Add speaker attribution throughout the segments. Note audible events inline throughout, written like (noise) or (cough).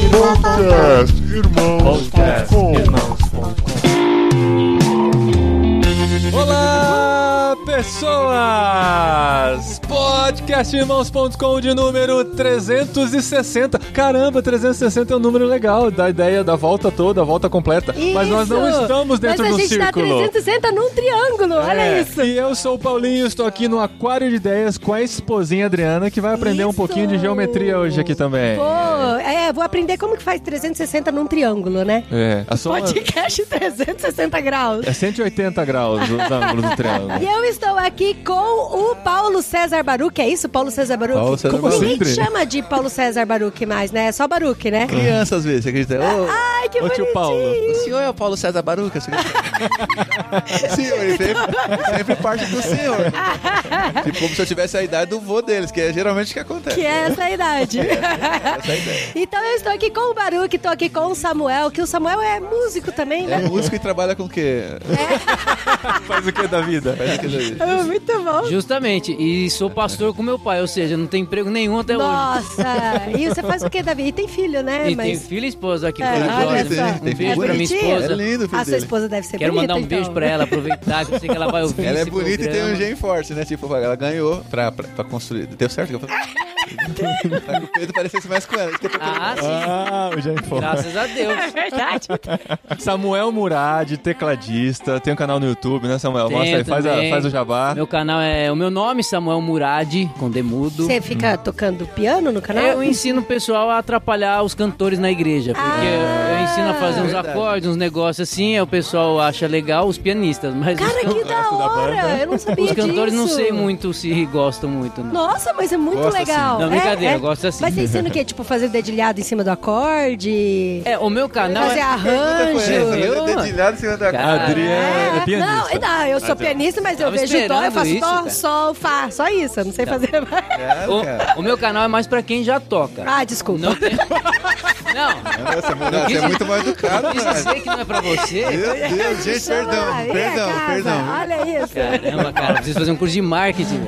Speaker 1: Podcast Irmãos.
Speaker 2: Podcast Irmãos. Olá, pessoas! Podcastirmãos.com de número 360. Caramba, 360 é um número legal, da ideia da volta toda, a volta completa. Mas nós não
Speaker 3: Isso!
Speaker 2: estamos dentro
Speaker 3: Mas
Speaker 2: do
Speaker 3: a gente tá
Speaker 2: círculo.
Speaker 3: 360 num triângulo, olha
Speaker 2: É,
Speaker 3: isso.
Speaker 2: E eu sou o Paulinho, estou aqui no Aquário de Ideias com a esposinha Adriana, que vai aprender um
Speaker 3: Isso!
Speaker 2: pouquinho de geometria hoje aqui também.
Speaker 3: Pô, é, vou aprender como que faz 360 num triângulo, né?
Speaker 2: É, a soma
Speaker 3: Podcast 360 graus.
Speaker 2: é 180 graus os ângulos do
Speaker 3: (laughs) E
Speaker 2: triângulo.
Speaker 3: eu estou aqui com o Paulo César Baruque, é isso, Paulo César Baruque?
Speaker 2: Paulo César
Speaker 3: Como Ninguém
Speaker 2: Baruque.
Speaker 3: te chama de Paulo César Baruque mais, né? É só Baruque, né?
Speaker 4: criança às vezes, você acredita? Ô,
Speaker 3: Ai, que
Speaker 2: Ô,
Speaker 3: é bonitinho.
Speaker 2: tio Paulo.
Speaker 4: o senhor é o Paulo César Baruca? Você acredita? (laughs) Sim, ele sempre, sempre parte do senhor. Tipo, como se eu tivesse a idade do vô deles, que é geralmente o que acontece.
Speaker 3: Que é essa a idade.
Speaker 4: (laughs) Essa é a ideia.
Speaker 3: então eu estou aqui com o Baruque, estou aqui com o Samuel, que o Samuel é músico também,
Speaker 4: É
Speaker 3: né?
Speaker 4: músico e trabalha com o quê?
Speaker 2: Faz o que da
Speaker 4: (laughs)
Speaker 2: vida?
Speaker 4: Faz aquilo ali.
Speaker 3: Ah, Muito bom.
Speaker 5: Justamente, e sou pastor com meu pai, ou seja, não tenho emprego nenhum até hoje.
Speaker 3: Nossa!
Speaker 5: (laughs)
Speaker 3: E você faz o que, Davi? E tem filho, né?
Speaker 5: e tenho filho e esposa aqui.
Speaker 3: É,
Speaker 5: por
Speaker 3: olha
Speaker 5: nós.
Speaker 3: só.
Speaker 5: um
Speaker 4: Tem
Speaker 3: filho?
Speaker 5: beijo pra minha
Speaker 3: É bonitinho?
Speaker 4: É
Speaker 5: esposa.
Speaker 4: lindo o filho
Speaker 3: A sua
Speaker 4: dele.
Speaker 3: esposa deve ser
Speaker 5: Quero
Speaker 3: bonita,
Speaker 5: mandar um
Speaker 3: então.
Speaker 5: beijo pra ela, aproveitar que eu sei que ela vai ouvir
Speaker 4: Ela é
Speaker 5: esse
Speaker 4: bonita e tem um
Speaker 5: programa.
Speaker 4: gen forte, né? Tipo, ela ganhou pra, pra, pra construir. Deu certo? o que eu falei? Pra que o Pedro parecesse mais com ela. Isso que eu tô querendo.
Speaker 5: Ah, sim.
Speaker 2: Ah, o Jaime Fonte.
Speaker 5: Graças a Deus.
Speaker 3: (laughs) É verdade.
Speaker 2: Samuel Murad, tecladista, tem um canal no YouTube, né, Samuel?
Speaker 5: Tem
Speaker 2: Mostra aí, faz, a-
Speaker 5: também.
Speaker 2: faz o jabá.
Speaker 5: Meu canal é. O meu nome, Samuel Murad, com demudo.
Speaker 3: Você fica tocando piano no canal?
Speaker 5: Hum. É, Eu ensino o pessoal a atrapalhar os cantores na igreja. Porque
Speaker 3: Ah.
Speaker 5: eu ensino a fazer uns
Speaker 4: É Verdade.
Speaker 5: acordes, uns negócios assim, aí o pessoal acha legal, os pianistas. Mas (laughs) os,
Speaker 3: Cara,
Speaker 5: can-
Speaker 3: que da
Speaker 2: da banda.
Speaker 3: hora! Eu não sabia
Speaker 5: os cantores
Speaker 3: disso.
Speaker 5: não sei muito se gostam muito, não.
Speaker 3: Nossa, mas é muito
Speaker 4: Gosta
Speaker 3: legal.
Speaker 5: assim. Não,
Speaker 3: É,
Speaker 5: brincadeira,
Speaker 3: é.
Speaker 5: eu gosto assim.
Speaker 3: Mas você ensina o quê? Tipo, fazer dedilhado em cima do acorde?
Speaker 5: É, o meu canal
Speaker 3: fazer
Speaker 5: é.
Speaker 4: Pergunta com
Speaker 3: arranjo?
Speaker 4: essa,
Speaker 5: eu-
Speaker 4: ela é dedilhada em cima da
Speaker 5: Cara,
Speaker 2: Adriana é
Speaker 3: Não,
Speaker 2: pianista.
Speaker 3: não, eu sou pianista, mas eu
Speaker 5: Tava
Speaker 3: vejo dó, eu
Speaker 5: esperando
Speaker 3: faço
Speaker 5: isso,
Speaker 3: dó,
Speaker 5: cara.
Speaker 3: sol, fá, só isso, eu não sei fazer mais.
Speaker 4: cara, cara.
Speaker 5: O, o meu canal é mais pra quem já toca.
Speaker 3: Ah, desculpa.
Speaker 5: Não tem. Não,
Speaker 4: Nossa, mano, você
Speaker 5: quis-
Speaker 4: é muito mais educado,
Speaker 5: isso eu
Speaker 4: cara.
Speaker 5: sei que não é pra você.
Speaker 4: Meu Deus,
Speaker 3: Te
Speaker 4: gente,
Speaker 3: chama
Speaker 4: perdão,
Speaker 3: lá, vem
Speaker 4: perdão,
Speaker 3: a casa,
Speaker 4: perdão.
Speaker 3: Olha isso.
Speaker 5: Caramba, cara, preciso fazer um curso de marketing.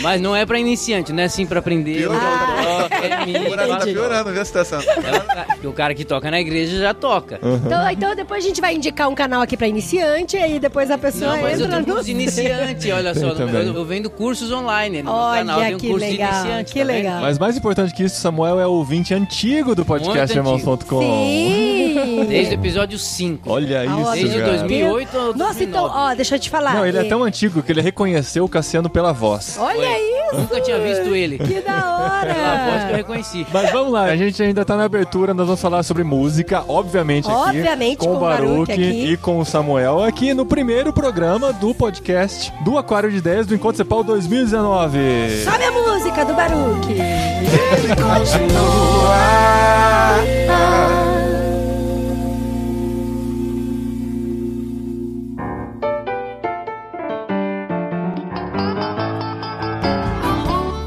Speaker 5: Mas não é pra iniciante, não é assim pra aprender.
Speaker 4: Piorou,
Speaker 5: Ah, é mim,
Speaker 4: tá Piorando, tá
Speaker 5: fala-
Speaker 4: piorando, viu a situação?
Speaker 5: É o ca- Porque o cara que toca na igreja já toca.
Speaker 3: Então, então depois a gente vai indicar um canal aqui pra iniciante, aí depois a pessoa
Speaker 5: Não, mas eu
Speaker 3: entra
Speaker 5: tenho
Speaker 3: no...
Speaker 5: curso de iniciante, olha só.
Speaker 2: também.
Speaker 5: Eu, eu vendo cursos online. No meu canal
Speaker 3: Olha
Speaker 5: tem um
Speaker 3: que
Speaker 5: curso de
Speaker 3: legal,
Speaker 5: iniciante.
Speaker 3: que
Speaker 5: tá vendo?
Speaker 3: legal.
Speaker 2: Mas mais importante que isso, Samuel é ouvinte antigo do podcast
Speaker 5: Muito antigo.
Speaker 2: irmãos.com.
Speaker 3: Sim! (laughs)
Speaker 5: Desde o episódio 5.
Speaker 2: Olha
Speaker 3: A hora.
Speaker 2: isso,
Speaker 5: Desde
Speaker 2: cara.
Speaker 5: 2000. 2008 ou
Speaker 3: Nossa, então,
Speaker 5: 2009.
Speaker 3: ó, deixa eu te falar.
Speaker 2: Não, ele é tão antigo que ele reconheceu o Cassiano pela voz.
Speaker 3: Olha isso!
Speaker 5: Nunca tinha visto ele.
Speaker 3: Que da
Speaker 5: A voz que eu
Speaker 3: hora!
Speaker 5: reconheci.
Speaker 2: Mas vamos lá, a gente ainda tá na abertura, nós vamos falar sobre música, obviamente, aqui.
Speaker 3: Obviamente,
Speaker 2: com o Baruque
Speaker 3: aqui.
Speaker 2: e com o Samuel, aqui no primeiro programa do podcast do Aquário de Ideias do Encontro Cepal 2019.
Speaker 3: Sobe a música do Baruque!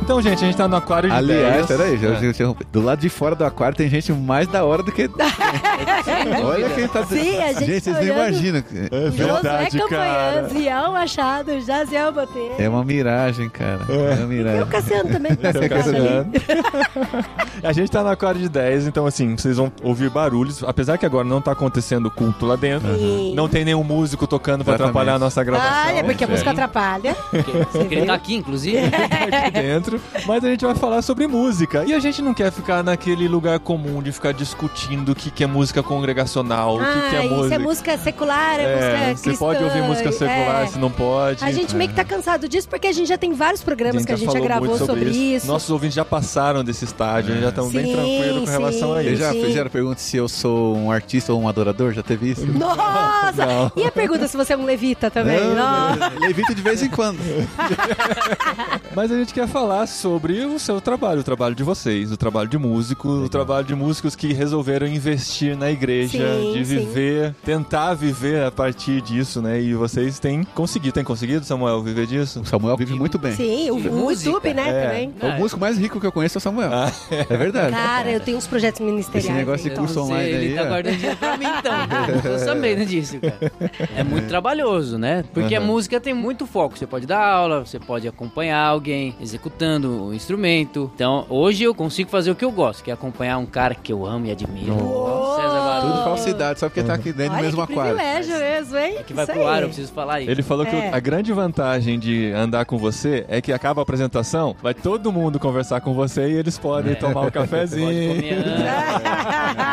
Speaker 2: Então, gente, a gente tá no Aquário de
Speaker 4: Aliás, é.
Speaker 2: Ideias.
Speaker 4: peraí, já, já interrompi. Do lado de fora do aquário tem gente mais da hora do
Speaker 3: (laughs)
Speaker 4: que. Olha quem tá.
Speaker 3: Sim, a
Speaker 4: gente
Speaker 3: gente
Speaker 4: vocês
Speaker 3: tá
Speaker 4: não
Speaker 3: olhando.
Speaker 4: imaginam.
Speaker 2: É verdade,
Speaker 3: Josué
Speaker 2: cara.
Speaker 3: Campanhãs, Rião Machado, Jaziel Botelho.
Speaker 4: É uma miragem, cara. É, uma
Speaker 3: E o (laughs)
Speaker 4: miragem.
Speaker 3: Cassiano também.
Speaker 2: Seu
Speaker 3: Cassiano
Speaker 2: Cassiano.
Speaker 3: ali.
Speaker 2: A gente tá no aquário de 10, então assim, vocês vão ouvir barulhos, apesar que agora não tá acontecendo culto lá dentro.
Speaker 3: Sim.
Speaker 2: Não tem né? nenhum músico tocando pra
Speaker 4: Exatamente.
Speaker 2: atrapalhar a nossa gravação
Speaker 3: Olha, porque a
Speaker 4: É.
Speaker 3: música atrapalha.
Speaker 5: Porque ele tá aqui, inclusive.
Speaker 2: aqui dentro, mas a gente vai falar sobre música. E a gente não quer ficar naquele lugar comum de ficar discutindo o que, que é música congregacional, o que, que é
Speaker 3: Ah, isso
Speaker 2: música.
Speaker 3: é música secular, é, música cristã.
Speaker 2: você pode ouvir música secular,
Speaker 3: é.
Speaker 2: se não pode.
Speaker 3: A gente meio que tá cansado disso, porque a gente já tem vários programas que a
Speaker 2: já
Speaker 3: gente já
Speaker 2: falou
Speaker 3: gravou
Speaker 2: muito
Speaker 3: sobre, isso.
Speaker 2: Nossos ouvintes já passaram desse estágio, já estão bem
Speaker 3: Sim,
Speaker 2: tranquilos com relação a
Speaker 3: sim.
Speaker 2: isso.
Speaker 4: Vocês já
Speaker 3: Sim.
Speaker 4: fizeram a pergunta se eu sou um artista ou um adorador? Já teve isso?
Speaker 3: Nossa!
Speaker 2: Não.
Speaker 3: E a pergunta se você é um levita também? Nossa.
Speaker 4: Levito de vez em quando.
Speaker 2: Mas a gente quer falar sobre o seu trabalho, o trabalho de vocês, o trabalho de músico, o trabalho de músicos que resolveram investir na igreja,
Speaker 3: Sim,
Speaker 2: de
Speaker 3: sim.
Speaker 2: viver, tentar viver a partir disso, né? E vocês têm conseguido, têm conseguido, Samuel, viver disso?
Speaker 4: O Samuel vive muito bem.
Speaker 3: Sim, o,
Speaker 5: De
Speaker 3: o
Speaker 5: música.
Speaker 3: YouTube, né,
Speaker 2: É.
Speaker 3: também.
Speaker 4: O músico mais rico que eu conheço é o Samuel. É verdade.
Speaker 3: Cara, eu tenho uns projetos ministeriais.
Speaker 4: Esse negócio de
Speaker 3: então.
Speaker 4: curso
Speaker 5: Não sei,
Speaker 4: online
Speaker 5: ele
Speaker 4: aí,
Speaker 5: tá
Speaker 4: ó.
Speaker 5: guardando dinheiro pra mim, então. Eu tô sabendo disso, cara. É muito trabalhoso, né? Porque a música tem muito foco. Você pode dar aula, você pode acompanhar alguém executando, aprendendo o instrumento. Então, hoje eu consigo fazer o que eu gosto, que é acompanhar um cara que eu amo e admiro.
Speaker 3: Uou!
Speaker 5: César
Speaker 4: Tudo
Speaker 5: Baru.
Speaker 4: falsidade, só porque tá aqui dentro do
Speaker 3: Olha
Speaker 4: mesmo
Speaker 3: que
Speaker 4: aquário.
Speaker 3: privilégio mesmo, hein?
Speaker 5: É Que vai
Speaker 3: Isso
Speaker 5: pro
Speaker 3: aí. (laughs)
Speaker 5: ar, eu preciso falar isso.
Speaker 2: Ele falou que
Speaker 3: É.
Speaker 2: a grande vantagem de andar com você é que acaba a apresentação, vai todo mundo conversar com você e eles podem tomar (laughs) um
Speaker 5: Pode
Speaker 2: cafezinho.
Speaker 5: comer antes.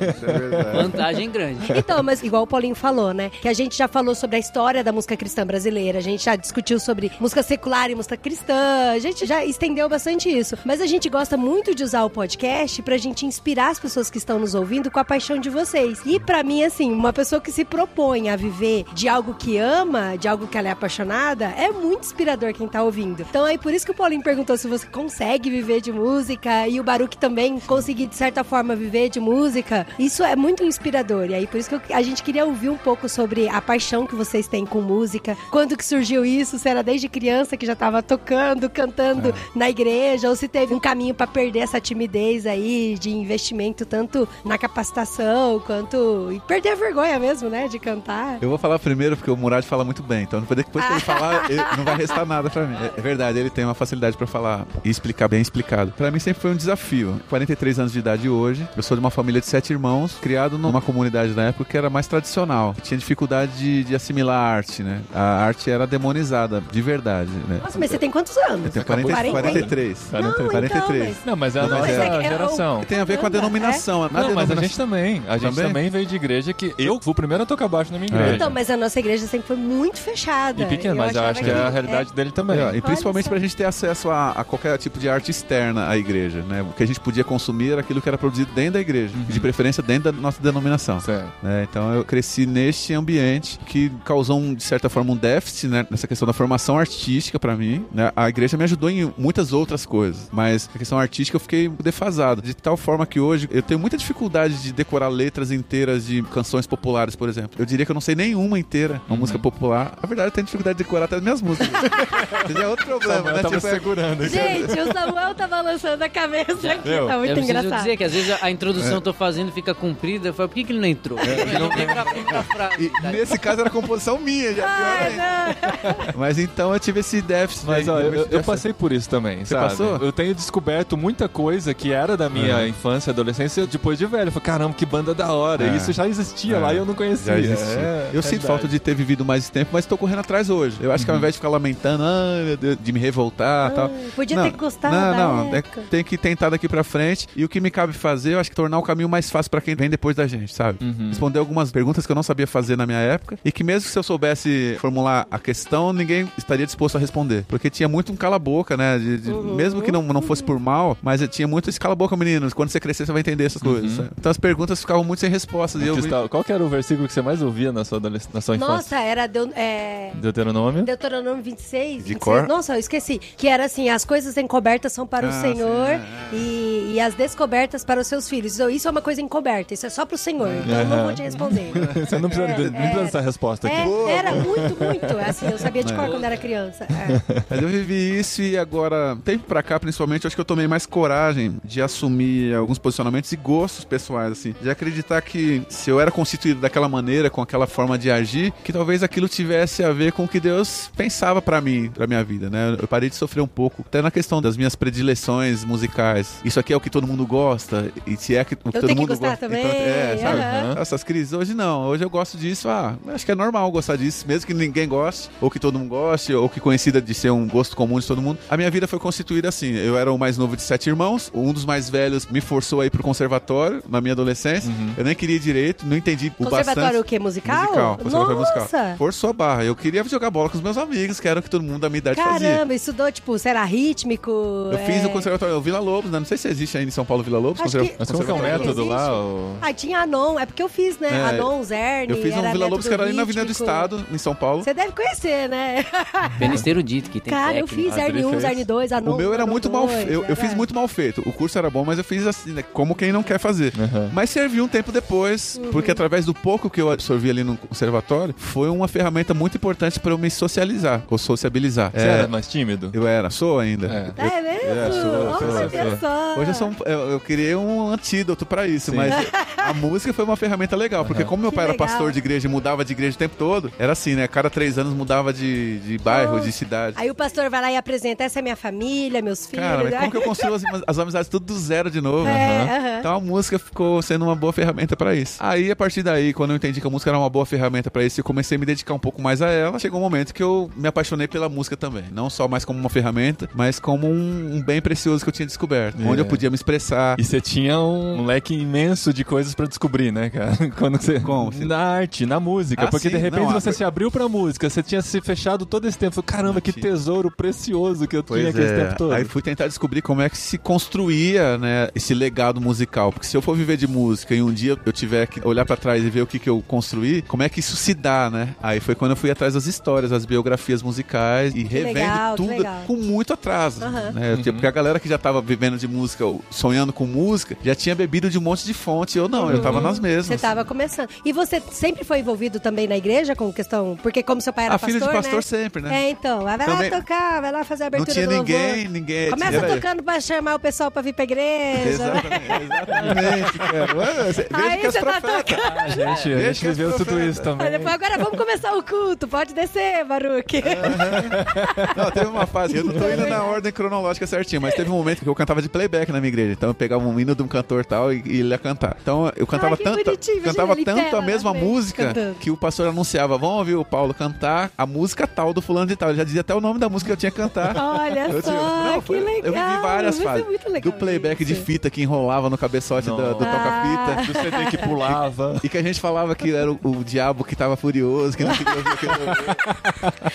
Speaker 4: Isso é verdade.
Speaker 5: Vantagem grande.
Speaker 3: Então, mas igual o Paulinho falou, né? Que a gente já falou sobre a história da música cristã brasileira, a gente já discutiu sobre música secular e música cristã, a gente já estendeu bastante isso. Mas a gente gosta muito de usar o podcast pra gente inspirar as pessoas que estão nos ouvindo com a paixão de vocês. E pra mim, assim, uma pessoa que se propõe a viver de algo que ama, de algo que ela é apaixonada, é muito inspirador quem tá ouvindo. Então aí por isso que o Paulinho perguntou se você consegue viver de música e o Baruque também conseguir de certa forma viver de música. Isso é muito inspirador e aí por isso que eu- a gente queria ouvir um pouco sobre a paixão que vocês têm com música. Quando que surgiu isso? Se era desde criança que já tava tocando, cantando na igreja ou se teve um caminho pra perder essa timidez aí de investimento tanto na capacitação quanto e perder a vergonha mesmo, né, de cantar.
Speaker 4: Eu vou falar primeiro porque o Murad fala muito bem, então depois depois que ele falar, ele- não vai restar nada pra mim. É, é verdade, ele tem uma facilidade pra falar e explicar bem explicado. Pra mim sempre foi um desafio. 43 anos de idade hoje, eu sou de uma família de sete irmãos, criado numa comunidade na época que era mais tradicional. Tinha dificuldade de, de assimilar a arte, né? A arte era demonizada, de verdade, né?
Speaker 3: Nossa, mas você tem quantos anos?
Speaker 4: Eu tenho 40,
Speaker 3: Acabou de-
Speaker 4: 43.
Speaker 3: Não, então,
Speaker 4: 43.
Speaker 3: mas-
Speaker 2: Não, mas é a
Speaker 4: Não,
Speaker 2: nossa
Speaker 4: mas é-
Speaker 3: é o-
Speaker 2: geração.
Speaker 4: Tem a ver com a
Speaker 3: Caramba,
Speaker 4: denominação. na
Speaker 2: Não, mas a
Speaker 4: denominação-
Speaker 2: gente também. A gente
Speaker 4: Também?
Speaker 2: também, Ah, veio de igreja que eu fui o primeiro a tocar baixo na minha
Speaker 4: É.
Speaker 2: igreja.
Speaker 3: Então, mas a nossa igreja sempre foi muito fechada.
Speaker 2: e pequeno,
Speaker 3: Eu
Speaker 2: mas eu
Speaker 3: achava
Speaker 2: acho que é a realidade dele também.
Speaker 4: É, e principalmente
Speaker 3: só.
Speaker 4: para a gente ter acesso a, a qualquer tipo de arte externa à igreja, né? O que a gente podia consumir era aquilo que era produzido dentro da igreja, de preferência dentro da nossa denominação.
Speaker 2: Certo.
Speaker 4: né? Então eu cresci neste ambiente que causou, um, de certa forma, um déficit né? nessa questão da formação artística para mim. né? A igreja me ajudou em muitas outras coisas, mas a questão artística eu fiquei defasado. De tal forma que hoje eu tenho muita dificuldade de decorar letras inteiras de canções populares, por exemplo. Eu diria que eu não sei nenhuma inteira,
Speaker 2: Uhum.
Speaker 4: uma música popular. Na verdade, é eu tenho dificuldade de decorar até as minhas
Speaker 2: (laughs)
Speaker 4: músicas. Esse é
Speaker 2: Tá
Speaker 4: outro problema,
Speaker 2: Samuel
Speaker 4: né?
Speaker 2: tava
Speaker 4: Tipo, é-
Speaker 2: segurando aqui.
Speaker 3: Gente, o Samuel tá balançando a cabeça aqui.
Speaker 2: Meu,
Speaker 3: tá
Speaker 5: eu
Speaker 3: (laughs) muito
Speaker 5: preciso
Speaker 3: engraçado.
Speaker 5: dizer que às vezes a, a introdução que eu tô fazendo fica comprida. Eu falo, por que, que ele não entrou? Ele não vem pra, vem pra frase. tá?
Speaker 4: E é, nesse caso era composição minha, já pior ainda.
Speaker 3: Ah,
Speaker 4: Mas então eu tive esse déficit.
Speaker 2: Mas
Speaker 4: né?
Speaker 2: ó, eu, eu
Speaker 4: Dessa-
Speaker 2: passei por isso também,
Speaker 4: Você
Speaker 2: sabe?
Speaker 4: passou?
Speaker 2: Eu tenho descoberto muita coisa que era da minha
Speaker 4: É.
Speaker 2: infância, adolescência, depois de velho. Eu falei, caramba, que banda da hora.
Speaker 4: É.
Speaker 2: Isso já existia
Speaker 4: É.
Speaker 2: lá e eu não conhecia.
Speaker 4: Já existia.
Speaker 2: É,
Speaker 4: eu sinto
Speaker 2: verdade. Uhum.
Speaker 4: falta de ter vivido mais esse tempo, mas tô correndo atrás hoje. Eu acho que ao invés de ficar lamentando, ai meu Deus, de me revoltar e tal.
Speaker 3: podia ter gostado
Speaker 4: Não,
Speaker 3: da
Speaker 4: não. é-
Speaker 3: época.
Speaker 4: tem que tentar daqui pra frente. E o que me cabe fazer, eu acho que tornar o caminho mais fácil pra quem vem depois da gente, sabe?
Speaker 2: Uhum.
Speaker 4: Responder algumas perguntas que eu não sabia fazer na minha época. E que mesmo se eu soubesse formular a questão, ninguém estaria disposto a responder. Porque tinha muito um cala-boca, né? De- de-
Speaker 3: Uhum.
Speaker 4: Mesmo que não, não fosse por mal, mas eu tinha muito esse cala-boca, meninos. Quando você crescer, você vai entender essas coisas.
Speaker 2: Uhum.
Speaker 4: sabe? Então as perguntas ficavam muito sem respostas. E eu,
Speaker 2: Cristal, Qual que era o versículo que você mais ouvia na sua, adolesc- na sua infância?
Speaker 3: Nossa, era. Deu, é...
Speaker 2: (laughs) Deuteronômio?
Speaker 3: Deuteronômio 26,
Speaker 4: De
Speaker 3: 26.
Speaker 4: cor?
Speaker 3: Nossa, eu esqueci. Que era assim: as coisas encobertas são para
Speaker 4: Ah,
Speaker 3: o
Speaker 4: sim,
Speaker 3: Senhor
Speaker 4: é.
Speaker 3: e, e as descobertas para os seus filhos. Então, Isso é uma coisa encoberta, isso é só para o Senhor. Então eu não vou te
Speaker 4: É. (laughs)
Speaker 3: responder.
Speaker 2: Você não precisa,
Speaker 3: É,
Speaker 2: não precisa
Speaker 3: era.
Speaker 2: dessa resposta aqui.
Speaker 3: É, era muito, muito. Assim, eu sabia de cor quando era criança. É.
Speaker 4: (laughs) Mas eu vivi isso e agora, tempo pra cá, principalmente, eu acho que eu tomei mais coragem de assumir alguns posicionamentos e gostos pessoais, assim. De acreditar que se eu era constituído daquela maneira, com aquela forma de agir, que talvez aquilo tivesse a ver com o que Deus pensava pra mim, pra minha vida, né? Eu parei de sofrer um pouco, até na questão das minhas predileções musicais. Isso aqui é o que todo mundo gosta, e se é que, o que
Speaker 3: Eu
Speaker 4: todo
Speaker 3: tenho que
Speaker 4: mundo
Speaker 3: gostar
Speaker 4: gosta.
Speaker 3: também.
Speaker 4: Então, é, sabe?
Speaker 3: aham.
Speaker 4: Essas crises, hoje não. Hoje eu gosto disso. Ah, acho que é normal gostar disso, mesmo que ninguém goste, ou que todo mundo goste, ou que conhecida de ser um gosto comum de todo mundo. A minha vida foi constituída assim. Eu era o mais novo de sete irmãos, um dos mais velhos me forçou a ir pro conservatório na minha adolescência. Eu nem queria direito, não entendi o
Speaker 3: Conservatório
Speaker 4: bastante.
Speaker 3: o quê? Musical?
Speaker 4: conservatório
Speaker 3: Nossa!
Speaker 4: musical. Forçou a barra. Eu queria jogar bola com os meus amigos, que era o que todo mundo da minha idade fazia.
Speaker 3: Caramba, estudou, tipo, será rítmico?
Speaker 4: Eu fiz
Speaker 3: é...
Speaker 4: o conservatório, o Vila Lobos, né? Não sei se existe ainda em São Paulo Vila Lobos.
Speaker 3: Acho
Speaker 4: conserva-
Speaker 3: que-
Speaker 2: Mas como que é o
Speaker 3: Conservatório
Speaker 2: método
Speaker 3: existe?
Speaker 2: lá? o-
Speaker 3: Ah, tinha Anon, é porque eu fiz, né?
Speaker 4: É,
Speaker 3: Anon, Zerne.
Speaker 4: Eu fiz um
Speaker 3: era
Speaker 4: Vila Lobos
Speaker 3: método
Speaker 4: que era ali na Avenida do
Speaker 3: rítmico.
Speaker 4: Estado, em São Paulo.
Speaker 3: Você deve conhecer, né?
Speaker 5: Penisteiro dito que tem
Speaker 3: Cara, eu
Speaker 5: técnica.
Speaker 3: fiz é.
Speaker 2: Ah,
Speaker 3: Zerne
Speaker 2: ele
Speaker 3: 1,
Speaker 2: fez.
Speaker 3: Zerne 2, Anon.
Speaker 4: O meu era
Speaker 3: Anon
Speaker 4: muito mal
Speaker 3: dois,
Speaker 4: feito. Eu, eu
Speaker 3: era.
Speaker 4: fiz muito mal feito. O curso era bom, mas eu fiz assim, né, como quem não quer fazer.
Speaker 2: Aham.
Speaker 4: Mas serviu um tempo depois,
Speaker 3: Uhum.
Speaker 4: porque através do pouco que eu absorvi ali no conservatório, foi uma ferramenta muito importante pra eu me socializar, ou sociabilizar.
Speaker 2: Você
Speaker 4: É,
Speaker 2: era mais tímido?
Speaker 4: Eu era, sou ainda.
Speaker 2: É.
Speaker 3: É mesmo?
Speaker 4: É, sou, sou,
Speaker 3: Olha
Speaker 2: sou.
Speaker 3: só.
Speaker 4: Hoje eu, sou um- eu, eu criei um antídoto pra isso,
Speaker 2: Sim. (laughs)
Speaker 4: mas a música foi uma ferramenta legal, porque como meu
Speaker 3: Que
Speaker 4: pai era
Speaker 3: legal.
Speaker 4: pastor de igreja e mudava de igreja o tempo todo, era assim, né? Cada três anos mudava de, de bairro, de cidade.
Speaker 3: Aí o pastor vai lá e apresenta: essa é minha família, meus filhos.
Speaker 4: Cara, mas
Speaker 3: né?
Speaker 4: como que eu construo as, as amizades tudo do zero de novo?
Speaker 3: É, aham.
Speaker 4: Então a música ficou sendo uma boa ferramenta pra isso. Aí, a partir daí, quando eu entendi que a música era uma boa ferramenta pra isso, eu comecei a me dedicar um pouco mais a ela. Chegou um momento que eu me apaixonei pela música também. Não só mais como uma ferramenta, mas como um, um bem precioso que eu tinha descoberto.
Speaker 2: É.
Speaker 4: Onde eu podia me expressar.
Speaker 2: E você tinha um leque imenso de coisas pra descobrir, né, cara? (laughs) Quando você...
Speaker 4: Como, filho?
Speaker 2: Na arte, na música.
Speaker 4: Ah,
Speaker 2: porque
Speaker 4: sim,
Speaker 2: de repente
Speaker 4: não, a-
Speaker 2: você se abriu pra música. Você tinha se fechado todo esse tempo. Caramba, que
Speaker 4: Tinha.
Speaker 2: tesouro precioso que eu tinha aqui esse é tempo todo.
Speaker 4: é. Aí fui tentar descobrir como é que se construía, né, esse legado musical. Porque se eu for viver de música e um dia eu tiver que olhar pra trás e ver o que, que eu construí, como é que isso se dá, né? Aí foi quando eu fui atrás das histórias, das biografias musicais e revendo
Speaker 3: legal, que
Speaker 4: tudo
Speaker 3: legal.
Speaker 4: com muito atraso.
Speaker 3: Aham.
Speaker 4: né? Eu tinha- Porque a galera que já tava vivendo de música, ou sonhando com música, já tinha bebido de um monte de fonte. Eu não, eu tava nas mesmas.
Speaker 3: Uhum. Você tá estava começando. E você sempre foi envolvido também na igreja com questão. Porque, como seu pai era
Speaker 4: A
Speaker 3: pastor.
Speaker 4: filha de pastor
Speaker 3: né?
Speaker 4: sempre, né?
Speaker 3: É, então. Vai lá
Speaker 4: Também-
Speaker 3: tocar, vai lá fazer a
Speaker 4: Não
Speaker 3: abertura
Speaker 4: tinha
Speaker 3: do louvor.
Speaker 4: ninguém, ninguém.
Speaker 3: Começa
Speaker 4: era eu.
Speaker 3: tocando pra chamar o pessoal pra vir pra igreja. (laughs) né?
Speaker 4: Exatamente, exatamente, cara. Ué, você- veja
Speaker 3: Aí
Speaker 4: que as
Speaker 3: você tá
Speaker 4: profetas-
Speaker 3: tocando.
Speaker 2: Ah, A gente, a
Speaker 4: Deixa
Speaker 2: gente viveu
Speaker 4: esse
Speaker 2: tudo
Speaker 4: profeta.
Speaker 2: isso também.
Speaker 3: Aí depois, agora vamos começar o culto. Pode descer, Baruque.
Speaker 4: É. Não, teve uma fase. Eu não tô indo na ordem cronológica certinha, mas teve um momento que eu cantava de playback na minha igreja. Então eu pegava um hino de um cantor tal e, e ele ia cantar. Então eu cantava
Speaker 3: que
Speaker 4: tanto,
Speaker 3: bonitinho, imagina
Speaker 4: cantava
Speaker 3: ele
Speaker 4: tanto
Speaker 3: tela
Speaker 4: a
Speaker 3: na
Speaker 4: mesma
Speaker 3: frente
Speaker 4: música
Speaker 3: cantando.
Speaker 4: que o pastor anunciava: vamos ouvir o Paulo cantar a música tal do fulano de tal. Ele já dizia até o nome da música que eu tinha que cantar.
Speaker 3: Olha
Speaker 4: Eu
Speaker 3: só,
Speaker 4: tinha- não,
Speaker 3: que
Speaker 4: foi-
Speaker 3: legal.
Speaker 4: Eu vivi várias
Speaker 3: Mas é
Speaker 4: fases.
Speaker 3: muito legal
Speaker 4: do playback de
Speaker 3: isso. Ah.
Speaker 4: fita que enrolava no cabeçote do, do
Speaker 2: Nossa.
Speaker 4: toca-fita.
Speaker 2: Do CD que pulava.
Speaker 4: E que a gente falava que era o, o diabo que tava furioso, que não queria ouvir aquele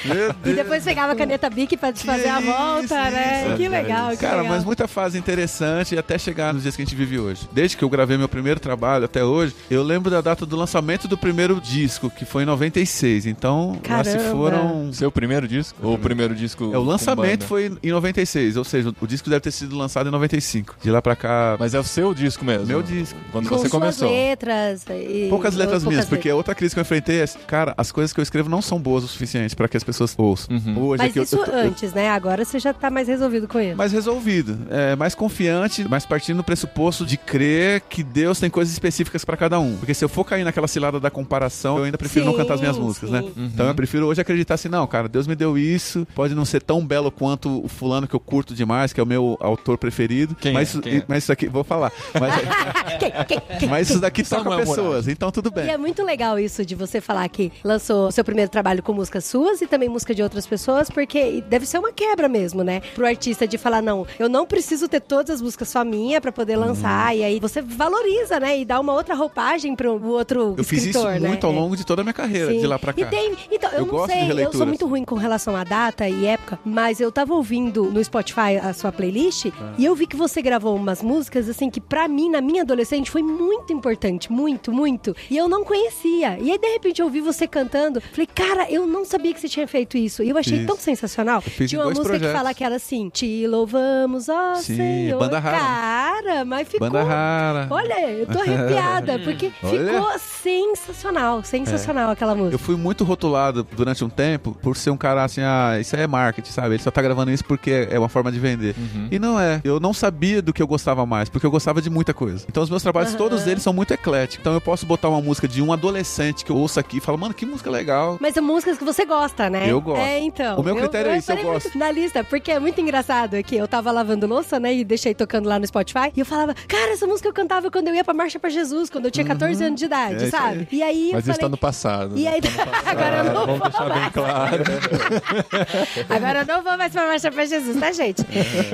Speaker 4: Meu
Speaker 3: E depois pegava a caneta Bic pra desfazer a
Speaker 4: isso,
Speaker 3: volta, né?
Speaker 4: isso.
Speaker 3: que legal, que
Speaker 4: Cara,
Speaker 3: legal.
Speaker 4: mas muita fase interessante até chegar nos dias que a gente vive hoje. Desde que eu gravei meu primeiro trabalho até hoje, eu lembro da data do lançamento do primeiro disco, que foi em 96. Então, lá se
Speaker 3: Caramba.
Speaker 4: foram.
Speaker 2: Seu primeiro disco? Ou o primeiro disco
Speaker 4: É, o
Speaker 2: com
Speaker 4: lançamento
Speaker 2: banda?
Speaker 4: foi em 96, ou seja, o disco deve ter sido lançado em 95. De lá pra cá,
Speaker 2: Mas é o seu disco mesmo?
Speaker 4: meu disco.
Speaker 2: Quando
Speaker 3: Com
Speaker 2: você
Speaker 3: suas
Speaker 2: começou.
Speaker 3: letras. e-
Speaker 4: Poucas letras minhas,
Speaker 3: poucas
Speaker 4: porque outra crise que eu enfrentei é, cara, as coisas que eu escrevo não são boas o suficiente pra que as pessoas ouçam.
Speaker 2: Uhum.
Speaker 4: Hoje é
Speaker 3: Mas
Speaker 4: que eu-
Speaker 3: isso
Speaker 4: eu tô- eu
Speaker 3: antes, né? Agora você já tá mais resolvido com ele.
Speaker 4: mais resolvido, é, mais confiante, mas partindo do pressuposto de crer que Deus tem coisas específicas pra cada um. Porque se eu for cair naquela cilada da comparação, eu ainda prefiro não
Speaker 3: Sim,
Speaker 4: cantar as minhas músicas,
Speaker 3: sim.
Speaker 4: né? Então eu prefiro hoje acreditar assim, não, cara, Deus me deu isso, pode não ser tão belo quanto o fulano que eu curto demais, que é o meu autor preferido,
Speaker 2: Quem
Speaker 4: mas,
Speaker 2: é?
Speaker 4: isso-
Speaker 2: Quem é?
Speaker 4: mas isso aqui, vou falar, mas,
Speaker 3: (laughs) Quem- quem- quem-
Speaker 4: mas isso daqui toca
Speaker 2: Samuel
Speaker 4: pessoas,
Speaker 2: Moraes.
Speaker 4: então tudo bem.
Speaker 3: E é muito legal isso de você falar que lançou o seu primeiro trabalho com músicas suas e também música de outras pessoas, porque deve ser uma quebra mesmo, né? Pro artista de falar, não, eu não preciso ter todas as músicas só minha pra poder lançar.
Speaker 4: Uhum.
Speaker 3: E aí você valoriza, né? E dá uma outra roupagem pro outro
Speaker 4: Eu fiz isso
Speaker 3: escritor, né?
Speaker 4: muito ao
Speaker 3: É.
Speaker 4: longo de toda a minha carreira,
Speaker 3: Sim.
Speaker 4: de lá pra cá.
Speaker 3: E tem, então, eu,
Speaker 4: Eu
Speaker 3: não
Speaker 4: gosto de
Speaker 3: sei, eu sou
Speaker 4: releituras.
Speaker 3: muito ruim com relação à data e época, mas eu tava ouvindo no Spotify a sua playlist
Speaker 4: Ah.
Speaker 3: e eu vi que você gravou umas músicas, assim, que pra mim, na minha adolescente, foi muito importante, muito, muito. E eu não conhecia. E aí, de repente, eu ouvi você cantando. Falei, cara, eu não sabia que você tinha feito isso. E eu achei
Speaker 4: Fiz.
Speaker 3: tão sensacional.
Speaker 4: fiz em
Speaker 3: Tinha uma
Speaker 4: dois
Speaker 3: música que
Speaker 4: projetos.
Speaker 3: fala que era assim, te louvamos, ó
Speaker 4: Sim,
Speaker 3: Senhor.
Speaker 4: banda rara, né?
Speaker 3: Cara, mas ficou...
Speaker 4: Banda rara.
Speaker 3: Olha, eu
Speaker 4: (laughs)
Speaker 3: tô arrepiada, porque
Speaker 4: Olha. É.
Speaker 3: ficou sensacional, sensacional aquela música.
Speaker 4: Eu fui muito rotulado durante um tempo por ser um cara assim, ah, isso aí é marketing, sabe? Ele só tá gravando isso porque é uma forma de vender. E não é. Eu não sabia do que eu gostava mais, porque eu gostava de muita coisa. Então os meus trabalhos, todos eles são muito ecléticos. Então eu posso botar uma música de um adolescente que eu ouço aqui e falo, mano, que música legal.
Speaker 3: Mas são músicas que você gosta, né?
Speaker 4: Eu gosto.
Speaker 3: É, então.
Speaker 4: O meu critério é isso, eu
Speaker 3: falei muito
Speaker 4: gosto.
Speaker 3: Na lista, porque é muito engraçado aqui. Eu tava lavando louça, né? E deixei tocando lá no Spotify. E eu falava, cara, essa música eu cantava quando eu ia pra Marcha pra Jesus, quando eu tinha 14 anos de idade,
Speaker 4: É isso
Speaker 3: sabe?
Speaker 4: aí.
Speaker 3: E aí
Speaker 2: Mas
Speaker 3: eu
Speaker 2: isso tá
Speaker 3: falei.
Speaker 2: no passado.
Speaker 3: E
Speaker 2: né?
Speaker 3: aí, (laughs) agora eu não
Speaker 2: Vamos deixar bem claro.
Speaker 3: (laughs) Agora eu não vou mais pra Marcha pra Jesus, tá, gente?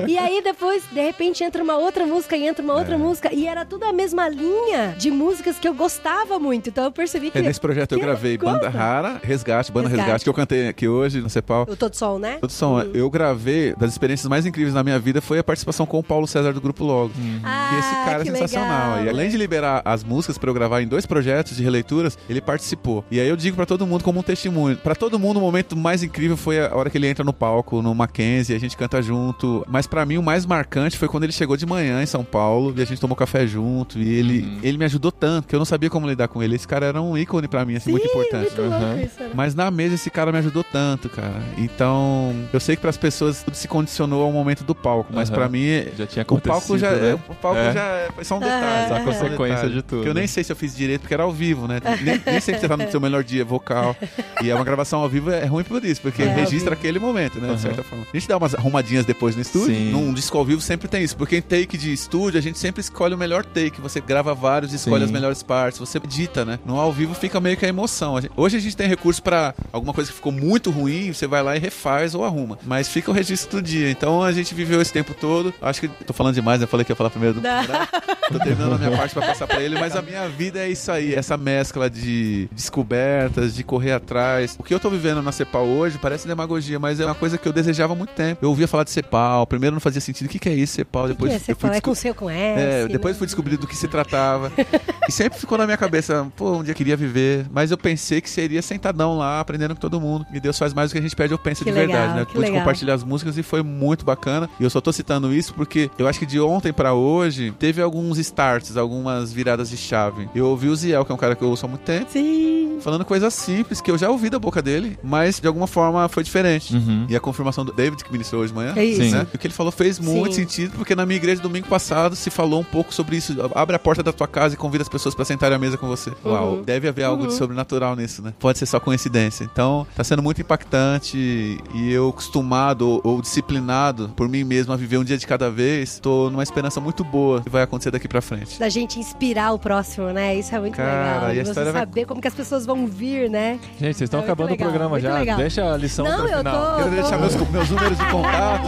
Speaker 3: E aí depois, de repente, entra uma outra música e entra uma outra
Speaker 4: É.
Speaker 3: música. E era tudo a mesma linha de músicas que eu gostava muito. Então eu percebi que.
Speaker 4: É, nesse projeto eu
Speaker 3: que
Speaker 4: gravei
Speaker 3: gosta.
Speaker 4: Banda Rara, Resgate, Banda
Speaker 3: Resgate.
Speaker 4: Resgate, que eu cantei aqui hoje no Cepal.
Speaker 3: O Todo Sol, né?
Speaker 4: Produção, eu gravei, das experiências mais incríveis na minha vida foi a participação com o Paulo César do Grupo Logo. E
Speaker 3: Ah,
Speaker 4: esse cara é sensacional. E além de liberar as músicas pra eu gravar em dois projetos de releituras, ele participou. E aí eu digo pra todo mundo como um testemunho. Pra todo mundo, o momento mais incrível foi a hora que ele entra no palco, no Mackenzie, a gente canta junto. Mas pra mim, o mais marcante foi quando ele chegou de manhã em São Paulo e a gente tomou café junto. E ele, ele me ajudou tanto que eu não sabia como lidar com ele. Esse cara era um ícone pra mim, assim, muito importante.
Speaker 3: Muito louco isso, né?
Speaker 4: Mas na mesa esse cara me ajudou tanto, cara. Então, eu sei que pras pessoas tudo se condicionou ao momento do palco, mas
Speaker 2: Aham.
Speaker 4: pra mim
Speaker 2: Já tinha
Speaker 4: o
Speaker 2: acontecido.
Speaker 4: palco já
Speaker 2: né?
Speaker 4: é, o palco
Speaker 2: É.
Speaker 4: já é foi só um detalhe,
Speaker 3: Só a
Speaker 4: só um
Speaker 2: consequência
Speaker 4: detalhe.
Speaker 2: de tudo.
Speaker 4: Que eu nem sei se eu fiz direito porque era ao vivo, né? Nem, nem sempre você tá no seu melhor dia vocal. E é uma gravação ao vivo é ruim por isso, porque
Speaker 3: É, ao
Speaker 4: registra
Speaker 3: vivo.
Speaker 4: aquele momento, né,
Speaker 2: Aham.
Speaker 4: de certa forma. A gente dá umas arrumadinhas depois no estúdio.
Speaker 2: Sim.
Speaker 4: Num um disco ao vivo sempre tem isso, porque em take de estúdio a gente sempre escolhe o melhor take, você grava vários, escolhe
Speaker 2: Sim.
Speaker 4: as melhores partes, você edita, né? No ao vivo fica meio que a emoção. A gente- Hoje a gente tem recurso pra alguma coisa que ficou muito ruim, você vai lá e refaz ou arruma, mas fica o registro do dia. Então a gente viveu esse tempo todo. Acho que tô falando demais, né? Falei que ia falar primeiro do
Speaker 3: Não.
Speaker 4: Tô terminando a minha parte pra passar pra ele, mas a minha vida é isso aí, essa mescla de descobertas, de correr atrás. O que eu tô vivendo na CEPAL hoje parece demagogia, mas é uma coisa que eu desejava há muito tempo. Eu ouvia falar de CEPAL, primeiro não fazia sentido. O que, que é isso, CEPAL?
Speaker 3: O que
Speaker 4: Depois
Speaker 3: é? Você
Speaker 4: eu fui
Speaker 3: fala, é
Speaker 4: desco-
Speaker 3: com seu com S.
Speaker 4: é, depois
Speaker 3: né?
Speaker 4: fui descobrir do que se tratava. e sempre ficou na minha cabeça, pô, um dia eu queria viver. Mas eu pensei que seria sentadão lá, aprendendo com todo mundo. E Deus faz mais do que a gente pede, eu penso
Speaker 3: Que
Speaker 4: de
Speaker 3: legal,
Speaker 4: verdade, né?
Speaker 3: que
Speaker 4: Pude
Speaker 3: legal.
Speaker 4: compartilhar as músicas e foi muito bacana. E eu só tô citando isso porque eu acho que de ontem pra hoje teve alguns starts, algumas viradas de chave. Eu ouvi o Ziel, que é um cara que eu ouço há muito tempo,
Speaker 3: Sim.
Speaker 4: falando coisas simples que eu já ouvi da boca dele, mas de alguma forma foi diferente.
Speaker 2: Uhum.
Speaker 4: E a confirmação do David, que ministrou hoje de manhã,
Speaker 3: É isso.
Speaker 2: Sim.
Speaker 4: né? O que ele falou fez muito
Speaker 3: Sim.
Speaker 4: sentido, porque na minha igreja domingo passado se falou um pouco sobre isso. Abre a porta da tua casa e convida as pessoas pra sentarem à mesa com você. Uau, deve haver algo de sobrenatural nisso, né? Pode ser só coincidência. Então, tá sendo muito impactante e eu acostumado ou, ou disciplinado por mim mesmo a viver um dia de cada vez, tô numa esperança muito boa que vai acontecer daqui pra frente.
Speaker 3: Da gente inspirar o próximo, né? Isso é muito
Speaker 4: Cara,
Speaker 3: legal.
Speaker 4: e a
Speaker 3: você
Speaker 4: história vai-
Speaker 3: saber como que as pessoas vão vir, né?
Speaker 2: Gente, vocês estão
Speaker 3: É muito
Speaker 2: acabando
Speaker 3: legal,
Speaker 2: o programa
Speaker 3: muito
Speaker 2: já.
Speaker 3: legal.
Speaker 2: Deixa a
Speaker 4: Então,
Speaker 2: lição
Speaker 3: Não,
Speaker 2: pro
Speaker 3: eu
Speaker 2: final.
Speaker 3: tô-
Speaker 4: Quero deixar meus, meus números de contato.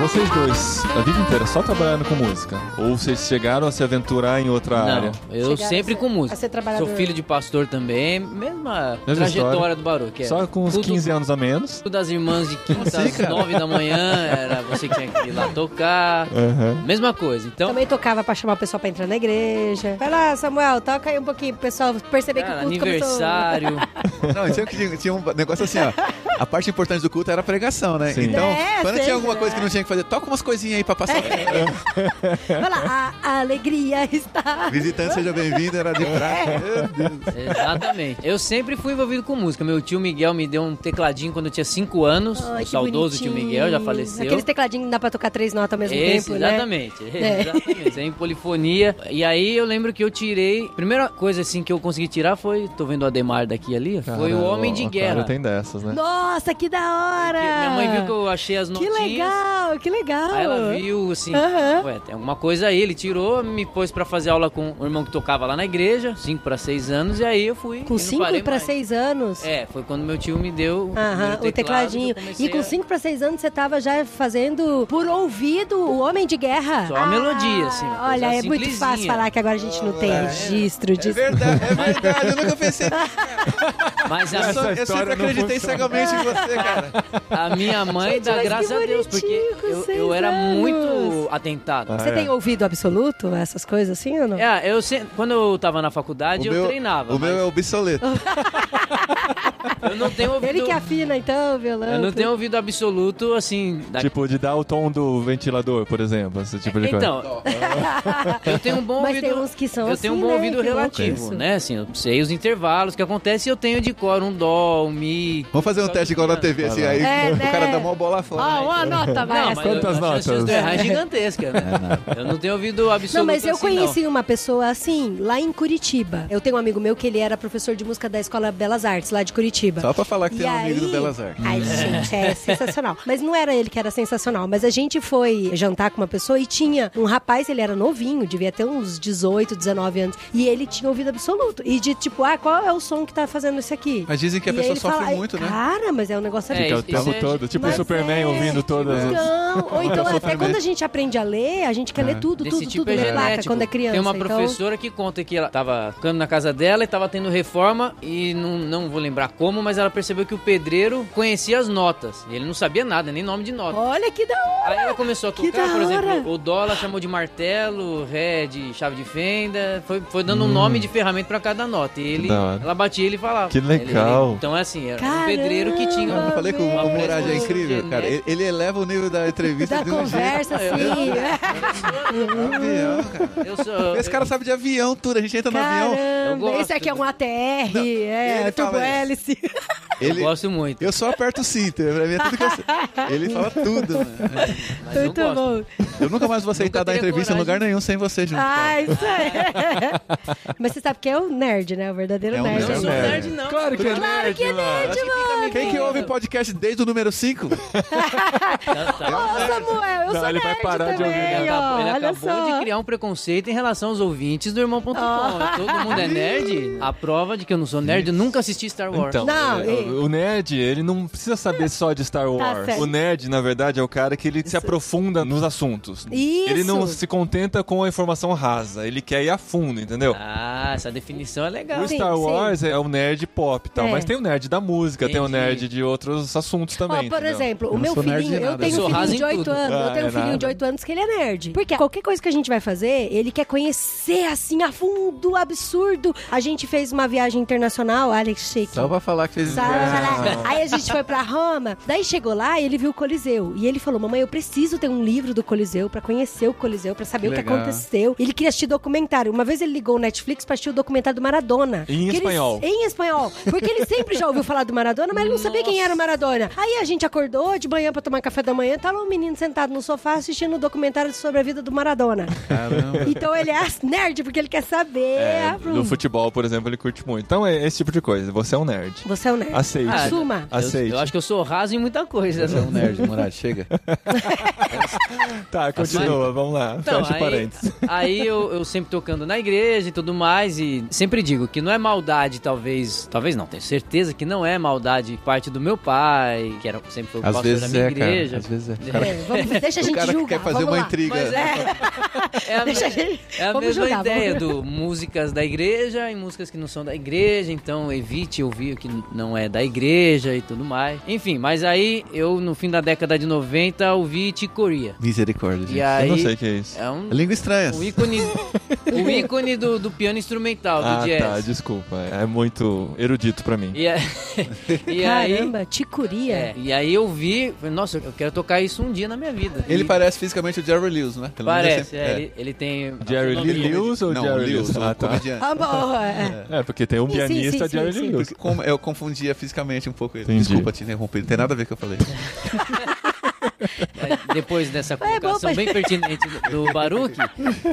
Speaker 2: Vocês dois, a vida inteira só trabalhando com música? Ou vocês chegaram a se aventurar em outra área?
Speaker 5: Não, eu
Speaker 3: Chegaram
Speaker 5: sempre
Speaker 3: a ser-
Speaker 5: com música.
Speaker 3: a ser trabalhador.
Speaker 5: Sou filho de pastor também, mesma, trajetória
Speaker 2: história.
Speaker 5: do Baruque. é.
Speaker 2: Só com uns
Speaker 5: Culto-
Speaker 2: 15 anos a menos?
Speaker 5: culto das irmãs de
Speaker 2: (laughs)
Speaker 5: quinta
Speaker 4: Assim,
Speaker 5: às
Speaker 4: cara?
Speaker 5: nove da manhã, era você que tinha que ir lá tocar.
Speaker 2: Aham.
Speaker 5: Mesma coisa, então.
Speaker 3: Também tocava pra chamar o pessoal pra entrar na igreja. Vai lá, Samuel, toca aí um pouquinho pro pessoal perceber
Speaker 5: cara,
Speaker 3: que o culto começou. (laughs)
Speaker 5: aniversário.
Speaker 4: Não, e tinha, que- tinha, um negócio assim, ó. A parte importante do culto era a pregação, né?
Speaker 2: Sim.
Speaker 4: Então,
Speaker 3: É,
Speaker 4: quando
Speaker 3: sempre,
Speaker 4: tinha alguma coisa
Speaker 3: né?
Speaker 4: que não tinha que fazer, toca umas coisinhas aí pra passar. É,
Speaker 3: Vai lá, a- a, alegria (laughs) está.
Speaker 4: Visitante, seja bem-vindo, era
Speaker 3: É.
Speaker 4: de praia. Meu Deus.
Speaker 5: Exatamente. Eu sempre fui envolvido com música. Meu tio Miguel me deu um tecladinho quando eu tinha 5 anos.
Speaker 3: Ai,
Speaker 5: o
Speaker 3: que
Speaker 5: saudoso tio
Speaker 3: bonitinho.
Speaker 5: Miguel já faleceu.
Speaker 3: Aqueles tecladinhos que dá pra tocar três notas ao mesmo
Speaker 5: Esse,
Speaker 3: tempo, né?
Speaker 5: exatamente,
Speaker 3: É.
Speaker 5: (laughs) exatamente. É em polifonia. E aí eu lembro que eu tirei. Primeira coisa assim que eu consegui tirar foi. Tô vendo o Ademar daqui ali. foi o
Speaker 2: Cara,
Speaker 5: Homem de
Speaker 2: a
Speaker 5: Guerra.
Speaker 2: Clara tem dessas, né?
Speaker 3: Nossa, que da
Speaker 5: Que
Speaker 3: hora!
Speaker 5: Minha mãe viu que eu achei as
Speaker 3: Que
Speaker 5: notinhas.
Speaker 3: legal, que legal.
Speaker 5: Aí ela viu, assim,
Speaker 3: Aham.
Speaker 5: ué, tem alguma coisa aí. Ele tirou, me pôs pra fazer aula com o irmão que tocava lá na igreja, 5 pra 6 anos, e aí eu fui. e
Speaker 3: Com
Speaker 5: não
Speaker 3: 5
Speaker 5: parei
Speaker 3: para
Speaker 5: mais.
Speaker 3: 6 anos.
Speaker 5: É, foi quando meu tio me deu o,
Speaker 3: Aham,
Speaker 5: primeiro
Speaker 3: o tecladinho.
Speaker 5: teclado que eu
Speaker 3: E com
Speaker 5: comecei
Speaker 3: 5 para 6 anos você tava já fazendo por ouvido o Homem de Guerra. Ah,
Speaker 5: Só a melodia, assim, uma coisa
Speaker 3: Olha, é muito
Speaker 5: simplesinha.
Speaker 3: fácil falar que agora a gente não tem registro
Speaker 4: É
Speaker 3: disso.
Speaker 4: verdade, é verdade, eu nunca pensei.
Speaker 5: a- (laughs) Mas
Speaker 4: Eu, só-
Speaker 5: a,
Speaker 4: eu sempre
Speaker 2: história não
Speaker 4: acreditei
Speaker 2: funciona.
Speaker 4: cegamente em você, cara.
Speaker 5: a minha mãe
Speaker 3: Gente,
Speaker 5: dá
Speaker 3: mas que
Speaker 5: graças a Deus, porque
Speaker 3: bonitinho, com
Speaker 5: eu,
Speaker 3: seis
Speaker 5: eu era
Speaker 3: anos.
Speaker 5: muito atentado.
Speaker 2: Ah,
Speaker 3: Você
Speaker 2: é.
Speaker 3: tem ouvido absoluto, essas coisas assim ou não?
Speaker 5: É, eu se- quando eu tava na faculdade, eu treinava.
Speaker 4: o
Speaker 5: mas
Speaker 4: meu é o Bissoleto.
Speaker 5: Eu não tenho ouvido.
Speaker 3: Ele que afina então o violão.
Speaker 5: Eu não
Speaker 3: tudo.
Speaker 5: tenho ouvido absoluto, assim. da-
Speaker 2: Tipo, de dar o tom do ventilador, por exemplo, esse tipo de coisa.
Speaker 5: Então, eu tenho um bom
Speaker 3: Mas
Speaker 5: ouvido.
Speaker 3: tem uns que são
Speaker 5: eu tenho um
Speaker 3: assim,
Speaker 5: bom
Speaker 3: né?
Speaker 5: ouvido
Speaker 3: Que louco
Speaker 5: relativo,
Speaker 3: isso.
Speaker 5: né? Assim, eu sei os intervalos que acontece e eu tenho de cor um dó, um mi.
Speaker 4: Vamos fazer um teste igual na TV, assim, aí
Speaker 3: É,
Speaker 4: o
Speaker 3: né?
Speaker 4: cara dá uma bola fora.
Speaker 3: Ó, uma nota, vai.
Speaker 5: Não, mas eu-
Speaker 2: Quantas
Speaker 5: a chance de eu
Speaker 2: notas?
Speaker 5: errar é gigantesca, né? Eu não tenho ouvido absoluto.
Speaker 3: Não, mas eu
Speaker 5: assim,
Speaker 3: conheci uma pessoa assim, lá em Curitiba. Eu tenho um amigo meu que ele era professor de música da Escola Belas Artes, lá de Curitiba.
Speaker 4: Só pra falar que
Speaker 3: E
Speaker 4: tem um
Speaker 3: aí-
Speaker 4: amigo do Belas Artes.
Speaker 3: Ai, gente,
Speaker 4: (laughs)
Speaker 3: é sensacional. Mas não era ele que era sensacional. Mas a gente foi jantar com uma pessoa e tinha um rapaz, ele era novinho, devia ter uns 18, 19 anos. E ele tinha ouvido absoluto. E de tipo, ah, qual é o som que tá fazendo isso aqui?
Speaker 4: Mas dizem que a
Speaker 3: E
Speaker 4: pessoa
Speaker 3: ele
Speaker 4: sofre
Speaker 3: fala,
Speaker 4: muito, né?
Speaker 3: Cara, mas é um negócio
Speaker 5: É,
Speaker 2: Que é o
Speaker 5: isso
Speaker 2: tempo
Speaker 5: é-
Speaker 2: todo, tipo o
Speaker 3: Mas
Speaker 2: Superman
Speaker 3: é.
Speaker 2: ouvindo todas as...
Speaker 3: Então, ou então até
Speaker 2: sofrimento.
Speaker 3: quando a gente aprende a ler, a gente quer ler tudo,
Speaker 5: Desse
Speaker 3: tudo,
Speaker 5: tipo
Speaker 3: tudo,
Speaker 5: é
Speaker 3: ler placa
Speaker 5: genético.
Speaker 3: quando é criança.
Speaker 5: Tem uma
Speaker 3: então-
Speaker 5: professora que conta que ela tava ficando na casa dela e tava tendo reforma e não, não vou lembrar como, mas ela percebeu que o pedreiro conhecia as notas. E ele não sabia nada, nem nome de nota.
Speaker 3: Olha que da hora!
Speaker 5: Aí ela começou a
Speaker 3: Que
Speaker 5: tocar,
Speaker 3: da
Speaker 5: por
Speaker 3: hora!
Speaker 5: exemplo, o dó ela chamou de martelo, o ré de chave de fenda, foi, foi dando um nome de
Speaker 4: Hum.
Speaker 5: ferramenta pra cada nota. E ele,
Speaker 2: da hora.
Speaker 5: ela batia e ele falava.
Speaker 2: Que
Speaker 5: Ele-
Speaker 2: legal.
Speaker 5: ele- então é assim, era um
Speaker 3: Caramba,
Speaker 5: pedreiro que tinha.
Speaker 4: Eu falei que o,
Speaker 5: uma
Speaker 4: o Mourad é
Speaker 5: presença
Speaker 4: incrível, cara. Ele,
Speaker 5: genética.
Speaker 4: ele eleva o nível da entrevista
Speaker 3: Da
Speaker 4: de um jeito.
Speaker 3: conversa, assim.
Speaker 4: Avião, cara.
Speaker 5: Eu sou-
Speaker 4: Esse cara sabe de avião tudo, a gente entra no avião.
Speaker 5: Eu
Speaker 3: Caramba,
Speaker 5: gosto.
Speaker 3: esse aqui é um ATR,
Speaker 4: e
Speaker 3: é,
Speaker 4: ele
Speaker 3: turbo
Speaker 4: fala isso.
Speaker 3: hélice.
Speaker 5: eu
Speaker 4: Ele,
Speaker 5: gosto muito.
Speaker 4: eu só aperto o cinto, pra mim é tudo que eu sei. Ele fala tudo, mano.
Speaker 5: mas eu
Speaker 3: (laughs) Muito
Speaker 5: gosto.
Speaker 3: bom.
Speaker 4: Eu nunca mais vou aceitar dar
Speaker 5: teria
Speaker 4: entrevista em
Speaker 5: coragem.
Speaker 4: lugar nenhum sem você, junto. cara.
Speaker 5: Então.
Speaker 3: Ah, isso é. (laughs) Mas você sabe que é o nerd, né? O verdadeiro
Speaker 4: É um
Speaker 5: Eu
Speaker 3: nerd.
Speaker 5: não
Speaker 4: nerd.
Speaker 5: sou nerd, não.
Speaker 2: Claro que é
Speaker 3: Claro que é nerd,
Speaker 5: Acho que fica
Speaker 3: mano.
Speaker 5: meio
Speaker 4: Quem que
Speaker 5: bem.
Speaker 4: ouve podcast desde o número 5?
Speaker 5: Tá, tá.
Speaker 3: Ô, Samuel, eu
Speaker 2: Não,
Speaker 3: sou
Speaker 2: ele
Speaker 3: nerd
Speaker 2: vai parar de
Speaker 3: também,
Speaker 2: ouvir,
Speaker 5: Ele
Speaker 3: ó.
Speaker 5: acabou, ele
Speaker 3: Olha
Speaker 5: acabou
Speaker 3: só.
Speaker 5: de criar um preconceito em relação aos ouvintes do irmão.com. Todo mundo é nerd? A prova de que eu não sou nerd, eu nunca assisti Star Wars.
Speaker 2: Então,
Speaker 3: Não,
Speaker 2: é,
Speaker 3: e-
Speaker 2: o nerd, ele não precisa saber só de Star Wars.
Speaker 3: Tá certo.
Speaker 2: o nerd, na verdade, é o cara que ele se aprofunda nos assuntos.
Speaker 3: Isso.
Speaker 2: Ele não se contenta com a informação rasa, ele quer ir a fundo, entendeu?
Speaker 5: Ah, essa definição é legal.
Speaker 2: O
Speaker 3: Sim,
Speaker 2: Star
Speaker 3: sim.
Speaker 2: Wars é o nerd pop e tal,
Speaker 3: É.
Speaker 2: mas tem o nerd da música, tem o
Speaker 5: Entendi.
Speaker 2: nerd de outros assuntos
Speaker 3: Ó,
Speaker 2: também.
Speaker 3: por
Speaker 2: entendeu?
Speaker 3: exemplo,
Speaker 4: não
Speaker 3: o meu
Speaker 4: sou nerd
Speaker 3: filhinho,
Speaker 4: de
Speaker 3: eu
Speaker 4: nada.
Speaker 3: tenho
Speaker 5: Eu
Speaker 3: um
Speaker 5: sou
Speaker 3: filhinho
Speaker 5: raso em
Speaker 3: de 8
Speaker 5: tudo.
Speaker 3: anos. eu
Speaker 2: Ah,
Speaker 3: tenho um
Speaker 2: é
Speaker 3: filhinho de
Speaker 2: nada.
Speaker 3: 8 anos que ele é nerd. Porque qualquer coisa que a gente vai fazer, ele quer conhecer assim a fundo, absurdo. A gente fez uma viagem internacional, Alex Chique.
Speaker 4: Só pra falar que fez.
Speaker 3: Só pra falar. Aí a gente foi pra Roma, daí chegou lá e ele viu o Coliseu. E ele falou: Mamãe, eu preciso ter um livro do Coliseu pra conhecer o Coliseu, pra saber
Speaker 4: Que
Speaker 3: o que
Speaker 4: legal.
Speaker 3: aconteceu. Ele queria assistir documentário. Uma vez ele ligou o Netflix pra assistir o documentário do Maradona.
Speaker 2: Em
Speaker 3: Que ele-
Speaker 2: espanhol.
Speaker 3: em espanhol. Porque ele sempre já ouviu falar do Maradona, mas ele não sabia quem era o Maradona. Aí a gente acordou de manhã pra tomar café da manhã, tá lá um menino sentado no sofá assistindo um documentário sobre a vida do Maradona.
Speaker 4: Ah, Caramba.
Speaker 3: Então ele é nerd, porque ele quer saber.
Speaker 2: É,
Speaker 3: a
Speaker 2: no futebol, por exemplo, ele curte muito. Então é esse tipo de coisa. Você é um nerd.
Speaker 3: Você é um nerd.
Speaker 2: Aceite.
Speaker 5: Ah,
Speaker 3: Assuma.
Speaker 5: Eu,
Speaker 2: Aceite.
Speaker 5: eu acho que eu sou raso em muita coisa. né?
Speaker 4: Você é um nerd, Mourad, chega.
Speaker 2: Tá, continua, vamos lá.
Speaker 5: Então,
Speaker 2: Fecha
Speaker 5: aí,
Speaker 2: parênteses.
Speaker 5: (laughs) aí eu, eu sempre tocando na igreja e tudo mais, e sempre digo que não é maldade, talvez. Talvez não, tenho certeza que não é maldade parte do meu pai, que era, sempre foi o
Speaker 4: Às
Speaker 5: pastor da
Speaker 4: vezes
Speaker 5: minha
Speaker 4: é,
Speaker 5: igreja.
Speaker 4: cara. Às vezes é.
Speaker 3: É, vamos- deixa a
Speaker 4: O
Speaker 3: gente
Speaker 4: cara que
Speaker 3: julgar.
Speaker 4: quer fazer
Speaker 3: vamos
Speaker 4: uma
Speaker 3: lá.
Speaker 4: intriga.
Speaker 5: Mas é, é (laughs) a,
Speaker 3: Deixa a
Speaker 5: me-
Speaker 3: gente-
Speaker 5: é a
Speaker 3: vamos
Speaker 5: mesma
Speaker 3: julgar,
Speaker 5: ideia
Speaker 3: vamos-
Speaker 5: do músicas da igreja e músicas que não são da igreja, então evite ouvir o que não é da igreja e tudo mais. Enfim, mas aí eu no fim da década de 90 ouvi Ticoria.
Speaker 4: Misericórdia, gente.
Speaker 5: E aí
Speaker 2: Eu não sei o que é isso.
Speaker 5: é um
Speaker 4: Língua estranha.
Speaker 5: o ícone,
Speaker 2: (laughs)
Speaker 5: o ícone do, do piano
Speaker 3: é
Speaker 5: instrumental, do
Speaker 2: Ah,
Speaker 5: jazz.
Speaker 2: tá, desculpa. É muito erudito pra mim.
Speaker 5: E,
Speaker 2: (laughs)
Speaker 5: a- e aí,
Speaker 3: Caramba, ticuria.
Speaker 5: é, e aí eu vi, falei, nossa, eu quero tocar isso um dia na minha vida.
Speaker 4: Ele
Speaker 5: E
Speaker 4: parece fisicamente o Jerry Lewis, né? Pelo menos
Speaker 5: parece,
Speaker 4: sempre-
Speaker 5: é, Ele, ele tem
Speaker 2: Jerry
Speaker 5: o
Speaker 2: Lee
Speaker 5: nome dele.
Speaker 2: Lewis ou
Speaker 4: Não,
Speaker 2: Jerry
Speaker 4: Lewis,
Speaker 2: Lewis?
Speaker 4: o
Speaker 2: Ah, tá.
Speaker 4: comediante.
Speaker 3: Ah, bom, é.
Speaker 2: É, porque tem um
Speaker 3: Sim, sim,
Speaker 2: pianista
Speaker 3: sim,
Speaker 2: Jerry
Speaker 3: sim,
Speaker 2: Lee
Speaker 3: sim.
Speaker 2: Lewis.
Speaker 4: Como eu confundia fisicamente um pouco ele.
Speaker 2: Entendi.
Speaker 4: Desculpa te interromper, não tem nada a ver com o que eu falei.
Speaker 5: É, Depois dessa
Speaker 3: bom,
Speaker 5: colocação
Speaker 3: mas-
Speaker 5: bem pertinente do do Baruch,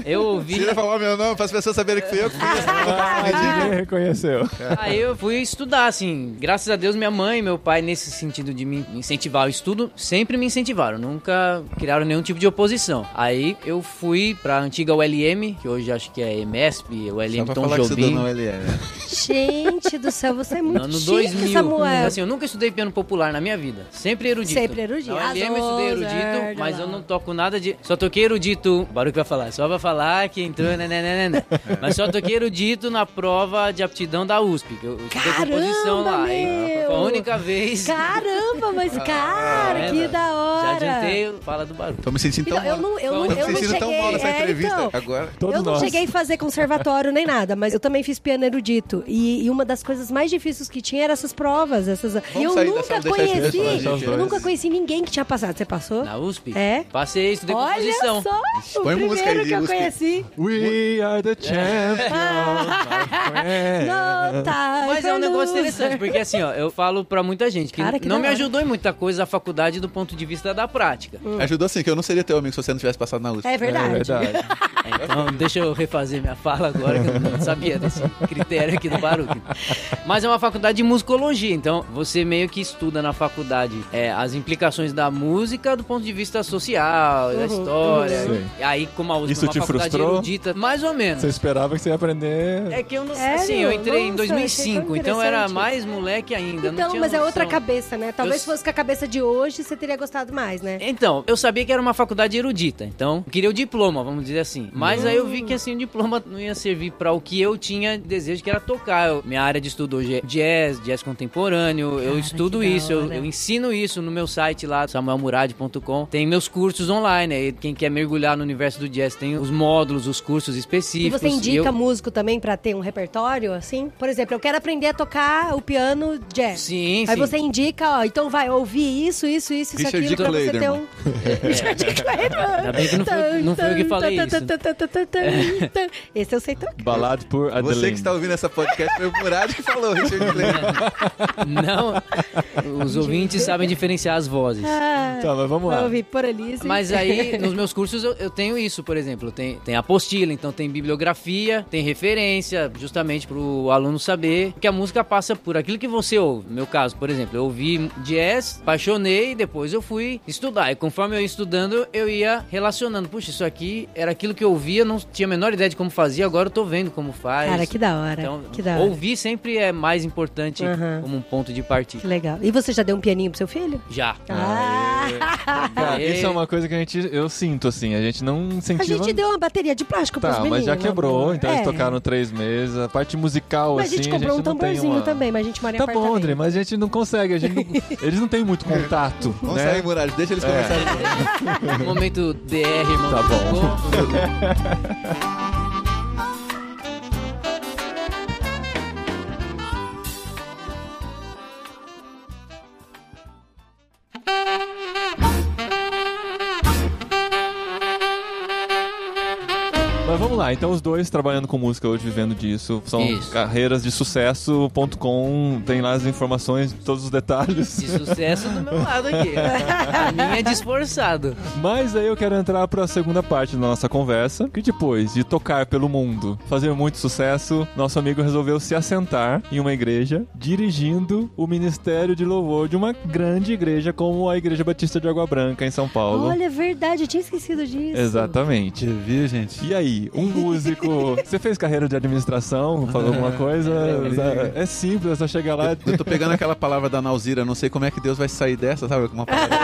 Speaker 5: eu ouvi.
Speaker 4: Tira falar meu nome, para as pessoas saberem que fui eu que fiz. É.
Speaker 3: Ah.
Speaker 2: Ninguém
Speaker 3: (laughs)
Speaker 2: reconheceu.
Speaker 5: Aí eu fui estudar, assim. Graças a Deus, minha mãe e meu pai, nesse sentido de me incentivar ao estudo, sempre me incentivaram. Nunca criaram nenhum tipo de oposição. Aí eu fui pra antiga ULM, que hoje acho que é EMESP,
Speaker 4: Só
Speaker 5: ULM
Speaker 3: Então,
Speaker 4: pra
Speaker 5: Tom
Speaker 4: falar que você
Speaker 5: Jobim.
Speaker 4: danou ele é. né?
Speaker 3: Gente do céu, você é
Speaker 5: No
Speaker 3: muito
Speaker 5: ano
Speaker 3: chique,
Speaker 5: 2000.
Speaker 3: Samuel.
Speaker 5: Assim, eu nunca estudei piano popular na minha vida. Sempre erudito.
Speaker 3: Sempre erudito.
Speaker 5: Na ULM eu estudei
Speaker 3: Arrasou, Zé,
Speaker 5: erudito, mas
Speaker 3: olha
Speaker 5: eu
Speaker 3: lá.
Speaker 5: não toco nada de... Só toquei erudito... O Baruch vai falar. Só vai falar que entrou... Né, né, né,
Speaker 3: (laughs)
Speaker 5: né, né. Mas só toquei erudito na prova de aptidão da USP. Que eu estudei
Speaker 3: Caramba,
Speaker 5: composição lá. hein?
Speaker 3: meu!
Speaker 5: Foi a única vez...
Speaker 3: Caramba, mas cara,
Speaker 5: assim. Ah, É,
Speaker 3: que
Speaker 5: né?
Speaker 3: da
Speaker 5: Já
Speaker 3: hora.
Speaker 5: adiantei, fala do Baruch.
Speaker 4: Tô me sentindo
Speaker 3: Então,
Speaker 4: tão
Speaker 3: eu
Speaker 4: mal.
Speaker 3: não, eu não,
Speaker 5: Tô
Speaker 4: Tô
Speaker 3: eu não
Speaker 4: me
Speaker 3: cheguei...
Speaker 4: sentindo tão mal nessa
Speaker 3: é,
Speaker 4: entrevista.
Speaker 3: então,
Speaker 4: Agora.
Speaker 2: Todos
Speaker 3: eu não
Speaker 2: nós.
Speaker 3: cheguei a fazer conservatório nem nada, mas eu também fiz piano erudito. E, e uma das coisas mais difíceis que tinha eram essas provas. Essas... E eu
Speaker 4: sair da
Speaker 3: nunca
Speaker 4: sala, deixar esse
Speaker 3: conheci.
Speaker 4: pessoal,
Speaker 2: deixar os
Speaker 3: Eu
Speaker 2: dois.
Speaker 3: nunca conheci ninguém que tinha passado. Você passou?
Speaker 5: Na USP?
Speaker 3: É?
Speaker 5: Passei, estudei
Speaker 3: Olha
Speaker 5: composição.
Speaker 3: só, o
Speaker 4: põe música
Speaker 3: primeiro
Speaker 4: aí de
Speaker 3: que eu
Speaker 4: USP.
Speaker 3: conheci.
Speaker 2: We are the
Speaker 3: (laughs)
Speaker 2: É, champions.
Speaker 4: É.
Speaker 3: Não tá.
Speaker 5: Mas é um negócio interessante, porque assim, ó, eu falo pra muita gente que,
Speaker 3: Cara, que
Speaker 5: não
Speaker 3: da
Speaker 5: me
Speaker 3: hora.
Speaker 5: ajudou em muita coisa a faculdade do ponto de vista da prática.
Speaker 4: Ajudou sim, que eu não seria teu amigo se você não tivesse passado na USP.
Speaker 3: Hum. É
Speaker 2: É
Speaker 3: verdade.
Speaker 2: verdade.
Speaker 5: Então, deixa eu refazer minha fala agora, que eu não sabia desse critério aqui do barulho. Mas é uma faculdade de musicologia, então você meio que estuda na faculdade é, as implicações da música do ponto ponto de vista social,
Speaker 3: Uhum,
Speaker 5: da história.
Speaker 2: Sim.
Speaker 5: E aí, como a USP
Speaker 2: Isso
Speaker 5: é uma
Speaker 2: te
Speaker 5: faculdade
Speaker 2: frustrou?
Speaker 5: erudita, mais ou menos.
Speaker 2: Você esperava que você ia aprender.
Speaker 5: É que eu não sei.
Speaker 3: Sério?
Speaker 5: Assim, eu entrei em
Speaker 3: Nossa,
Speaker 5: 2005,
Speaker 3: achei tão
Speaker 5: então era
Speaker 3: interessante.
Speaker 5: mais moleque ainda. não
Speaker 3: Então,
Speaker 5: tinha
Speaker 3: mas é outra
Speaker 5: noção.
Speaker 3: cabeça, né? Talvez
Speaker 5: Eu-
Speaker 3: fosse com a cabeça de hoje, você teria gostado mais, né?
Speaker 5: Então, eu sabia que era uma faculdade erudita, então eu queria o diploma, vamos dizer assim. Mas aí eu vi que assim o diploma não ia servir pra o que eu tinha desejo, que era tocar. Eu- minha área de estudo hoje é jazz, jazz contemporâneo, eu
Speaker 3: Cara,
Speaker 5: estudo
Speaker 3: que da
Speaker 5: isso, eu,
Speaker 3: hora.
Speaker 5: eu ensino isso no meu site lá, samuelmurad.com. Tem meus cursos online, aí quem quer mergulhar no universo do jazz tem os módulos, os cursos
Speaker 3: E
Speaker 5: específicos.
Speaker 3: você indica
Speaker 5: eu-
Speaker 3: músico também pra ter um repertório, assim? Por exemplo, eu quero aprender a tocar o piano jazz.
Speaker 5: Sim,
Speaker 3: Aí
Speaker 5: sim.
Speaker 3: você indica, ó, então vai ouvir isso, isso, isso, isso,
Speaker 4: Richard
Speaker 3: aquilo, pra você ter
Speaker 4: Clayderman.
Speaker 3: um... (laughs) Richard Clayderman.
Speaker 5: Ainda bem que É. não foi- não foi eu que falei isso.
Speaker 3: Esse eu sei tocar.
Speaker 2: Balado por Adelaine.
Speaker 4: Você que está ouvindo essa podcast foi o Murad que falou, (laughs) Richard Clayderman.
Speaker 3: (laughs)
Speaker 5: Não, os ouvintes sabem diferenciar as vozes.
Speaker 3: Ah,
Speaker 2: Tá, mas vamos
Speaker 3: Vou
Speaker 2: lá.
Speaker 3: ouvir por Elise.
Speaker 5: Mas
Speaker 3: (laughs)
Speaker 5: aí, nos meus cursos, eu, eu tenho isso, por exemplo. Tem, tem apostila, então tem bibliografia, tem referência, justamente pro aluno saber que a música passa por aquilo que você ouve. No meu caso, por exemplo, eu ouvi jazz, apaixonei, depois eu fui estudar. E conforme eu ia estudando, eu ia relacionando. Puxa, isso aqui era aquilo que eu ouvia, não tinha a menor ideia de como fazia, agora eu tô vendo como faz.
Speaker 3: Cara, que da hora.
Speaker 5: Então,
Speaker 3: que da hora.
Speaker 5: ouvir sempre é mais importante
Speaker 3: Aham.
Speaker 5: como um ponto de
Speaker 3: Que
Speaker 5: partida.
Speaker 3: legal. E você já deu um pianinho pro seu filho?
Speaker 5: Já.
Speaker 3: Ah,
Speaker 2: Cara,
Speaker 5: Aê.
Speaker 2: isso é uma coisa que a gente, eu sinto, assim, a gente não
Speaker 3: a
Speaker 2: incentiva.
Speaker 3: gente deu uma bateria de plástico pros
Speaker 2: Tá, mas
Speaker 3: meninos.
Speaker 2: já quebrou,
Speaker 3: amor.
Speaker 2: então
Speaker 3: É.
Speaker 2: eles tocaram três meses. A parte musical,
Speaker 3: Mas a
Speaker 2: assim,
Speaker 3: gente comprou um
Speaker 2: não tem
Speaker 3: tamborzinho
Speaker 2: uma-
Speaker 3: também, mas a gente mora em
Speaker 2: Tá bom,
Speaker 3: apartamento.
Speaker 2: André, mas a gente não consegue, a gente
Speaker 3: (laughs)
Speaker 2: não- eles não têm muito contato,
Speaker 4: Vamos
Speaker 2: né?
Speaker 4: sair, Murad, deixa eles conversarem.
Speaker 5: Momento DR, irmão.
Speaker 2: Tá bom. Mas vamos lá, então os dois trabalhando com música hoje, vivendo disso, são
Speaker 5: Isso.
Speaker 2: carreiras de sucesso.com, tem lá as informações, todos os
Speaker 3: (laughs)
Speaker 2: detalhes.
Speaker 5: De sucesso do meu lado aqui. A minha é disforçado.
Speaker 2: Mas aí eu quero entrar pra segunda parte da nossa conversa, que depois de tocar pelo mundo, fazer muito sucesso, nosso amigo resolveu se assentar em uma igreja, dirigindo o ministério de louvor de uma grande igreja como a Igreja Batista de Água Branca em São Paulo.
Speaker 3: Olha, é verdade, eu tinha esquecido disso.
Speaker 2: Exatamente.
Speaker 4: viu, gente?
Speaker 2: E aí, um músico. (laughs) Você fez carreira de administração? Falou alguma coisa? Ah, É simples, é só chegar lá.
Speaker 4: Eu tô pegando aquela palavra da Nauzira, não sei como é que Deus vai sair dessa, sabe? Uma palavra.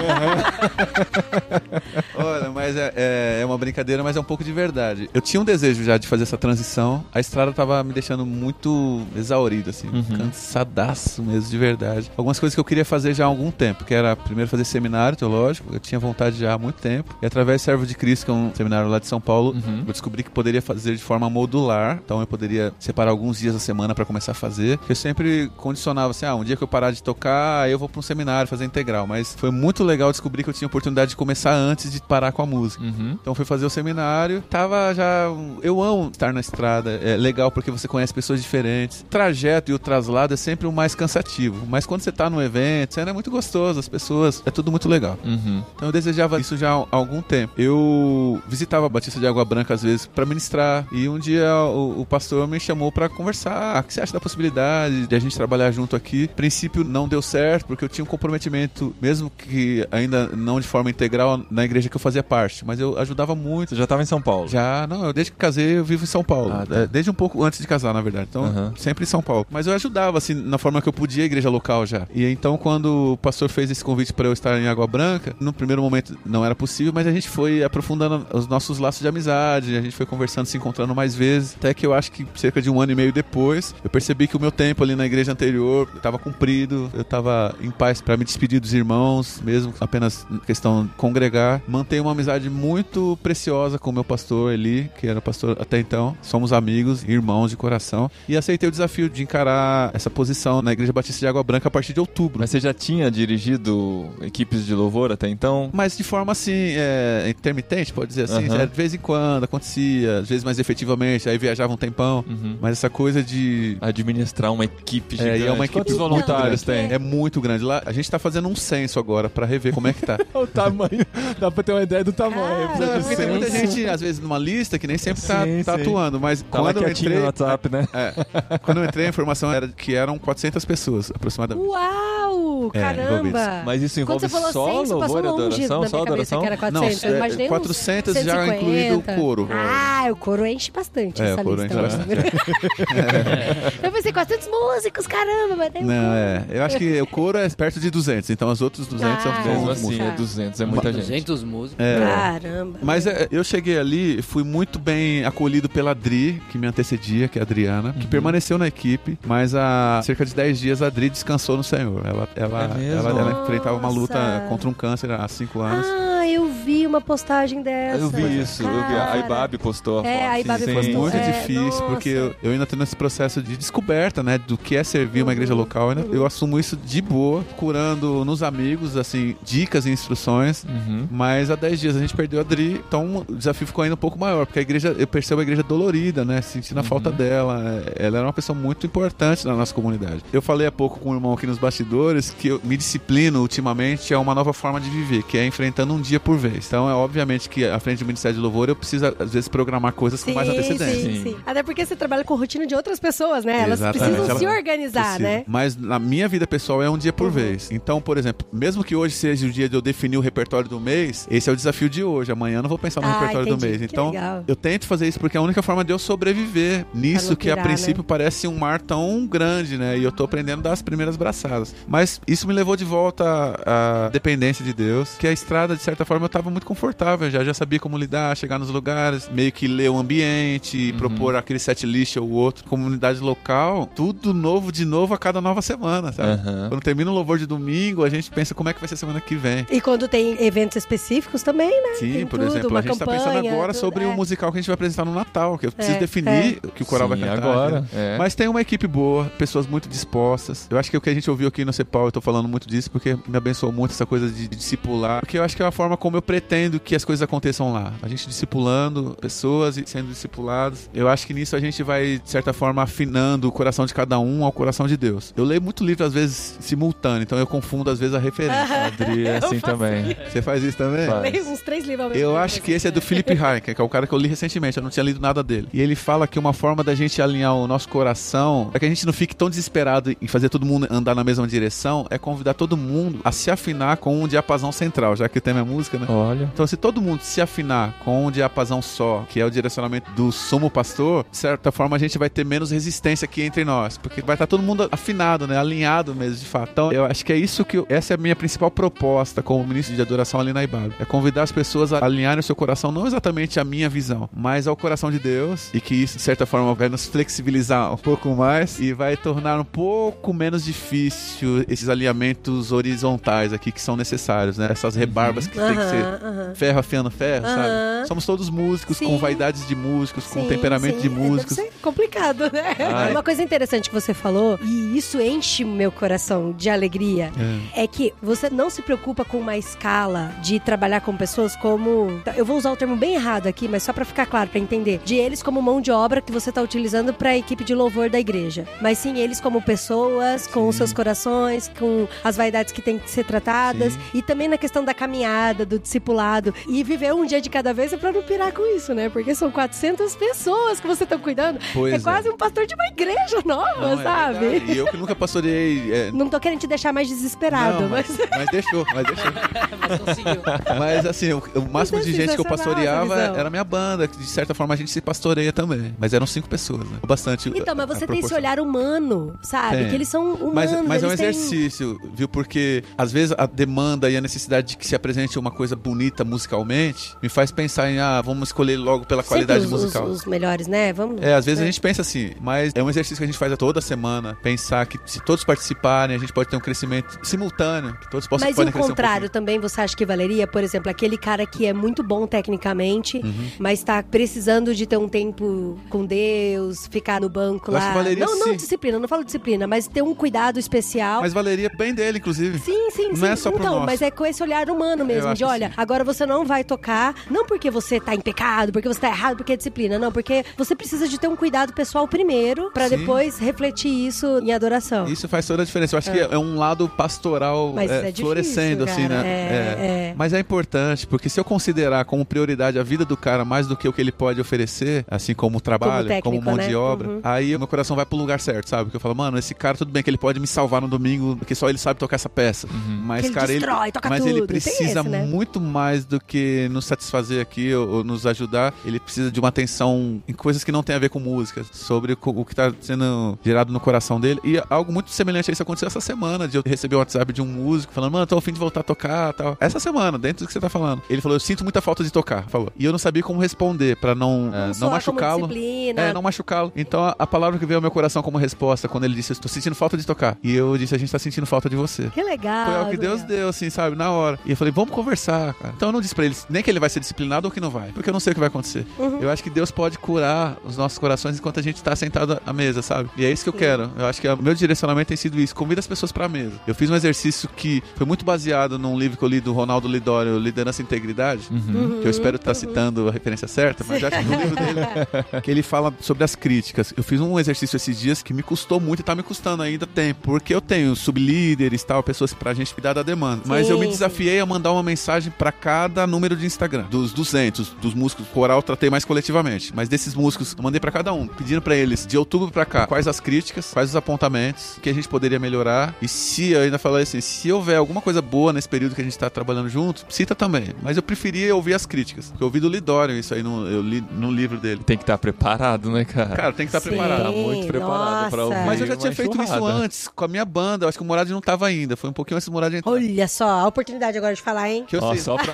Speaker 4: Olha, mas é, é- é uma brincadeira, mas é um pouco de verdade. Eu tinha um desejo já de fazer essa transição. A estrada tava me deixando muito exaurido, assim, cansadaço mesmo, de verdade. Algumas coisas que eu queria fazer já há algum tempo, que era primeiro fazer seminário teológico, eu tinha vontade já há muito tempo. E através do Servo de Cristo, que é um seminário lá de São Paulo, eu descobri que poderia fazer de forma modular. Então eu poderia separar alguns dias da semana pra começar a fazer. Eu sempre condicionava assim: ah, um dia que eu parar de tocar, aí eu vou pra um seminário fazer integral. Mas foi muito legal descobrir que eu tinha a oportunidade de começar antes de parar com a música.
Speaker 2: Uhum.
Speaker 4: Então fui fazer o seminário, tava já. um, Eu amo estar na estrada, é legal porque você conhece pessoas diferentes. O trajeto e o traslado é sempre o mais cansativo, mas quando você tá num evento, cena é muito gostoso, as pessoas, é tudo muito legal.
Speaker 2: Uhum.
Speaker 4: Então eu desejava isso já há algum tempo. Eu visitava a Batista de Água Branca às vezes pra ministrar e um dia o, o pastor me chamou pra conversar. Ah, O que você acha da possibilidade de a gente trabalhar junto aqui? A princípio não deu certo porque eu tinha um comprometimento, mesmo que ainda não de forma integral na igreja que eu fazia parte, mas eu ajudava muito.
Speaker 2: Você já tava em São Paulo.
Speaker 4: Já, não, eu desde que casei eu vivo em São Paulo.
Speaker 2: Ah, tá.
Speaker 4: É, Desde um pouco antes de casar, na verdade. Então,
Speaker 2: Aham.
Speaker 4: sempre em São Paulo. Mas eu ajudava, assim, na forma que eu podia a igreja local já. E então, quando o pastor fez esse convite para eu estar em Água Branca, no primeiro momento não era possível, mas a gente foi aprofundando os nossos laços de amizade, a gente foi conversando, se encontrando mais vezes, até que eu acho que cerca de um ano e meio depois, eu percebi que o meu tempo ali na igreja anterior estava cumprido, eu estava em paz para me despedir dos irmãos, mesmo apenas na questão de congregar. Mantenho uma amizade muito preciosa com o meu pastor Eli, que era pastor até então. Somos amigos, irmãos de coração. E aceitei o desafio de encarar essa posição na Igreja Batista de Água Branca a partir de outubro.
Speaker 2: Mas você já tinha dirigido equipes de louvor até então?
Speaker 4: Mas de forma assim, é, intermitente, pode dizer assim,
Speaker 2: Aham.
Speaker 4: né? de vez em quando acontecia, às vezes mais efetivamente, aí viajava um tempão.
Speaker 2: Uhum. é
Speaker 4: Mas essa coisa de.
Speaker 2: Administrar uma equipe
Speaker 4: É,
Speaker 2: gigante.
Speaker 4: e é uma equipe
Speaker 2: Quantos
Speaker 4: muito
Speaker 2: voluntários
Speaker 4: grande.
Speaker 2: tem?
Speaker 4: É muito grande. Lá, a gente tá fazendo um censo agora pra rever como é que tá.
Speaker 2: o tamanho. Dá pra ter uma ideia do tamanho.
Speaker 3: Cara,
Speaker 2: precisa
Speaker 4: Não, é
Speaker 2: de
Speaker 4: porque tem muita
Speaker 2: senso.
Speaker 4: gente, às vezes, numa lista que nem sempre tá,
Speaker 2: Sim,
Speaker 4: tá
Speaker 2: sim.
Speaker 4: atuando, mas
Speaker 2: Tá lá
Speaker 4: quando eu
Speaker 2: quietinho
Speaker 4: entrei.
Speaker 2: no WhatsApp, né?
Speaker 4: É, quando eu entrei, a informação era que eram 400 pessoas, aproximadamente.
Speaker 3: Uau!
Speaker 4: É,
Speaker 3: Caramba!
Speaker 4: envolvido.
Speaker 2: Mas isso
Speaker 3: Quando
Speaker 2: envolve
Speaker 3: você falou
Speaker 2: só
Speaker 3: 100, isso
Speaker 2: louvor
Speaker 3: passou
Speaker 2: e
Speaker 3: longe
Speaker 2: adoração?
Speaker 3: na
Speaker 2: Só
Speaker 3: minha cabeça
Speaker 2: adoração?
Speaker 3: que era 400.
Speaker 4: Não,
Speaker 3: Uh, eu
Speaker 4: é,
Speaker 3: imaginei uns
Speaker 4: 400 já
Speaker 3: 150.
Speaker 4: incluído o coro.
Speaker 2: né?
Speaker 3: Ah, o coro enche bastante
Speaker 4: É,
Speaker 3: essa
Speaker 4: o coro
Speaker 3: lista.
Speaker 4: enche
Speaker 3: né? (laughs) Eu pensei, 400 músicos, caramba! Mas tem um
Speaker 4: Não,
Speaker 3: coro.
Speaker 4: é. Eu acho que o coro é perto de 200, então os outros 200
Speaker 3: Ah,
Speaker 4: são
Speaker 2: Mesmo
Speaker 4: os É.
Speaker 2: assim,
Speaker 4: músicos.
Speaker 2: é 200, é muita gente.
Speaker 5: 200 músicos.
Speaker 2: (laughs) é.
Speaker 3: Caramba!
Speaker 4: Mas é, eu cheguei ali, fui muito bem acolhido pela Adri, que me antecedia, que é a Adriana,
Speaker 2: Uhum.
Speaker 4: que permaneceu na equipe, mas há cerca de 10 dias a Adri descansou no Senhor. Ela, ela,
Speaker 2: É mesmo?
Speaker 4: ela, ela enfrentava uma luta
Speaker 3: Nossa.
Speaker 4: contra um câncer há 5 anos.
Speaker 3: Ah, eu vi uma postagem
Speaker 4: Ah,
Speaker 3: dessa.
Speaker 2: Eu vi isso, eu vi. A
Speaker 3: Cara.
Speaker 2: Ibabe postou a
Speaker 3: É,
Speaker 2: foto.
Speaker 3: a Ibabe
Speaker 2: Ah, Sim.
Speaker 4: Foi
Speaker 3: postou.
Speaker 4: muito
Speaker 3: É,
Speaker 4: difícil,
Speaker 3: nossa.
Speaker 4: porque eu, eu ainda tô nesse processo de descoberta, né? Do que é servir uma igreja local. Eu, eu assumo isso de boa, curando nos amigos, assim, dicas e instruções.
Speaker 2: Uhum.
Speaker 4: Mas há 10 dias a gente perdeu a Dri, então o desafio ficou ainda um pouco maior, porque a igreja, eu percebo a igreja dolorida, né? Sentindo a falta dela. né? Ela era uma pessoa muito importante na nossa comunidade. Eu falei há pouco com o irmão aqui nos bastidores que eu me disciplino ultimamente é uma nova forma de viver, que é enfrentando um dia por vez. Então é obviamente que à frente do Ministério de Louvor eu preciso, às vezes, programar coisas com mais antecedência.
Speaker 2: Sim.
Speaker 3: Sim, sim. Até porque você trabalha com a rotina de outras pessoas, né? Elas
Speaker 4: Exatamente.
Speaker 3: precisam
Speaker 4: Ela
Speaker 3: se organizar,
Speaker 4: Precisa.
Speaker 3: né? Uhum.
Speaker 4: Mas na minha vida pessoal é um dia por vez. Então, por exemplo, mesmo que hoje seja o dia de eu definir o repertório do mês, esse é o desafio de hoje. Amanhã eu não vou pensar no
Speaker 3: Ah,
Speaker 4: repertório do
Speaker 3: entendi.
Speaker 4: mês.
Speaker 3: Que
Speaker 4: Então,
Speaker 3: legal.
Speaker 4: eu tento fazer isso porque é a única forma de eu sobreviver nisso
Speaker 3: não
Speaker 4: que a
Speaker 3: pirar, né?
Speaker 4: princípio parece um mar tão grande, né? E eu tô aprendendo a dar as primeiras braçadas. Mas isso me levou de volta à à dependência de Deus, que a estrada, de certa forma, eu tava muito confortável já. Já sabia como lidar, chegar nos lugares, meio que ler o ambiente, propor aquele set list ou outro. Comunidade local, tudo novo de novo a cada nova semana, sabe?
Speaker 2: Aham.
Speaker 4: Quando termina o louvor de domingo, a gente pensa como é que vai ser semana que vem.
Speaker 3: E quando tem eventos específicos também, né?
Speaker 4: Sim,
Speaker 3: Tem
Speaker 4: por
Speaker 3: tudo,
Speaker 4: exemplo,
Speaker 3: uma
Speaker 4: a gente tá pensando
Speaker 3: campanha,
Speaker 4: agora
Speaker 3: tudo,
Speaker 4: sobre
Speaker 3: é.
Speaker 4: o musical que a gente vai apresentar no Natal, que eu preciso
Speaker 3: É,
Speaker 4: definir o que o coral vai
Speaker 2: Sim,
Speaker 4: cantar.
Speaker 2: agora.
Speaker 4: né?
Speaker 2: É.
Speaker 3: (laughs)
Speaker 4: Mas tem uma equipe boa, pessoas muito dispostas. Eu acho que o que a gente ouviu aqui no Cepal, eu tô falando muito disso porque me abençoou muito essa coisa de discipular. Porque eu acho que é uma forma como eu pretendo que as coisas aconteçam lá. A gente discipulando pessoas e sendo discipulados. Eu acho que nisso a gente vai, de certa forma, afinando o coração de cada um ao coração de Deus. Eu leio muito livro, às vezes, simultâneo, então eu confundo, às vezes, a
Speaker 3: (laughs)
Speaker 4: referência.
Speaker 2: Adri é assim também.
Speaker 4: Você faz isso também?
Speaker 2: Faz.
Speaker 3: Leio uns três livros ao mesmo
Speaker 4: Eu
Speaker 3: tempo,
Speaker 4: acho que
Speaker 3: assim.
Speaker 4: esse é do Philip Heineken, que é o cara que eu li recentemente, eu não tinha lido nada dele. E ele fala que uma forma da gente alinhar o nosso coração, para que a gente não fique tão desesperado em fazer todo mundo andar na mesma direção, é convidar todo mundo a se afinar com um diapasão central, já que o tema é música, né?
Speaker 2: Olha.
Speaker 4: Então, se todo mundo se afinar com um diapasão só, que é o direcionamento do sumo pastor, de certa forma a gente vai ter menos resistência aqui entre nós, porque vai estar todo mundo afinado, né? Alinhado mesmo, de fato. Então, eu acho que é isso que. eu- essa é a minha principal proposta como ministro de adoração ali na IBAB. É convidar as pessoas a alinharem o seu coração, não exatamente à minha visão, mas ao coração de Deus, e que isso, de certa forma, vai nos flexibilizar um pouco mais e vai tornar um pouco menos difícil esses alinhamentos horizontais aqui que são necessários, né? Essas rebarbas que tem que ser
Speaker 3: Aham, aham.
Speaker 4: ferro afiando ferro,
Speaker 3: Aham.
Speaker 4: sabe? Somos todos músicos,
Speaker 3: Sim.
Speaker 4: com vaidades de músicos, com
Speaker 3: Sim,
Speaker 4: Um temperamento
Speaker 3: sim.
Speaker 4: de
Speaker 3: É,
Speaker 4: músicos.
Speaker 3: Deve ser complicado, né?
Speaker 2: Ah, é.
Speaker 3: Uma coisa interessante que você falou, e isso enche o meu coração de alegria, é que você não se preocupa com uma escala de trabalhar com pessoas como. Eu vou usar o termo bem errado aqui, mas só pra ficar claro, pra entender. De eles como mão de obra que você tá utilizando pra equipe de louvor da igreja. Mas sim eles como pessoas, com os seus corações, com as vaidades que têm que ser tratadas.
Speaker 4: Sim.
Speaker 3: E também na questão da caminhada, do discipulado. E viver um dia de cada vez é pra não pirar com isso, né? Porque são 400 pessoas que você tá cuidando.
Speaker 4: Pois
Speaker 3: é,
Speaker 4: é.
Speaker 3: quase um pastor de uma igreja nova,
Speaker 4: Não, é
Speaker 3: sabe?
Speaker 4: verdade. E eu que nunca pastoreei.
Speaker 3: (laughs)
Speaker 4: é,
Speaker 3: Não tô querendo te deixar mais desesperado,
Speaker 4: não,
Speaker 3: mas...
Speaker 4: mas, mas deixou, mas deixou.
Speaker 3: (laughs)
Speaker 5: Mas conseguiu.
Speaker 4: Mas assim, o, o máximo
Speaker 3: Isso é
Speaker 4: de gente que eu
Speaker 3: sensacional,
Speaker 4: pastoreava
Speaker 3: Luizão.
Speaker 4: era a minha banda, que de certa forma a gente se pastoreia também. Mas eram cinco pessoas, né? Bastante.
Speaker 3: Então,
Speaker 4: a-
Speaker 3: mas
Speaker 4: a
Speaker 3: você tem esse
Speaker 4: proporção.
Speaker 3: olhar humano, sabe?
Speaker 4: Tem.
Speaker 3: Que eles são humanos.
Speaker 4: Mas, mas é um
Speaker 3: eles têm-
Speaker 4: exercício, viu? Porque às vezes a demanda e a necessidade de que se apresente uma coisa bonita musicalmente me faz pensar em, ah, vamos escolher logo pela
Speaker 3: Sempre
Speaker 4: qualidade
Speaker 3: os-
Speaker 4: musical.
Speaker 3: Os, os melhores, né? Vamos.
Speaker 4: É, às vezes a
Speaker 3: né?
Speaker 4: gente pensa assim, mas é um exercício que a gente faz a toda semana. Pensar que se todos participarem, a gente pode ter um crescimento simultâneo, que todos possam
Speaker 3: Mas e
Speaker 4: podem
Speaker 3: o
Speaker 4: crescer um
Speaker 3: contrário
Speaker 4: pouquinho.
Speaker 3: também, você acha que valeria? Por exemplo, aquele cara que é muito bom tecnicamente,
Speaker 4: Uhum.
Speaker 3: mas tá precisando de ter um tempo com Deus, ficar no banco
Speaker 4: Eu acho
Speaker 3: lá.
Speaker 4: que valeria
Speaker 3: não, não
Speaker 4: sim.
Speaker 3: disciplina, não falo disciplina, mas ter um cuidado especial.
Speaker 4: Mas valeria bem dele, inclusive.
Speaker 3: Sim, sim, sim.
Speaker 4: Não é só pro
Speaker 3: então,
Speaker 4: nosso.
Speaker 3: mas é com esse olhar humano mesmo,
Speaker 4: Eu acho
Speaker 3: entende?
Speaker 4: que
Speaker 3: Olha,
Speaker 4: sim.
Speaker 3: agora você não vai tocar, não porque você tá em pecado, porque você tá errado, porque é disciplina, não, porque você precisa de ter um cuidado pessoal primeiro, pra
Speaker 4: Sim.
Speaker 3: depois refletir isso em adoração.
Speaker 4: Isso faz toda a diferença. Eu acho que é um lado pastoral
Speaker 3: Ah. Mas
Speaker 4: é,
Speaker 3: isso é difícil,
Speaker 4: florescendo, assim,
Speaker 3: cara.
Speaker 4: né?
Speaker 3: É, é.
Speaker 4: Mas é importante, porque se eu considerar como prioridade a vida do cara mais do que o que ele pode oferecer, assim como o trabalho, como,
Speaker 3: técnico,
Speaker 4: mão
Speaker 3: né?
Speaker 4: de obra,
Speaker 3: Uhum.
Speaker 4: aí o meu coração vai pro lugar certo, sabe? Que eu falo, mano, esse cara, tudo bem que ele pode me salvar no domingo, porque só ele sabe tocar essa peça. Mas,
Speaker 3: Uhum. Que ele
Speaker 4: cara,
Speaker 3: destrói,
Speaker 4: ele,
Speaker 3: toca
Speaker 4: mas
Speaker 3: tudo.
Speaker 4: ele
Speaker 3: Tem
Speaker 4: precisa
Speaker 3: esse, né?
Speaker 4: muito mais do que nos satisfazer aqui ou, ou nos ajudar. Ele precisa de uma atenção em coisas que não tem a ver com música, sobre co- o que está sendo gerado no coração dele. E algo muito semelhante a isso aconteceu essa semana, de eu receber um WhatsApp de um músico falando, mano, tô ao fim de voltar a tocar tal. Essa semana, dentro do que você tá falando. Ele falou, eu sinto muita falta de tocar, falou. E eu não sabia como responder pra não, eh, não
Speaker 3: soar como
Speaker 4: machucá-lo.
Speaker 3: disciplina.
Speaker 4: É, não machucá-lo. Então a, a palavra que veio ao meu coração como resposta quando ele disse, eu tô sentindo falta de tocar. E eu disse, a gente tá sentindo falta de você.
Speaker 3: Que legal. né?
Speaker 4: Foi o que Deus
Speaker 3: Gabriel.
Speaker 4: deu, assim, sabe? Na hora. E eu falei, vamos conversar, cara. Então eu não disse pra ele nem que ele vai ser disciplinado ou que não vai. Porque eu não sei o que vai acontecer. Eu acho que Deus pode curar os nossos corações enquanto a gente tá sentado à mesa, sabe? E é isso que eu quero. Eu acho que o meu direcionamento tem sido isso. Convida as pessoas pra mesa. Eu fiz um exercício que foi muito baseado num livro que eu li do Ronaldo Lidório, Liderança e Integridade. Que eu espero estar citando a referência certa, mas eu acho que no livro dele que ele fala sobre as críticas. Eu fiz um exercício esses dias que me custou muito e tá me custando ainda tempo, porque eu tenho sublíderes, tal, pessoas pra gente cuidar da demanda. Mas eu me
Speaker 3: Sim.
Speaker 4: desafiei a mandar uma mensagem pra cada número de Instagram. Dos 200, dos músicos coral eu tratei mais coletivamente, mas desses músicos eu mandei pra cada um, pedindo pra eles de outubro pra cá quais as críticas, quais os apontamentos, o que a gente poderia melhorar. E se eu ainda falar assim, se houver alguma coisa boa nesse período que a gente tá trabalhando junto, cita também. Mas eu preferia ouvir as críticas, porque eu ouvi do Lidório isso aí no, eu li no livro dele.
Speaker 2: Tem que estar preparado, né, cara?
Speaker 4: Cara, tem que estar
Speaker 3: Sim.
Speaker 4: preparado.
Speaker 2: Tá muito preparado pra
Speaker 3: nossa.
Speaker 2: ouvir.
Speaker 4: Mas eu já
Speaker 2: uma
Speaker 4: tinha feito isso
Speaker 2: enxurrada.
Speaker 4: antes com a minha banda. Eu acho que o Morad não tava ainda. Foi um pouquinho antes do Morad entrar.
Speaker 3: Olha só, a oportunidade agora de falar, hein?
Speaker 4: Que eu
Speaker 2: Ó,
Speaker 4: sei.
Speaker 2: só pra,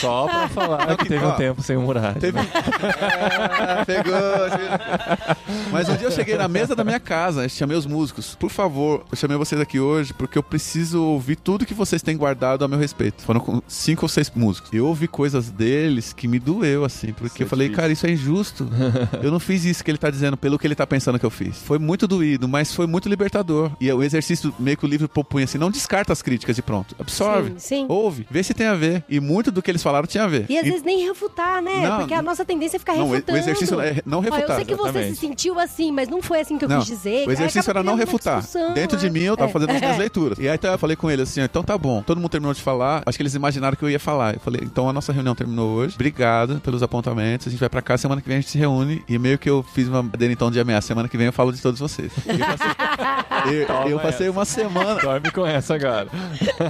Speaker 2: só (laughs) pra falar que
Speaker 4: que-
Speaker 2: teve
Speaker 4: ó,
Speaker 2: um tempo sem muralha.
Speaker 4: Teve... É, pegou. assim. Mas um dia eu cheguei na mesa da minha casa, eu chamei os músicos. Por favor, eu chamei vocês aqui hoje porque eu preciso ouvir tudo que vocês têm guardado a meu respeito. Foram com cinco ou seis músicos. Eu ouvi coisas deles que me doeu, assim, porque eu falei, cara, isso é (laughs) injusto. eu não fiz isso que ele tá dizendo pelo que ele tá pensando que eu fiz. Foi muito doído, mas foi muito libertador. E é o exercício meio que o livro propunha assim: não descarta as críticas de pronto. Absorve.
Speaker 3: Sim, sim.
Speaker 4: Ouve, vê se tem a ver. E muito do que eles falaram tinha a ver.
Speaker 3: E às
Speaker 4: E-
Speaker 3: vezes nem refutar, né?
Speaker 4: Não,
Speaker 3: Porque a nossa tendência é ficar
Speaker 4: não, o- o
Speaker 3: refutando.
Speaker 4: exercício é não
Speaker 3: Ó, eu
Speaker 4: refutar,
Speaker 3: sei que você se
Speaker 2: exatamente.
Speaker 3: sentiu assim, mas não foi assim que eu
Speaker 4: Não,
Speaker 3: quis dizer.
Speaker 4: O exercício
Speaker 3: Acaba
Speaker 4: era não
Speaker 3: criando uma
Speaker 4: refutar.
Speaker 3: discussão,
Speaker 4: Dentro de
Speaker 3: né?
Speaker 4: mim, eu tava
Speaker 3: É.
Speaker 4: fazendo as
Speaker 3: (laughs)
Speaker 4: minhas
Speaker 3: É.
Speaker 4: leituras. E aí então eu falei com ele assim: ó, então tá bom. Todo mundo terminou de falar. Acho que eles imaginaram que eu ia falar. Eu falei: então a nossa reunião terminou hoje. Obrigado pelos apontamentos. A gente vai pra cá. Semana que vem a gente se reúne. E meio que eu fiz uma denitão de ameaça. Semana que vem eu falo de todos vocês. E eu passei- eu- eu
Speaker 2: Toma
Speaker 4: passei uma semana.
Speaker 2: Dorme com essa, cara.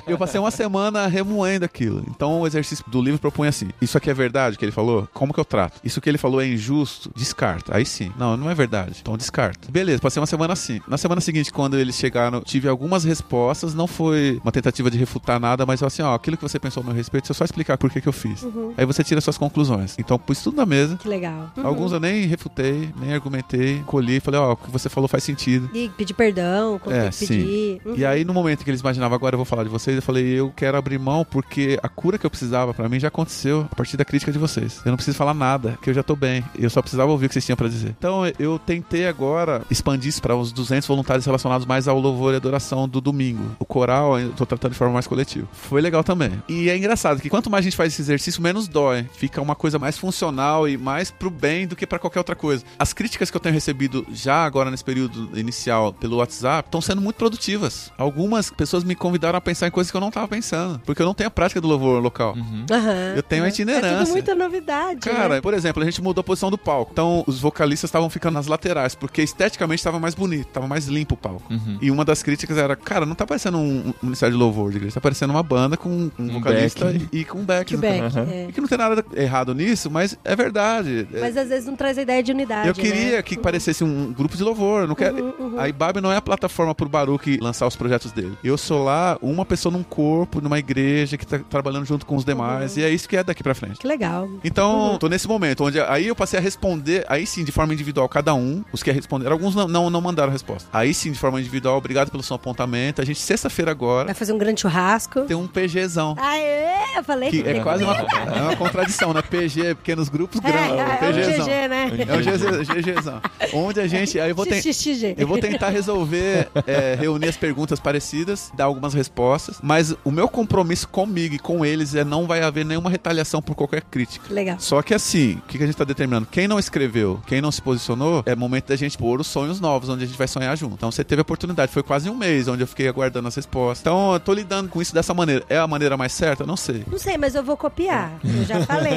Speaker 4: Eu passei uma semana remoendo aquilo. Então o exercício do livro propõe assim: isso aqui é verdade que ele falou? Como que eu trato? Isso que ele falou é injusto? Descarta. Aí sim. Não, não é verdade. Então descarta. Beleza, passei uma semana assim. Na semana seguinte, quando eles chegaram, tive algumas respostas. Não foi uma tentativa de refutar nada, mas assim: ó, aquilo que você pensou a meu respeito, deixa eu só explicar por que, que eu fiz. Aí você tira suas conclusões. Então pus tudo na mesa.
Speaker 3: Que legal.
Speaker 4: Alguns eu nem refutei, nem argumentei, colhi, falei, ó, o que você falou faz sentido.
Speaker 3: E pedir perdão, quando
Speaker 4: É,
Speaker 3: tem
Speaker 4: sim.
Speaker 3: que pedir.
Speaker 4: E aí, no momento que eles imaginavam, agora eu vou falar de vocês, eu falei, eu quero abrir mão porque a cura que eu precisava pra mim já aconteceu a partir da crítica de vocês. Eu não preciso falar nada, que eu já tô bem. Eu só precisava ouvir o que vocês tinham pra dizer. Então, eu tentei agora expandir isso pra uns 200 voluntários relacionados mais ao louvor e adoração do domingo. O coral eu tô tratando de forma mais coletiva. Foi legal também. E é engraçado que quanto mais a gente faz esse exercício, menos dói. Fica uma coisa mais funcional e mais pro bem do que pra qualquer outra coisa. As críticas que eu tenho recebido já agora nesse período inicial pelo WhatsApp estão sendo muito produtivas. Algumas pessoas me convidaram a pensar em coisas que eu não tava pensando, porque eu não tenho a prática do louvor local.
Speaker 3: Aham.
Speaker 4: Uhum. Eu tenho a
Speaker 3: Uhum. É tudo
Speaker 4: itinerância.
Speaker 3: muita novidade.
Speaker 4: Cara,
Speaker 3: né?
Speaker 4: por exemplo, a gente mudou a posição do palco. Então, os vocalistas estavam ficando nas laterais, porque esteticamente estava mais bonito, estava mais limpo o palco. E uma das críticas era, cara, não tá parecendo um, um ministério de louvor de igreja, tá parecendo uma banda com um, vocalista
Speaker 2: back.
Speaker 4: e, e com um back.
Speaker 3: que
Speaker 4: exatamente.
Speaker 3: back. é.
Speaker 4: E que não tem nada errado nisso, mas é verdade. É,
Speaker 3: Mas é às vezes não traz a ideia de unidade. né?
Speaker 4: eu queria que parecesse um grupo de louvor. eu Não quero...
Speaker 3: Uhum,
Speaker 4: A IBAB não é a plataforma pro Baruque lançar os projetos dele. Eu sou lá uma pessoa num corpo, numa igreja que tá trabalhando junto
Speaker 3: Uhum.
Speaker 4: com os demais. E é isso que é daqui pra frente.
Speaker 3: Né? Que legal.
Speaker 4: Então,
Speaker 3: Uhum.
Speaker 4: tô nesse momento, onde aí eu passei a responder, aí sim, de forma individual, cada um, os que responderam. Alguns não, não, não mandaram resposta. Aí sim, de forma individual, obrigado pelo seu apontamento. A gente, sexta-feira agora,
Speaker 3: Vai fazer um grande churrasco.
Speaker 4: tem um PGzão.
Speaker 3: Aê! eu falei.
Speaker 4: Que é
Speaker 3: tem
Speaker 4: quase uma,
Speaker 3: comer.
Speaker 4: é uma contradição, né? PG, é pequenos grupos,
Speaker 3: É,
Speaker 4: grande.
Speaker 3: é, é o
Speaker 4: PGzão.
Speaker 3: GG, né?
Speaker 4: É o GG GGzão. Onde a gente. Aí eu vou, ten-
Speaker 3: XXG.
Speaker 4: eu vou tentar resolver, é, reunir as perguntas parecidas, dar algumas respostas. Mas o meu compromisso comigo e com eles é não vai haver nenhuma retaliação por qualquer crítica.
Speaker 3: Legal.
Speaker 4: Só que assim, o que que a gente tá determinando? Quem não escreveu, quem não se posicionou, é momento da gente pôr os sonhos novos, onde a gente vai sonhar junto. Então você teve a oportunidade, foi quase um mês onde eu fiquei aguardando as respostas. Então eu tô lidando com isso dessa maneira. É a maneira mais certa? Não sei.
Speaker 3: Não sei, mas eu vou copiar.
Speaker 4: (laughs)
Speaker 3: Eu já falei.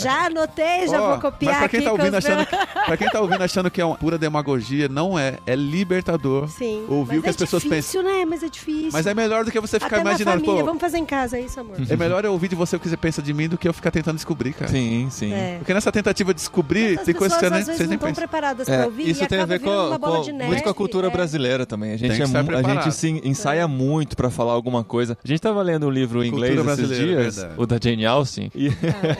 Speaker 3: Já anotei, já
Speaker 4: Ó,
Speaker 3: vou
Speaker 4: Mas
Speaker 3: copiar
Speaker 4: pra quem,
Speaker 3: aqui
Speaker 4: tá
Speaker 3: com os
Speaker 4: ouvindo
Speaker 3: meus-
Speaker 4: achando, pra quem tá ouvindo achando que é uma pura demagogia, não é. É libertador
Speaker 3: Sim.
Speaker 4: ouvir
Speaker 3: Mas
Speaker 4: o que
Speaker 3: é
Speaker 4: as pessoas pensam.
Speaker 3: difícil, né? Mas é difícil.
Speaker 4: Mas é melhor do que você ficar
Speaker 3: Até na
Speaker 4: imaginando.
Speaker 3: família.
Speaker 4: Pô,
Speaker 3: Vamos fazer em casa, é isso, amor?
Speaker 4: é melhor eu ouvir de você o que você pensa de mim do que eu ficar tentando descobrir, cara.
Speaker 2: Sim, sim.
Speaker 3: É.
Speaker 4: Porque nessa tentativa de descobrir,
Speaker 3: As
Speaker 4: tem coisas que
Speaker 3: pessoas
Speaker 4: eu nem-
Speaker 3: às vezes
Speaker 4: vocês
Speaker 3: não
Speaker 4: nem
Speaker 3: estão
Speaker 4: pensam.
Speaker 3: preparadas
Speaker 2: É,
Speaker 3: pra ouvir
Speaker 2: isso
Speaker 3: e
Speaker 2: tem a
Speaker 3: acaba
Speaker 2: ver com,
Speaker 3: virando uma bola
Speaker 2: com-
Speaker 3: de neve.
Speaker 2: muito com a cultura
Speaker 3: é.
Speaker 2: brasileira também. A
Speaker 4: Tem
Speaker 2: gente,
Speaker 4: que
Speaker 2: é,
Speaker 4: estar
Speaker 2: mu- a
Speaker 4: preparado.
Speaker 2: gente se ensaia muito pra falar alguma coisa. A gente tava lendo um livro em
Speaker 4: Cultura
Speaker 2: inglês esses
Speaker 4: brasileira,
Speaker 2: dias,
Speaker 4: verdade.
Speaker 2: o da Jane Austen, e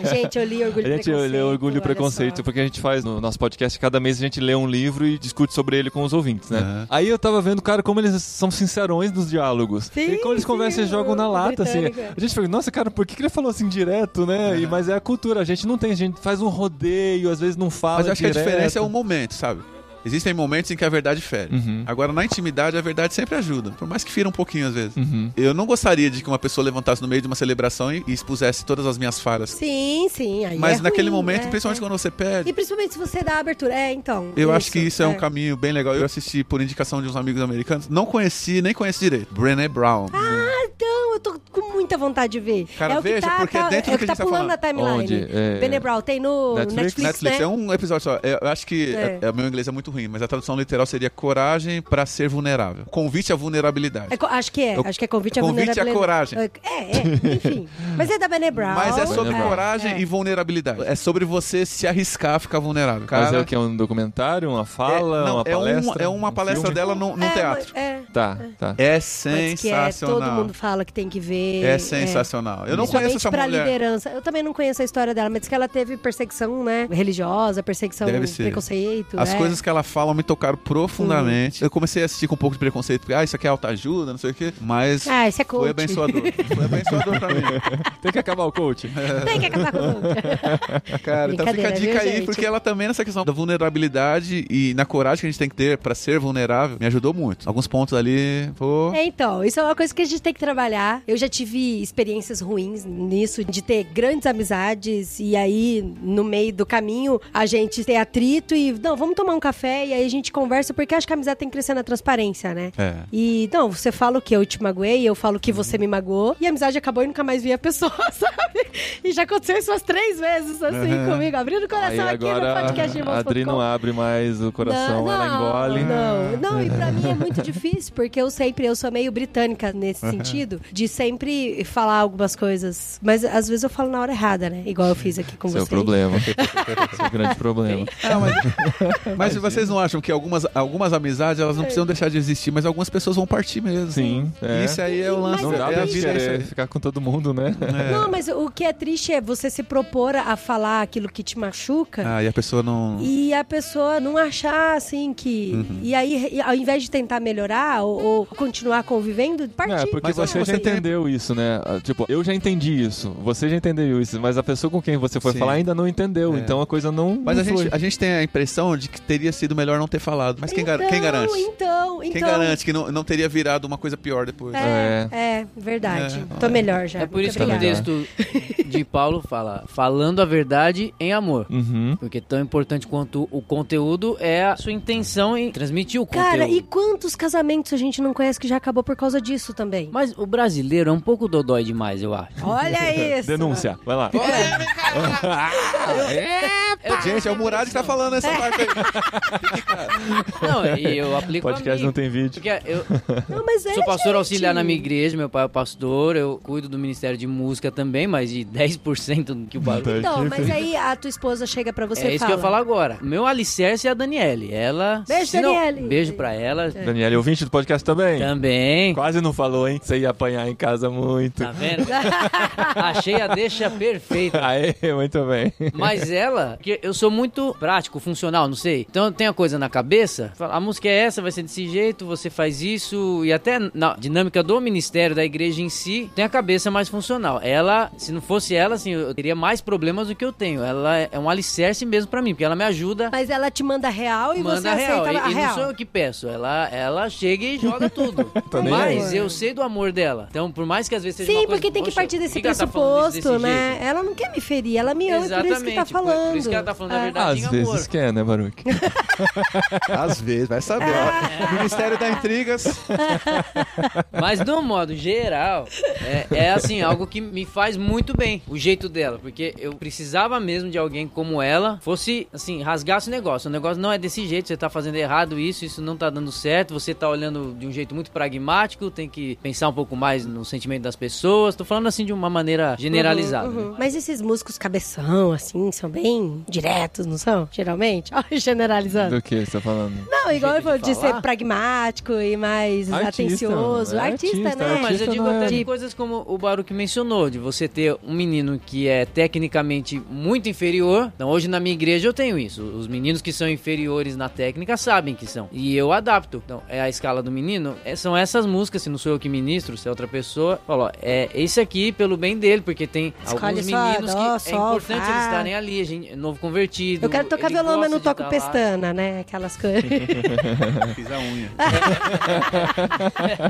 Speaker 3: Ah, gente, eu li Orgulho
Speaker 2: a
Speaker 3: e
Speaker 2: gente
Speaker 3: Preconceito.
Speaker 2: lê Orgulho e
Speaker 3: olha
Speaker 2: Preconceito,
Speaker 3: só.
Speaker 2: porque a gente faz no nosso podcast, cada mês a gente lê um livro e discute sobre ele com os ouvintes, né?
Speaker 4: Aham.
Speaker 2: Aí eu tava vendo, cara, como eles são sincerões nos diálogos.
Speaker 3: Sim,
Speaker 2: e como eles
Speaker 3: sim,
Speaker 2: conversam e
Speaker 3: o-
Speaker 2: jogam na
Speaker 3: o
Speaker 2: lata, assim.
Speaker 3: britânico.
Speaker 2: A gente fica, nossa, cara, por que, que ele falou assim direto, né? E, mas é a cultura, a gente não tem, a gente faz um rodeio, às vezes não fala
Speaker 4: Mas eu acho que a
Speaker 2: direto.
Speaker 4: diferença é o momento, sabe? Existem momentos em que a verdade fere.
Speaker 2: Uhum.
Speaker 4: Agora, na intimidade, a verdade sempre ajuda. Por mais que fira um pouquinho às vezes.
Speaker 2: Uhum.
Speaker 4: Eu não gostaria de que uma pessoa levantasse no meio de uma celebração e e expusesse todas as minhas falhas.
Speaker 3: Sim, sim. Aí
Speaker 4: Mas
Speaker 3: é
Speaker 4: naquele
Speaker 3: ruim,
Speaker 4: momento,
Speaker 3: né?
Speaker 4: principalmente quando você perde.
Speaker 3: E principalmente se você dá a abertura. É, então.
Speaker 4: Eu acho que isso é, um caminho bem legal. Eu assisti por indicação de uns amigos americanos. Não conheci, nem conheço direito. Brené Brown.
Speaker 3: Ah, então, eu tô com muita vontade de ver.
Speaker 4: Cara,
Speaker 3: é o que
Speaker 4: veja,
Speaker 3: tá,
Speaker 4: porque
Speaker 3: tá,
Speaker 4: dentro
Speaker 3: é
Speaker 4: do
Speaker 3: o
Speaker 4: que
Speaker 3: que
Speaker 4: a
Speaker 3: tá
Speaker 4: gente tá
Speaker 3: pulando na
Speaker 2: falando.
Speaker 3: timeline.
Speaker 2: Onde? É-
Speaker 3: Benebral tem no
Speaker 2: Netflix?
Speaker 3: Netflix,
Speaker 4: Netflix
Speaker 3: né?
Speaker 4: é um episódio só. Eu eu acho que
Speaker 3: É.
Speaker 4: é- é- o meu inglês é muito ruim, mas a tradução literal seria coragem pra ser vulnerável. Convite à vulnerabilidade.
Speaker 3: É co- acho que é.
Speaker 4: Eu-
Speaker 3: acho que é convite à
Speaker 4: Convite à
Speaker 3: vulnerabilidade.
Speaker 4: coragem.
Speaker 3: É, é, enfim. Mas é da Benebral.
Speaker 4: Mas é sobre
Speaker 2: Vulnerável.
Speaker 4: coragem e vulnerabilidade. É sobre você se arriscar a ficar vulnerável. Cara,
Speaker 2: Mas é o que? É um documentário, uma fala,
Speaker 4: é, não,
Speaker 2: uma
Speaker 4: é um-
Speaker 2: palestra?
Speaker 4: é uma
Speaker 2: um
Speaker 4: palestra
Speaker 2: filme?
Speaker 4: dela num, num teatro.
Speaker 3: É,
Speaker 2: Tá, tá.
Speaker 4: É
Speaker 3: mas que é, todo
Speaker 4: sensacional.
Speaker 3: mundo fala que tem que ver.
Speaker 4: É sensacional. Eu não conheço
Speaker 3: Principalmente
Speaker 4: essa
Speaker 3: pra
Speaker 4: mulher.
Speaker 3: liderança. Eu também não conheço a história dela, mas diz que ela teve perseguição, né? Religiosa, perseguição,
Speaker 4: Deve ser.
Speaker 3: preconceito.
Speaker 4: As
Speaker 3: é.
Speaker 4: coisas que ela fala me tocaram profundamente. Eu comecei a assistir com um pouco de preconceito, porque, ah, isso aqui é autoajuda, não sei o quê. Mas
Speaker 3: Ah, isso é coach.
Speaker 4: foi abençoador. Foi abençoador pra
Speaker 3: (laughs)
Speaker 4: mim.
Speaker 2: Tem que acabar
Speaker 4: (laughs)
Speaker 2: o coach.
Speaker 3: Tem que acabar com o outro.
Speaker 4: Cara, então fica a
Speaker 3: Brincadeira,
Speaker 4: dica
Speaker 3: viu,
Speaker 4: aí,
Speaker 3: gente?
Speaker 4: porque ela também, nessa questão da vulnerabilidade e na coragem que a gente tem que ter pra ser vulnerável, me ajudou muito. Alguns pontos ali, pô.
Speaker 3: É, então, isso é uma coisa que a gente tem que trabalhar. Eu já tive experiências ruins nisso, de ter grandes amizades e aí, no meio do caminho, a gente ter atrito e, não, vamos tomar um café e aí a gente conversa, porque acho que a amizade tem que crescer na transparência, né?
Speaker 4: É.
Speaker 3: E, não, você fala o que eu te magoei, eu falo que você me magoou, e a amizade acabou e nunca mais vi a pessoa, (laughs) sabe? E já aconteceu isso umas três vezes, assim, comigo, abrindo o
Speaker 2: Aí
Speaker 3: coração aqui no
Speaker 2: agora
Speaker 3: podcast de
Speaker 2: a Adri não
Speaker 3: irmãos.com.
Speaker 2: abre mais o coração, ela engole.
Speaker 3: Não, não, e pra mim é muito difícil, porque eu sempre, eu sou meio britânica nesse sentido, de sempre falar algumas coisas. Mas às vezes eu falo na hora errada, né? Igual eu fiz aqui com
Speaker 2: Seu
Speaker 4: (laughs)
Speaker 3: vocês.
Speaker 2: problema. Seu grande problema.
Speaker 4: Ah, mas mas vocês não acham que algumas, algumas amizades elas não precisam deixar de existir, mas algumas pessoas vão partir mesmo.
Speaker 2: Sim, é.
Speaker 4: Isso aí é o lance.
Speaker 3: Mas
Speaker 2: Não
Speaker 4: é
Speaker 2: dá
Speaker 4: a
Speaker 2: pra
Speaker 4: vida, é isso
Speaker 2: querer
Speaker 4: aí.
Speaker 2: ficar com todo mundo, né?
Speaker 3: Não, mas o que é triste é você se propor a falar aquilo que te machuca.
Speaker 4: Ah, e a pessoa não.
Speaker 3: E a pessoa não achar assim que. E aí, e ao invés de tentar melhorar ou, ou continuar convivendo, partir.
Speaker 2: É, porque
Speaker 4: Mas eu acho
Speaker 2: você
Speaker 4: que
Speaker 2: já
Speaker 4: você tem-
Speaker 2: entendeu isso, né? Ah, Tipo, eu já entendi isso, você já entendeu isso, mas a pessoa com quem você foi
Speaker 4: Sim.
Speaker 2: falar ainda não entendeu,
Speaker 4: É.
Speaker 2: então a coisa não.
Speaker 4: Mas a
Speaker 2: não
Speaker 4: gente,
Speaker 2: flui.
Speaker 4: a gente tem a impressão de que teria sido melhor não ter falado. Mas quem, gar- quem
Speaker 3: Então,
Speaker 4: garante?
Speaker 3: Então, então.
Speaker 4: Quem garante que não, não teria virado uma coisa pior depois?
Speaker 3: É, é, verdade.
Speaker 4: É.
Speaker 3: Tô melhor já.
Speaker 5: É por
Speaker 3: Muito
Speaker 5: isso que o
Speaker 3: obrigada.
Speaker 2: obrigado.
Speaker 5: texto de Paulo fala, falando a verdade em amor.
Speaker 2: Uhum.
Speaker 5: Porque tão importante quanto o conteúdo é a sua intenção em transmitir o conteúdo.
Speaker 3: Cara, e quantos casamentos a gente não conhece que já acabou por causa disso também?
Speaker 5: Mas o brasileiro é um pouco dodói demais, eu acho.
Speaker 3: Olha
Speaker 5: (laughs)
Speaker 3: isso!
Speaker 2: Denúncia, vai lá.
Speaker 4: Gente, é o Murad que tá falando
Speaker 3: É.
Speaker 4: essa parte aí.
Speaker 5: Não, e eu aplico a
Speaker 2: Podcast
Speaker 5: mim.
Speaker 2: não tem vídeo.
Speaker 5: Porque eu
Speaker 3: Não, mas é,
Speaker 5: sou pastor
Speaker 3: gente.
Speaker 5: auxiliar na minha igreja, meu pai é pastor, eu cuido do Ministério de Música também, mas de 10% que o barulho...
Speaker 3: Então, mas aí a tua esposa chega pra você
Speaker 5: é
Speaker 3: e
Speaker 5: isso
Speaker 3: fala...
Speaker 5: que eu ia falar agora. Meu alicerce é a Daniele. Ela.
Speaker 3: Beijo,
Speaker 5: se não-
Speaker 3: Daniele. É.
Speaker 5: Beijo pra ela.
Speaker 4: É.
Speaker 2: Daniel, ouvinte do podcast também.
Speaker 5: Também.
Speaker 2: Quase não falou, hein? Você ia apanhar em casa muito.
Speaker 3: (laughs)
Speaker 5: Tá vendo? Achei a deixa perfeita.
Speaker 2: (laughs) Aê, muito bem.
Speaker 5: Mas ela, que porque eu sou muito prático, funcional, não sei. Então eu tenho a coisa na cabeça, falo, a música é essa, vai ser desse jeito, você faz isso, e até na dinâmica do ministério, da igreja em si, tem a cabeça mais funcional. Ela, se não fosse ela, assim, eu teria mais problemas do que eu tenho. Ela é um alicerce mesmo pra mim, porque ela me ajuda
Speaker 3: Mas ela te manda real e você
Speaker 5: manda a real.
Speaker 3: aceita a
Speaker 5: E, e não
Speaker 3: real.
Speaker 5: sou eu que peço. Ela, ela chega e joga tudo.
Speaker 2: (laughs) Tá nem
Speaker 5: Mas
Speaker 3: aí.
Speaker 5: eu sei do amor dela. Então, por mais que às vezes seja
Speaker 3: Sim,
Speaker 5: uma coisa,
Speaker 3: porque tem que
Speaker 5: "Poxa,
Speaker 3: partir
Speaker 5: por
Speaker 3: desse
Speaker 5: que ela tá falando
Speaker 3: pressuposto,
Speaker 5: isso desse
Speaker 3: né?
Speaker 5: jeito?"
Speaker 3: Ela não quer me ferir, ela me ama, e por isso que tá
Speaker 5: Exatamente, por- por
Speaker 3: falando.
Speaker 5: isso que ela tá falando a
Speaker 3: É.
Speaker 5: verdade.
Speaker 2: Às vezes quer, né,
Speaker 3: (laughs)
Speaker 2: Baruque?
Speaker 4: Às vezes, vai saber.
Speaker 3: É.
Speaker 4: ó. Ministério da Intrigas.
Speaker 5: Mas, de um modo geral, é, é, assim, algo que me faz muito bem, o jeito dela. Porque eu precisava mesmo de alguém como ela, fosse, assim, rasgasse o negócio. O negócio não é desse jeito, você tá fazendo errado isso, isso não tá dando certo, você tá olhando de um jeito muito pragmático, tem que pensar um pouco mais no sentimento das pessoas. Tô falando, assim, de uma maneira generalizada. né?
Speaker 3: Ah, uhum. Mas esses músicos cabeção, assim, são bem diretos, não são? Geralmente? (laughs) Olha, generalizando.
Speaker 2: Do que você tá falando?
Speaker 3: Não, igual
Speaker 5: jeito
Speaker 3: eu falo
Speaker 5: de
Speaker 3: de
Speaker 5: falar?
Speaker 3: ser pragmático e mais
Speaker 2: Artista,
Speaker 3: atencioso.
Speaker 2: é
Speaker 3: Artista,
Speaker 2: artista,
Speaker 3: né?
Speaker 2: é
Speaker 5: Mas eu digo
Speaker 2: não é-
Speaker 5: até de coisas como o Baruque mencionou, de você ter um menino que é tecnicamente muito inferior. Então hoje na minha igreja eu tenho isso. Os meninos que são inferiores na técnica sabem que são. E eu adapto. Então é a escala do menino. é- são essas músicas, se não sou eu que ministro, se é outra pessoa. Falou, é esse aqui pelo bem dele, porque tem
Speaker 3: Escolhe
Speaker 5: alguns
Speaker 3: só
Speaker 5: meninos
Speaker 3: dó,
Speaker 5: que é
Speaker 3: sol,
Speaker 5: importante
Speaker 3: fá.
Speaker 5: eles estarem ali. A gente, é novo convertido.
Speaker 3: Eu quero tocar
Speaker 5: ele
Speaker 3: violão, mas
Speaker 5: gosta
Speaker 3: não
Speaker 5: de
Speaker 3: toco
Speaker 5: tá lá.
Speaker 3: pestana, né?
Speaker 4: (laughs)
Speaker 3: Aquelas coisas.
Speaker 4: Fiz a unha.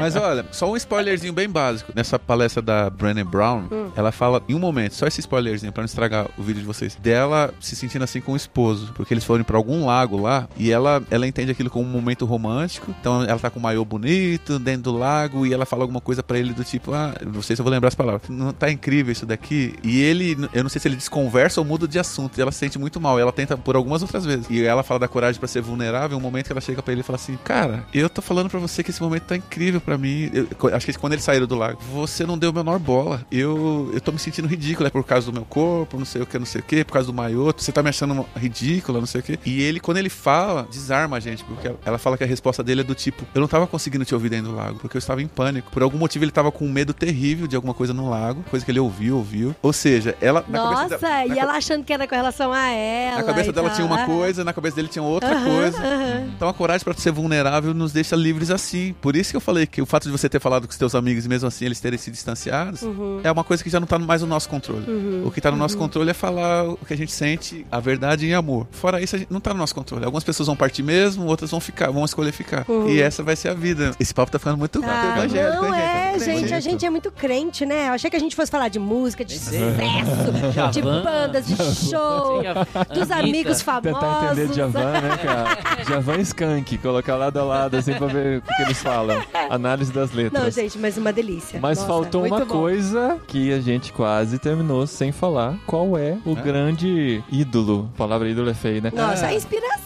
Speaker 4: Mas olha, só um spoilerzinho bem básico. Nessa palestra da Brené Brown, ela fala em um momento, só esse spoilerzinho pra não estragar o vídeo de vocês, dela se sentindo assim com o esposo, porque eles foram pra algum lago lá e ela, ela entende aquilo como um momento romântico. Então ela tá com um maiô bonito dentro do lago e ela fala alguma coisa pra ele do tipo, ah, não sei se eu vou lembrar as palavras. Não tá incrível isso daqui? E ele, eu não sei se ele desconversa ou muda de assunto. E ela se sente muito mal. E ela tenta por algumas outras vezes. E ela fala da coragem pra ser vulnerável. Um momento que ela chega pra ele e fala assim: Cara, eu tô falando pra você que esse momento tá incrível pra mim. Eu- co- acho que quando eles saíram do lago, você não deu a menor bola. Eu, eu tô me sentindo ridículo. É por causa do meu corpo, não sei o que, não sei o que, por causa do maioto. Você tá me achando uma- ridícula, não sei o que. E ele, quando ele fala, desarma a gente. Porque ela- ela fala que a resposta dele é do tipo: Eu não tava conseguindo te ouvir dentro do lago, porque eu estava em pânico. Por algum motivo ele tava com um medo terrível de alguma coisa no lago, coisa que ele ouviu, ouviu. Ou seja, ela. na cabeça
Speaker 3: Nossa,
Speaker 4: dela- na
Speaker 3: e ela achando que era com relação a ela.
Speaker 4: na cabeça
Speaker 3: e
Speaker 4: dela
Speaker 3: tal.
Speaker 4: tinha uma
Speaker 3: Ah.
Speaker 4: coisa, na cabeça dele tinha outra
Speaker 3: Aham,
Speaker 4: coisa.
Speaker 3: aham.
Speaker 4: Então a coragem pra ser vulnerável nos deixa livres assim. Por isso que eu falei que o fato de você ter falado com os teus amigos e mesmo assim eles terem se distanciados
Speaker 3: Uhum.
Speaker 4: é uma coisa que já não tá mais no nosso controle. O que tá no nosso controle é falar o que a gente sente, a verdade e amor. Fora isso, a gente não tá no nosso controle. Algumas pessoas vão partir mesmo, outras vão ficar, vão escolher ficar. E essa vai ser a vida. Esse papo tá ficando muito
Speaker 3: Tá.
Speaker 4: evangélico,
Speaker 3: Uhum. Não
Speaker 4: hein,
Speaker 3: é,
Speaker 4: Tem
Speaker 3: gente, a
Speaker 4: jeito.
Speaker 3: gente é muito crente, né? Eu achei que a gente fosse falar de música, de
Speaker 5: sei.
Speaker 3: sucesso, de
Speaker 5: Javan.
Speaker 3: bandas, de show, dos
Speaker 5: Tipo, Anitta.
Speaker 3: amigos
Speaker 2: Tentar entender
Speaker 3: famosos.
Speaker 2: Javan, né,
Speaker 3: (laughs)
Speaker 2: cara? Javan e Skank, colocar lado a lado, assim, pra ver o que, que eles falam. Análise das letras.
Speaker 3: Não, gente, mas uma delícia.
Speaker 2: Mas
Speaker 3: Nossa,
Speaker 2: faltou
Speaker 3: muito
Speaker 2: uma
Speaker 3: bom.
Speaker 2: coisa que a gente quase terminou sem falar. Qual é o grande ídolo? A palavra ídolo é feio, né?
Speaker 3: Nossa, a inspiração.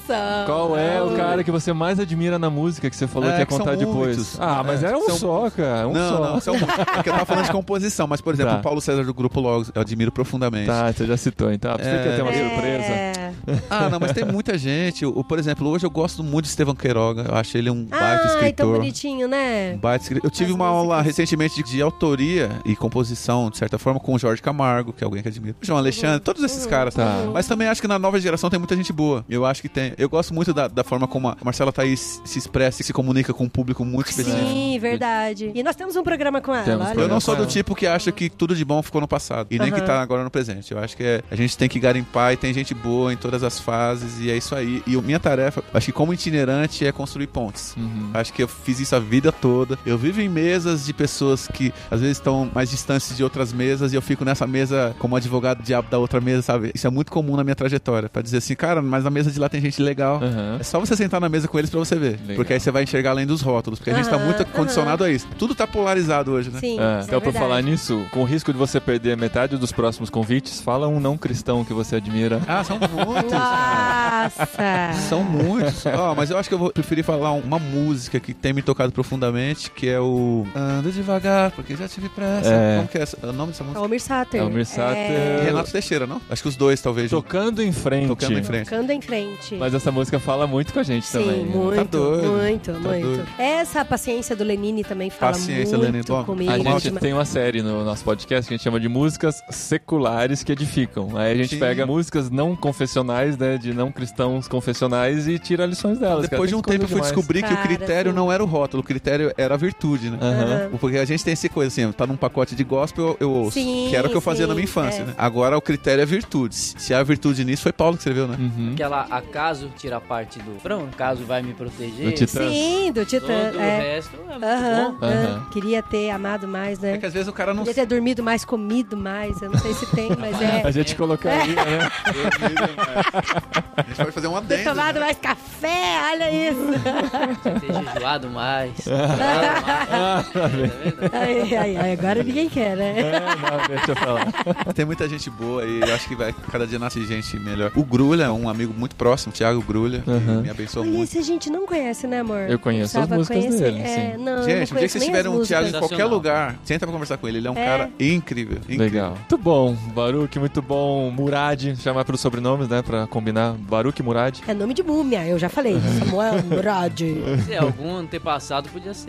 Speaker 2: Qual é o cara que você mais admira na música que você falou
Speaker 4: É,
Speaker 2: que ia
Speaker 4: que são
Speaker 2: contar depois?
Speaker 4: muitos.
Speaker 2: Ah, mas
Speaker 4: É,
Speaker 2: era um
Speaker 4: são
Speaker 2: só, cara. Um
Speaker 4: não,
Speaker 2: só.
Speaker 4: não, são muitos. É que eu tava falando de composição, mas, por exemplo,
Speaker 2: Tá.
Speaker 4: o Paulo César do Grupo Logos, eu admiro profundamente.
Speaker 2: Tá, você já citou, então. Ah, Você
Speaker 4: É.
Speaker 2: quer ter uma surpresa?
Speaker 3: É.
Speaker 4: Ah, não, mas tem muita gente. Eu, por exemplo, hoje eu gosto muito de Estevão Queiroga. Eu acho ele um baita
Speaker 3: Ai, Ah, é tão
Speaker 4: escritor.
Speaker 3: bonitinho, né?
Speaker 4: um baita escritor. Eu tive
Speaker 3: As
Speaker 4: uma aula
Speaker 3: músicas.
Speaker 4: recentemente de, de autoria e composição, de certa forma, com o Jorge Camargo, que é alguém que admiro. João
Speaker 3: Uhum.
Speaker 4: Alexandre, todos esses caras.
Speaker 2: Tá.
Speaker 4: Mas também acho que na nova geração tem muita gente boa. Eu acho que tem. Eu gosto muito da, da forma como a Marcela Thaís se expressa e se comunica com um público muito específico.
Speaker 3: Sim, verdade. E nós temos um programa com ela.
Speaker 2: Temos
Speaker 3: olha.
Speaker 4: Eu
Speaker 2: programa.
Speaker 4: não sou do tipo que acha que tudo de bom ficou no passado e nem que tá agora no presente. Eu acho que é- a gente tem que garimpar e tem gente boa em todas as fases e é isso aí. E a minha tarefa, acho que como itinerante, é construir pontes.
Speaker 2: Uhum.
Speaker 4: Acho que eu fiz isso a vida toda. Eu vivo em mesas de pessoas que às vezes estão mais distantes de outras mesas e eu fico nessa mesa como advogado diabo da outra mesa, sabe? Isso é muito comum na minha trajetória. Pra dizer assim, cara, mas na mesa de lá tem gente legal.
Speaker 2: Aham.
Speaker 4: É só você sentar na mesa com eles pra você ver.
Speaker 2: Legal.
Speaker 4: Porque aí você vai enxergar além dos rótulos. Porque a gente tá
Speaker 3: Aham,
Speaker 4: muito
Speaker 3: aham.
Speaker 4: condicionado a isso. Tudo tá polarizado hoje, né?
Speaker 3: Sim,
Speaker 2: É,
Speaker 3: isso
Speaker 2: então,
Speaker 3: é
Speaker 2: por
Speaker 3: verdade.
Speaker 2: falar nisso, com o risco de você perder metade dos próximos convites, fala um não cristão que você admira.
Speaker 4: Ah, são muitos.
Speaker 3: Ah, Nossa!
Speaker 4: São muitos. Ó, mas eu acho que eu vou preferir falar um, uma música que tem me tocado profundamente, que é o Anda devagar, porque já tive pressa.
Speaker 2: É.
Speaker 4: Como que é essa- o nome dessa música?
Speaker 3: Almir Sater.
Speaker 2: É, Almir Sater.
Speaker 4: É
Speaker 2: É.
Speaker 4: Renato Teixeira, não? Acho que os dois, talvez. junto.
Speaker 2: Tocando em frente.
Speaker 4: Tocando em frente.
Speaker 3: Tocando É, em frente.
Speaker 2: Mas essa música fala muito com a gente
Speaker 3: Sim,
Speaker 2: também. né?
Speaker 3: muito,
Speaker 4: Tá doido, tá
Speaker 3: muito, muito.
Speaker 4: doido.
Speaker 3: Essa paciência do Lenine também fala
Speaker 4: Paciência,
Speaker 3: muito
Speaker 4: Lenine, toma.
Speaker 3: comigo.
Speaker 2: A
Speaker 4: Ótimo.
Speaker 2: gente tem uma série no nosso podcast que a gente chama de músicas seculares que edificam. Aí a gente
Speaker 4: Sim.
Speaker 2: pega músicas não confessionais, né, de não cristãos confessionais e tira lições delas. cara.
Speaker 4: Depois de
Speaker 2: Tem
Speaker 4: um tempo eu
Speaker 2: coisa
Speaker 4: fui
Speaker 2: demais.
Speaker 4: descobrir que o
Speaker 3: Cara,
Speaker 4: critério
Speaker 3: sim. Ah.
Speaker 4: não era o rótulo, o critério era a virtude, né?
Speaker 2: Aham.
Speaker 4: Porque a gente tem essa coisa assim, tá num pacote de gospel, eu, eu ouço.
Speaker 3: Sim,
Speaker 4: que era o que eu fazia
Speaker 3: sim,
Speaker 4: na minha infância,
Speaker 3: é.
Speaker 4: né? Agora o critério é virtude. Se há virtude nisso, foi Paulo que escreveu, né?
Speaker 2: Uhum.
Speaker 5: Aquela acaso tira a parte do frão, acaso vai me proteger.
Speaker 2: Do Titã.
Speaker 3: Sim, do
Speaker 5: Todo
Speaker 3: Titã.
Speaker 5: o
Speaker 3: é.
Speaker 5: resto é muito
Speaker 3: Aham,
Speaker 5: bom.
Speaker 3: aham.
Speaker 2: Aham.
Speaker 3: Queria ter amado mais, né?
Speaker 4: É que às vezes o cara não
Speaker 3: Podia ter dormido mais, comido mais. Eu não sei se
Speaker 2: (laughs)
Speaker 3: tem, mas é.
Speaker 2: A gente colocaria, né?
Speaker 3: tá-
Speaker 4: (laughs) A gente pode fazer um
Speaker 3: Ter
Speaker 4: adendo.
Speaker 3: tomado mais café, olha isso.
Speaker 5: Ter jejuado mais.
Speaker 2: (laughs) É.
Speaker 5: orado mais. Tá vendo?
Speaker 3: Ai, ai, ai, agora ninguém quer, né?
Speaker 2: É, não, deixa eu falar.
Speaker 4: Tem muita gente boa e eu acho que vai, cada dia nasce gente melhor. O Grulha é um amigo muito próximo, Thiago Grulha,
Speaker 2: Aham.
Speaker 4: que me abençoou
Speaker 3: Olha,
Speaker 4: muito.
Speaker 3: esse a gente não conhece, né, amor?
Speaker 2: Eu conheço as
Speaker 3: Precisava
Speaker 2: músicas
Speaker 3: conhecer.
Speaker 2: dele,
Speaker 3: É,
Speaker 2: sim. um
Speaker 3: não, eu não
Speaker 4: gente, o dia que
Speaker 3: conheço
Speaker 4: vocês
Speaker 3: nem
Speaker 4: tiverem
Speaker 3: as
Speaker 4: um Thiago em
Speaker 5: músicas.
Speaker 4: qualquer lugar, senta pra conversar com ele. Ele é um
Speaker 3: É.
Speaker 4: cara incrível. incrível.
Speaker 2: Legal. Muito bom. Baruque, muito bom. Murad, chamar pelos sobrenomes, né? Pra combinar. Baruque e Murad.
Speaker 3: É nome de múmia, eu já falei. Samuel
Speaker 4: (laughs)
Speaker 3: Murad.
Speaker 5: Se é algum antepassado, podia ser.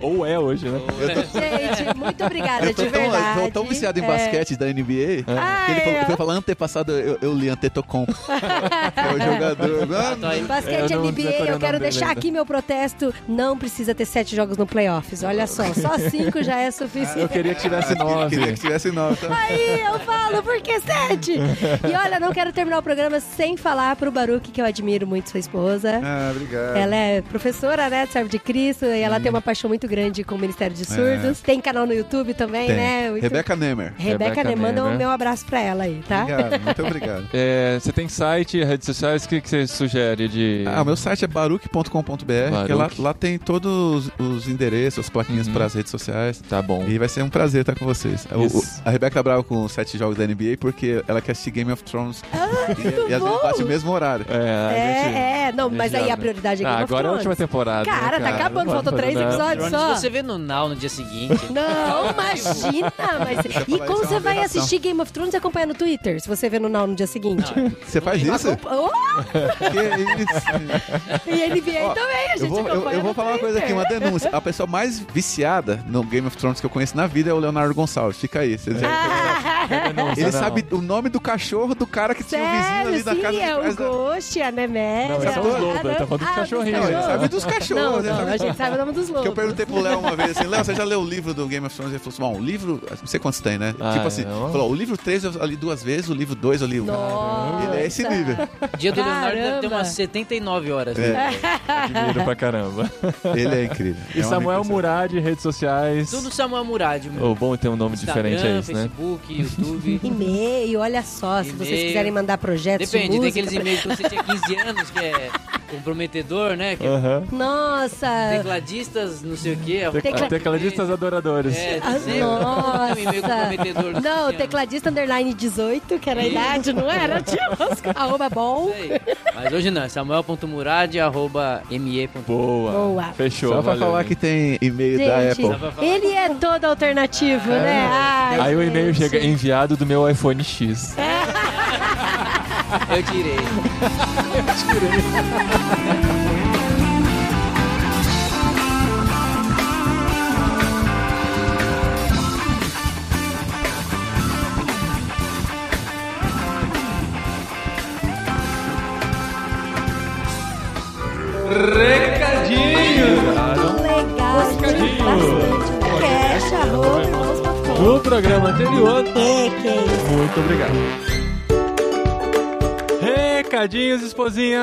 Speaker 2: Ou é hoje, né?
Speaker 3: Gente, muito obrigada,
Speaker 4: Eu
Speaker 3: É de
Speaker 4: tô tão,
Speaker 3: verdade.
Speaker 4: tô tão viciado em
Speaker 3: É. Ah,
Speaker 4: basquete da NBA que ele
Speaker 3: Ai,
Speaker 4: falou,
Speaker 3: ó.
Speaker 4: foi falar antepassado, eu, eu li
Speaker 3: (laughs)
Speaker 4: Antetokounmpo. é o jogador. Ah,
Speaker 5: Tá aí.
Speaker 3: Basquete
Speaker 2: Eu
Speaker 4: é
Speaker 2: não decorei
Speaker 3: NBA,
Speaker 2: o
Speaker 3: eu
Speaker 2: nome
Speaker 3: quero
Speaker 2: dele
Speaker 3: deixar
Speaker 2: ainda.
Speaker 3: aqui meu protesto. Não precisa ter sete jogos no playoffs. Olha só, só cinco já é
Speaker 4: (laughs)
Speaker 2: Eu
Speaker 3: suficiente.
Speaker 2: queria que tivesse nove.
Speaker 4: Ah, Queria que tivesse nove. tá?
Speaker 3: Aí eu falo, por que sete? E olha, não quero terminar o programa sem falar pro Baruque, que eu admiro muito sua esposa.
Speaker 4: Ah, obrigado.
Speaker 3: Ela é professora, né? Serve de Cristo. E ela tem
Speaker 4: Uhum.
Speaker 3: uma paixão muito grande com o Ministério de Surdos. Tem canal no YouTube também,
Speaker 4: É. Tem.
Speaker 3: né? Muito-
Speaker 4: Rebeca Nemer.
Speaker 3: Rebeca,
Speaker 2: Rebeca
Speaker 3: né? Manda
Speaker 2: Nemer.
Speaker 3: um meu abraço pra ela aí, tá?
Speaker 4: Obrigado, muito obrigado.
Speaker 2: É, você tem site, redes sociais, o que, que você sugere de...
Speaker 4: Ah, o meu site é baruque.com.br, que lá,
Speaker 2: Baruque. Uhum.
Speaker 4: lá tem todos os endereços, as plaquinhas para as redes sociais.
Speaker 2: Tá bom.
Speaker 4: E vai ser um prazer estar com vocês. O-
Speaker 2: Isso.
Speaker 4: o- a Rebeca tá brava com sete jogos da NBA porque ela quer assistir Game of Thrones. e, e às vezes
Speaker 3: Ah, bom.
Speaker 4: bate o mesmo horário.
Speaker 2: É, a gente-
Speaker 3: É, é. Não,
Speaker 2: gente
Speaker 3: mas aí
Speaker 2: abre.
Speaker 3: a prioridade é
Speaker 2: Ah,
Speaker 3: Game of
Speaker 2: agora é a última
Speaker 3: Thrones.
Speaker 2: temporada. né,
Speaker 3: Cara, tá acabando,
Speaker 2: Não
Speaker 3: faltam
Speaker 2: pode
Speaker 3: três
Speaker 2: fazer nada.
Speaker 3: episódios
Speaker 5: Drones
Speaker 3: só.
Speaker 5: você vê no Now no dia seguinte.
Speaker 3: Não, imagina! Mas... E
Speaker 4: falar,
Speaker 3: como
Speaker 4: isso é
Speaker 3: você
Speaker 4: uma
Speaker 3: vai
Speaker 4: aberração.
Speaker 3: assistir Game of Thrones e acompanha no Twitter, se você vê no Now no dia seguinte?
Speaker 4: Você faz isso?
Speaker 3: Oh,
Speaker 4: Que isso?
Speaker 3: e NBA
Speaker 4: Ó,
Speaker 3: também, a gente
Speaker 4: Eu vou, eu- eu,
Speaker 3: acompanha
Speaker 4: vou
Speaker 3: no
Speaker 4: falar uma coisa aqui,
Speaker 3: Twitter.
Speaker 4: uma denúncia. A pessoa mais viciada no Game of Thrones que eu conheço na vida é o Leonardo Gonçalves. Fica aí. vocês-
Speaker 3: Ah,
Speaker 2: Denúncia,
Speaker 4: Ele
Speaker 2: não.
Speaker 4: sabe o nome do cachorro do cara que tinha o vizinho
Speaker 3: sério,
Speaker 4: ali da
Speaker 3: sim,
Speaker 4: casa de
Speaker 3: é o
Speaker 4: trás da-
Speaker 3: Ghost, a Neméria.
Speaker 2: Não,
Speaker 4: é só os
Speaker 2: lobos, ele tá falando dos cachorrinhos,
Speaker 4: Não, ele
Speaker 2: cachorro.
Speaker 4: sabe dos
Speaker 3: Não,
Speaker 4: cachorros. né?
Speaker 3: não, a gente sabe o nome dos
Speaker 4: Que eu
Speaker 3: lobos.
Speaker 4: perguntei pro Léo uma vez assim, Léo, você já leu o livro do Game of Thrones? Ele falou assim, bom, o livro, não sei quantos tem, né?
Speaker 2: Ah,
Speaker 4: tipo assim,
Speaker 2: é, ó.
Speaker 4: falou, o livro 3 eu li duas vezes, o livro 2 eu li um.
Speaker 3: Nossa.
Speaker 4: Ele é esse nível.
Speaker 5: Dia do Leonardo deve ter
Speaker 3: Caramba.
Speaker 5: umas 79 horas.
Speaker 4: É.
Speaker 5: né?
Speaker 2: Admiro pra caramba.
Speaker 4: Ele é incrível.
Speaker 2: E
Speaker 4: É um
Speaker 2: Samuel
Speaker 4: amigo
Speaker 2: Murad, redes sociais.
Speaker 5: Tudo Samuel Murad, meu.
Speaker 2: O bom é ter um nome diferente é
Speaker 5: Instagram,
Speaker 2: isso, né?
Speaker 5: Facebook,
Speaker 3: (laughs)
Speaker 5: YouTube.
Speaker 3: E-mail, olha só, se vocês
Speaker 5: E-mail.
Speaker 3: quiserem mandar projetos de
Speaker 5: Depende, tem
Speaker 3: música
Speaker 5: aqueles e-mails que você tinha 15 anos, que é comprometedor, né? Que é
Speaker 2: Aham.
Speaker 3: Nossa!
Speaker 5: tecladistas, não sei o quê. um
Speaker 2: Tecla-
Speaker 3: Tecla-
Speaker 2: Tecladistas adoradores.
Speaker 5: É,
Speaker 3: Ah,
Speaker 5: sempre
Speaker 3: nossa.
Speaker 5: um e-mail comprometedor.
Speaker 3: Não,
Speaker 5: dos 15 anos.
Speaker 3: tecladista underline 18, que era a idade, não
Speaker 5: (laughs)
Speaker 3: era? Tinha umas... Arroba bom.
Speaker 5: Sei. Mas hoje não, é samuel.murad, arroba me.
Speaker 2: Boa.
Speaker 3: Boa.
Speaker 2: Fechou.
Speaker 4: Só pra
Speaker 2: valeu,
Speaker 4: falar
Speaker 2: gente.
Speaker 4: que tem e-mail da
Speaker 3: Gente,
Speaker 4: Apple.
Speaker 3: ele é todo alternativo,
Speaker 5: É.
Speaker 3: né? Ai,
Speaker 2: Aí o e-mail
Speaker 3: gente.
Speaker 2: chega enviado do meu iPhone X.
Speaker 5: Eu tirei.
Speaker 2: né? Ah,
Speaker 3: Muito legal. gente, Bastante. Cash, arroba, irmãos.com.
Speaker 2: No programa anterior,
Speaker 3: É, que é isso.
Speaker 2: Muito obrigado. Recadinhos, esposinha!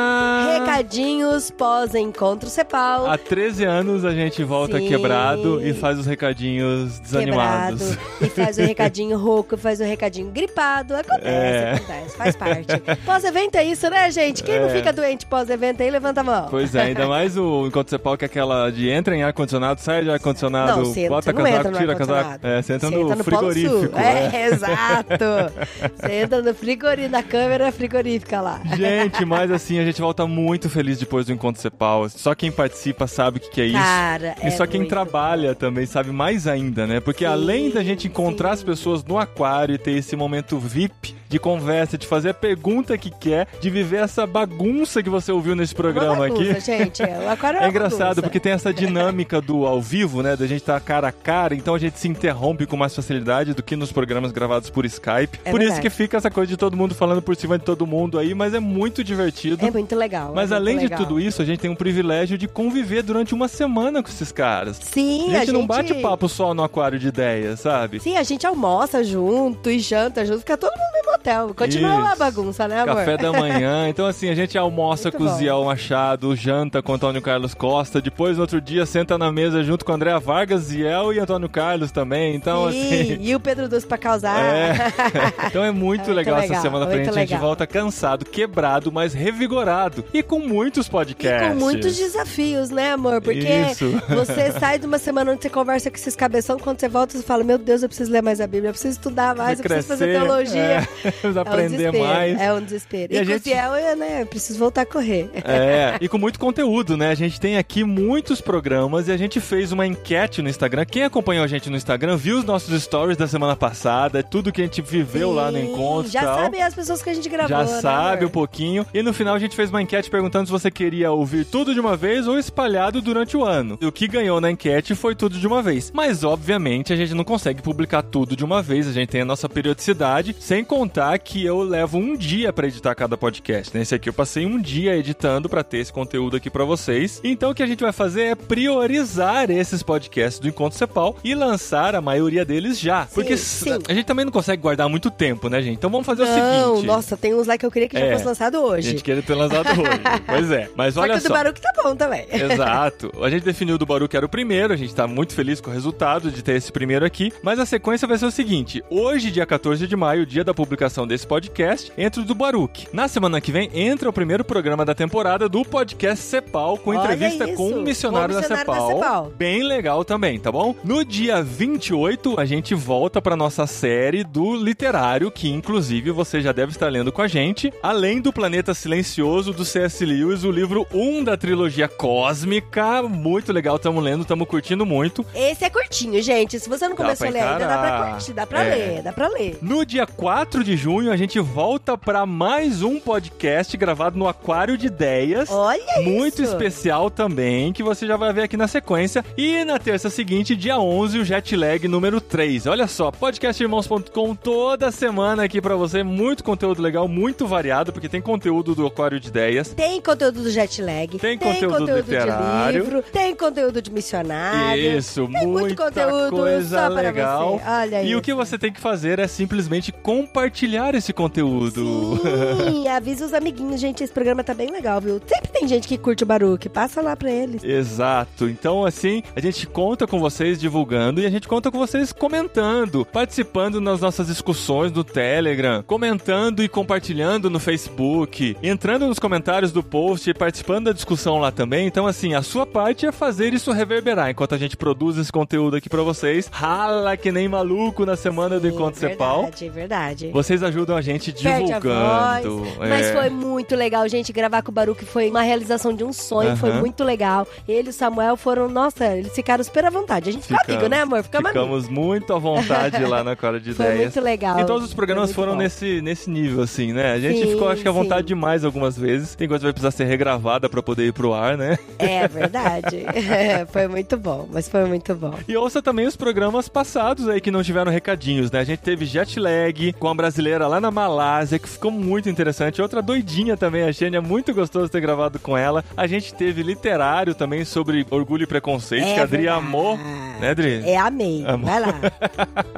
Speaker 3: Recadinhos pós-encontro Cepal.
Speaker 2: Há 13 anos a gente volta
Speaker 3: Sim.
Speaker 2: quebrado e faz os recadinhos desanimados.
Speaker 3: Quebrado. E faz
Speaker 2: (laughs)
Speaker 3: o recadinho rouco, faz o recadinho gripado. Acontece,
Speaker 2: É.
Speaker 3: acontece, faz parte. Pós-evento é isso, né, gente? Quem não
Speaker 2: É.
Speaker 3: fica doente pós-evento aí, levanta a mão.
Speaker 2: Pois é, ainda mais o Enquanto Você Pau, que é aquela de entra em ar-condicionado, sai de ar-condicionado,
Speaker 3: Não, você
Speaker 2: bota
Speaker 3: você não entra
Speaker 2: casaco,
Speaker 3: no
Speaker 2: tira casaco.
Speaker 3: ar-condicionado.
Speaker 2: É, você entra
Speaker 3: Você
Speaker 2: no
Speaker 3: Polo Sul.
Speaker 2: frigorífico. é.
Speaker 3: É, exato. Você entra no frigorífico, na câmera frigorífica lá.
Speaker 2: Gente, mas assim, a gente volta muito feliz depois do Encontro Cepal. Só quem participa sabe o que, que é isso.
Speaker 3: Cara,
Speaker 2: e
Speaker 3: é
Speaker 2: só quem
Speaker 3: muito
Speaker 2: trabalha também sabe mais ainda, né? Porque além da gente encontrar as pessoas no aquário e ter esse momento VIP de conversa, de fazer a pergunta que quer, de viver essa bagunça que você ouviu nesse programa
Speaker 3: Uma bagunça,
Speaker 2: aqui.
Speaker 3: Gente, é, o
Speaker 2: (laughs)
Speaker 3: aquário
Speaker 2: É
Speaker 3: uma
Speaker 2: engraçado,
Speaker 3: bagunça.
Speaker 2: porque tem essa dinâmica do ao vivo, né? Da gente estar cara a cara, então a gente se interrompe com mais facilidade do que nos programas gravados por Skype.
Speaker 3: É
Speaker 2: por isso
Speaker 3: verdade.
Speaker 2: que fica essa coisa de todo mundo falando por cima de todo mundo aí, mas é muito divertido.
Speaker 3: É muito legal.
Speaker 2: mas
Speaker 3: é muito
Speaker 2: além
Speaker 3: legal.
Speaker 2: de tudo isso, a gente tem um privilégio de conviver durante uma semana com esses caras.
Speaker 3: Sim,
Speaker 2: a, gente
Speaker 3: a gente
Speaker 2: não bate papo só no aquário de ideias, sabe?
Speaker 3: Sim, a gente almoça junto e janta junto, fica todo mundo no mesmo hotel. Continua
Speaker 2: Isso.
Speaker 3: lá a bagunça, né, amor?
Speaker 2: Café da
Speaker 3: (laughs)
Speaker 2: manhã. Então, assim, a gente almoça
Speaker 3: Muito
Speaker 2: com o
Speaker 3: bom.
Speaker 2: Ziel Machado, janta com o Antônio Carlos Costa. Depois, no outro dia, senta na mesa junto com o Andréa Vargas, Ziel e Antônio Carlos também. Então,
Speaker 3: Sim,
Speaker 2: assim.
Speaker 3: e o Pedro Doce pra causar. (laughs)
Speaker 2: É. Então é muito
Speaker 3: É muito
Speaker 2: legal, essa
Speaker 3: legal,
Speaker 2: semana pra
Speaker 3: muito
Speaker 2: gente. A gente
Speaker 3: legal.
Speaker 2: volta cansado, quebrado, mas revigorado. E com muitos podcasts.
Speaker 3: E com muitos desafios, né, amor? Porque
Speaker 2: Isso. (laughs)
Speaker 3: você sai de uma semana onde você conversa com esses cabeção, quando você volta, você fala: Meu Deus, eu preciso ler mais a Bíblia, eu preciso estudar mais, eu preciso fazer
Speaker 2: Crescer, (laughs)
Speaker 3: teologia.
Speaker 2: é, preciso aprender
Speaker 3: um desespero,
Speaker 2: mais.
Speaker 3: É um desespero.
Speaker 2: E a
Speaker 3: E, com
Speaker 2: gente-
Speaker 3: o Ciel, eu, né, eu preciso voltar a correr.
Speaker 2: É, e com muito conteúdo, né? A gente tem aqui muitos programas e a gente fez uma enquete no Instagram. Quem acompanhou a gente no Instagram viu os nossos stories da semana passada, tudo que a gente viveu lá no
Speaker 3: Sim,
Speaker 2: encontro e
Speaker 3: Já
Speaker 2: tal.
Speaker 3: sabem as pessoas que a gente gravou.
Speaker 2: Já
Speaker 3: né,
Speaker 2: sabe um
Speaker 3: amor?
Speaker 2: pouquinho. E no final a gente fez uma enquete perguntando se você queria ouvir tudo de uma vez ou espalhado durante o ano. E o que ganhou na enquete foi tudo de uma vez. Mas obviamente a gente não consegue publicar tudo de uma vez, a gente tem a nossa periodicidade, sem contar que eu levo um dia pra editar cada podcast. Nesse aqui eu passei um dia editando pra ter esse conteúdo aqui pra vocês. Então o que a gente vai fazer é priorizar esses podcasts do Encontro Cepal e lançar a maioria deles já. Porque s-
Speaker 3: sim.
Speaker 2: a gente também não consegue guardar muito tempo, né, gente? Então vamos fazer o
Speaker 3: Não,
Speaker 2: seguinte.
Speaker 3: nossa, tem uns lá que eu queria que já
Speaker 2: É.
Speaker 3: fosse lançado hoje.
Speaker 2: A gente queria ter lançado
Speaker 3: (laughs)
Speaker 2: hoje. pois é. Mas
Speaker 3: só que
Speaker 2: olha
Speaker 3: o do
Speaker 2: só.
Speaker 3: (laughs) Baruque tá bom também.
Speaker 2: Exato. A gente definiu o do Baru que era o primeiro, a gente tá muito feliz com o resultado de ter esse primeiro aqui, mas a sequência vai ser o seguinte: hoje, dia 14 de maio, dia da publicação desse podcast, entra o do Baruque. Na semana que vem entra o primeiro programa da temporada do podcast Cepal com
Speaker 3: Olha
Speaker 2: entrevista
Speaker 3: isso,
Speaker 2: com o missionário,
Speaker 3: com o missionário da
Speaker 2: da
Speaker 3: Cepal.
Speaker 2: Cepal. Bem legal também, tá bom? No dia 28, a gente volta pra nossa série do literário, que inclusive você já deve estar lendo com a gente, além do Planeta Silencioso do C.S. Lewis, o livro 1 da trilogia cósmica. Muito legal, tamo lendo, tamo curtindo muito.
Speaker 3: Esse é curtinho, gente. Se você não
Speaker 2: Dá
Speaker 3: começou
Speaker 2: pra
Speaker 3: a ler ainda, dá pra
Speaker 2: encarar.
Speaker 3: curtir, dá pra
Speaker 2: É.
Speaker 3: ler, dá pra ler.
Speaker 2: No dia 4 de junho, a gente volta pra mais um podcast gravado no Aquário de Ideias.
Speaker 3: Olha
Speaker 2: Muito
Speaker 3: isso.
Speaker 2: especial também, que você já vai ver aqui na sequência. E na terça seguinte, dia 11, o Jet Lag número 3. Olha só, podcastirmãos.com toda semana aqui pra você. Muito conteúdo legal, muito variado, porque tem conteúdo do Aquário de Ideias.
Speaker 3: Tem conteúdo do jet lag,
Speaker 2: Tem conteúdo literário.
Speaker 3: de livro, tem conteúdo de missionário.
Speaker 2: Isso,
Speaker 3: Ah, tem muito
Speaker 2: muita
Speaker 3: conteúdo
Speaker 2: coisa
Speaker 3: só para
Speaker 2: legal.
Speaker 3: você. Olha
Speaker 2: E
Speaker 3: isso.
Speaker 2: o que você tem que fazer é simplesmente compartilhar esse conteúdo.
Speaker 3: Sim, avisa os amiguinhos, gente. Esse programa tá bem legal, viu? Sempre tem gente que curte o Baruque. Passa lá pra eles.
Speaker 2: Exato. Então, assim, a gente conta com vocês divulgando e a gente conta com vocês comentando, participando nas nossas discussões do Telegram, comentando e compartilhando no Facebook, entrando nos comentários do post e participando da discussão lá também. Então, assim, a sua parte é fazer isso reverberar enquanto a gente produz esse conteúdo aqui pra vocês. Rala que nem maluco na semana do Encontro Cepal.
Speaker 3: é Verdade, verdade.
Speaker 2: Vocês ajudam a gente
Speaker 3: Perde a
Speaker 2: divulgando.
Speaker 3: voz. Mas
Speaker 2: É.
Speaker 3: foi muito legal, gente. Gravar com o Baruque foi uma realização de um sonho.
Speaker 2: Aham.
Speaker 3: Foi muito legal. Ele e o Samuel foram, nossa, eles ficaram super à vontade. A gente ficou
Speaker 2: Ficamos,
Speaker 3: amigo, né, amor? Ficamos, amigos.
Speaker 2: Ficamos muito à vontade lá na Cora de
Speaker 3: Foi
Speaker 2: Ideias.
Speaker 3: muito legal.
Speaker 2: E todos os programas
Speaker 3: Foi Ah, é
Speaker 2: foram
Speaker 3: muito bom.
Speaker 2: nesse, nesse nível, assim, né? A gente
Speaker 3: Sim,
Speaker 2: ficou, acho que, à vontade
Speaker 3: sim.
Speaker 2: demais algumas vezes. Tem coisa que vai precisar ser regravada pra poder ir pro ar, né? (laughs)
Speaker 3: É verdade. É, foi muito bom, mas foi muito bom.
Speaker 2: E ouça também os programas passados aí que não tiveram recadinhos, né? A gente teve Jet Lag com a brasileira lá na Malásia, que ficou muito interessante. Outra doidinha também, a Xênia, muito gostoso ter gravado com ela. A gente teve literário também sobre orgulho e preconceito,
Speaker 3: É
Speaker 2: que a Adri
Speaker 3: verdade.
Speaker 2: amou, né, Adri?
Speaker 3: É, amei.
Speaker 2: Amor.
Speaker 3: Vai lá.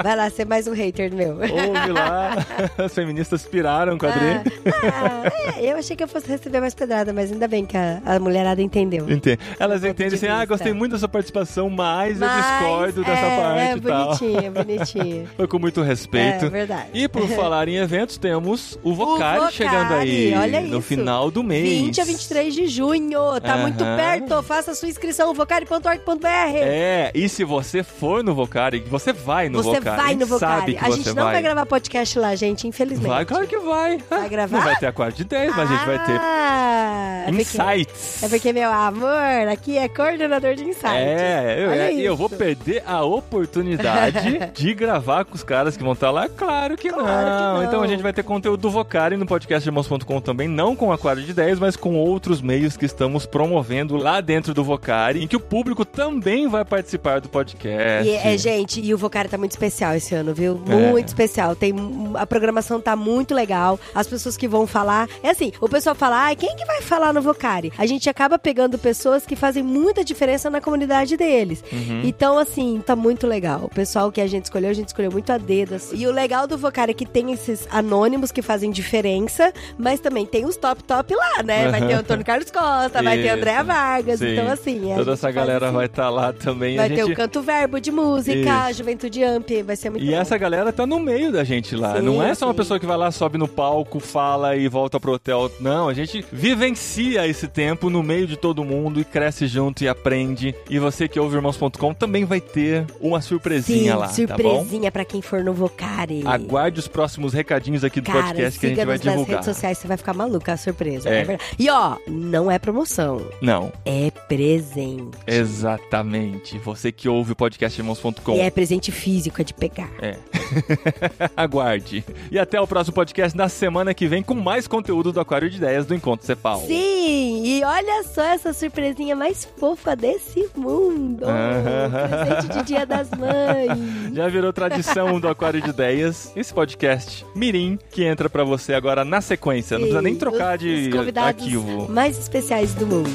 Speaker 3: Vai lá ser mais um hater meu.
Speaker 2: Ouve lá, (laughs) as feministas piraram com a Adri.
Speaker 3: Ah, ah, é, eu achei que eu fosse receber mais pedrada, mas ainda bem que a, a mulherada entendeu.
Speaker 2: Entende. Elas
Speaker 3: ponto de
Speaker 2: entendem assim, ah,
Speaker 3: vista.
Speaker 2: gostei muito da sua participação, mas,
Speaker 3: é. Mas,
Speaker 2: eu discordo dessa
Speaker 3: é,
Speaker 2: parte
Speaker 3: É
Speaker 2: e tal.
Speaker 3: bonitinha, bonitinha.
Speaker 2: (laughs) Foi com muito respeito.
Speaker 3: É verdade. (laughs)
Speaker 2: E por falar falar em eventos, temos o Vocari,
Speaker 3: Vocari,
Speaker 2: chegando aí
Speaker 3: olha
Speaker 2: no
Speaker 3: isso.
Speaker 2: final do mês.
Speaker 3: 20 a 23 de junho. Tá
Speaker 2: Aham.
Speaker 3: muito perto. Faça sua inscrição vocari.org.br.
Speaker 2: É, e se você for no Vocari, você vai no
Speaker 3: você
Speaker 2: Vocari.
Speaker 3: vai no
Speaker 2: Sabe
Speaker 3: Vocari.
Speaker 2: que
Speaker 3: A
Speaker 2: você
Speaker 3: gente não vai. gravar podcast lá, gente, infelizmente.
Speaker 2: Vai, claro que vai.
Speaker 3: Vai gravar?
Speaker 2: Não vai ter a quarta de 10, mas a gente vai ter
Speaker 3: Ah, é porque-
Speaker 2: insights.
Speaker 3: É porque, meu amor, aqui é coordenador de insights.
Speaker 2: É, eu,
Speaker 3: Olha
Speaker 2: é, e eu
Speaker 3: isso.
Speaker 2: vou perder a
Speaker 3: (laughs)
Speaker 2: oportunidade de gravar com os caras que vão estar lá? Claro que,
Speaker 3: Claro
Speaker 2: não.
Speaker 3: que não.
Speaker 2: Então a gente vai ter conteúdo do Vocari no podcast de irmãos.com também, não com a quadra de 10, mas com outros meios que estamos promovendo lá dentro do Vocari, em que o público também vai participar do podcast.
Speaker 3: E, é, gente, e o Vocari tá muito especial esse ano, viu?
Speaker 2: É.
Speaker 3: Muito especial. Tem, a programação tá muito legal. As pessoas que vão falar. É assim, o pessoal fala, ah, quem que vai falar no Vocari? A gente acaba pegando pessoas que fazem muita diferença na comunidade deles.
Speaker 2: Uhum.
Speaker 3: Então, assim, tá muito legal. O pessoal que a gente escolheu, a gente escolheu muito a dedo. assim. E o legal do Vocari é que tem esses anônimos que fazem diferença, mas também tem os top top lá, né? Vai ter o Antônio Carlos Costa, vai ter a
Speaker 2: Uhum. Isso.
Speaker 3: Andréa Vargas.
Speaker 2: Sim.
Speaker 3: Então, assim. a
Speaker 2: Toda
Speaker 3: gente
Speaker 2: essa
Speaker 3: faz
Speaker 2: galera
Speaker 3: esse-
Speaker 2: vai estar lá também.
Speaker 3: Vai
Speaker 2: a
Speaker 3: ter
Speaker 2: gente...
Speaker 3: o canto verbo de música, Juventude Amp, vai ser muito
Speaker 2: E
Speaker 3: bom.
Speaker 2: essa galera tá no meio da gente lá.
Speaker 3: Sim,
Speaker 2: não é só uma
Speaker 3: sim.
Speaker 2: pessoa que vai lá, sobe no palco, fala e volta pro hotel. Não, a gente vivencia esse tempo no meio de todo mundo e cresce junto e aprende. E você que ouve irmãos.com também vai ter uma
Speaker 3: Sim,
Speaker 2: surpresinha lá, tá bom?
Speaker 3: surpresinha pra quem for no Vocari.
Speaker 2: Aguarde os próximos recadinhos aqui do
Speaker 3: Cara,
Speaker 2: podcast que a gente
Speaker 3: siga-nos
Speaker 2: vai
Speaker 3: nas
Speaker 2: divulgar.
Speaker 3: redes sociais, você vai ficar maluca, a surpresa.
Speaker 2: É.
Speaker 3: é verdade. E ó, não é promoção,
Speaker 2: Não,
Speaker 3: é presente.
Speaker 2: exatamente. Você que ouve o podcast irmãos.com.
Speaker 3: E é presente físico, é de pegar.
Speaker 2: É. (laughs) Aguarde. E até o próximo podcast na semana que vem com mais conteúdo do Aquário de Ideias do Encontro Cepal.
Speaker 3: Sim, e olha só essa surpresinha mais fofa desse mundo.
Speaker 2: Ah.
Speaker 3: Presente de
Speaker 2: (laughs)
Speaker 3: Dia das Mães.
Speaker 2: Já virou tradição do Aquário de Ideias, esse podcast Mirim, que entra pra você agora na sequência. Não precisa nem
Speaker 3: Sim,
Speaker 2: trocar
Speaker 3: os-
Speaker 2: de
Speaker 3: os convidados
Speaker 2: arquivo.
Speaker 3: mais especiais do mundo.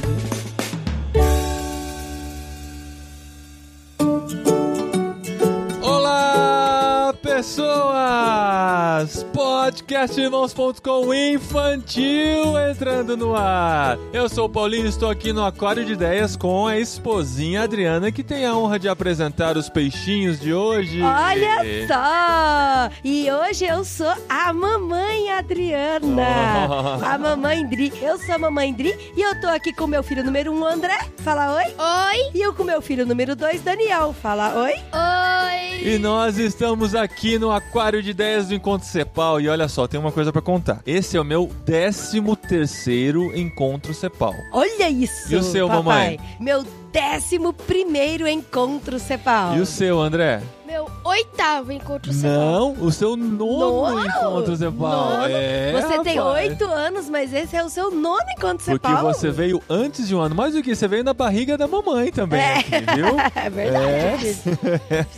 Speaker 2: Olá, pessoas! Podcast Irmãos.com Infantil entrando no ar. Eu sou o Paulinho e estou aqui no Aquário de Ideias com a esposinha Adriana, que tem a honra de apresentar os peixinhos de hoje.
Speaker 3: Olha só! E hoje eu sou a mamãe Adriana.
Speaker 2: Oh.
Speaker 3: A mamãe Dri. Eu sou a mamãe Dri e eu tô aqui com meu filho número um, André. Fala oi.
Speaker 6: Oi,
Speaker 3: E eu com meu filho número dois, Daniel. Fala oi.
Speaker 6: oi.
Speaker 2: E nós estamos aqui no Aquário de Ideias do Encontro Cepal. E olha só, tem uma coisa pra contar. Esse é o meu 13 terceiro Encontro Cepal.
Speaker 3: Olha isso!
Speaker 2: E o seu,
Speaker 3: papai.
Speaker 2: mamãe?
Speaker 3: Meu décimo primeiro encontro, Cepal.
Speaker 2: E o seu, André?
Speaker 6: Meu oitavo encontro semanal.
Speaker 2: Não, o seu nono,
Speaker 3: Nono?
Speaker 2: Encontro Cepal.
Speaker 3: Nono?
Speaker 2: É,
Speaker 3: Você tem
Speaker 2: rapaz.
Speaker 3: oito anos, mas esse é o seu nono encontro,
Speaker 2: Porque
Speaker 3: Cepal.
Speaker 2: você veio antes de um ano. Mais do que, você veio na barriga da mamãe também, aqui, viu?
Speaker 3: (laughs) É verdade. Cris.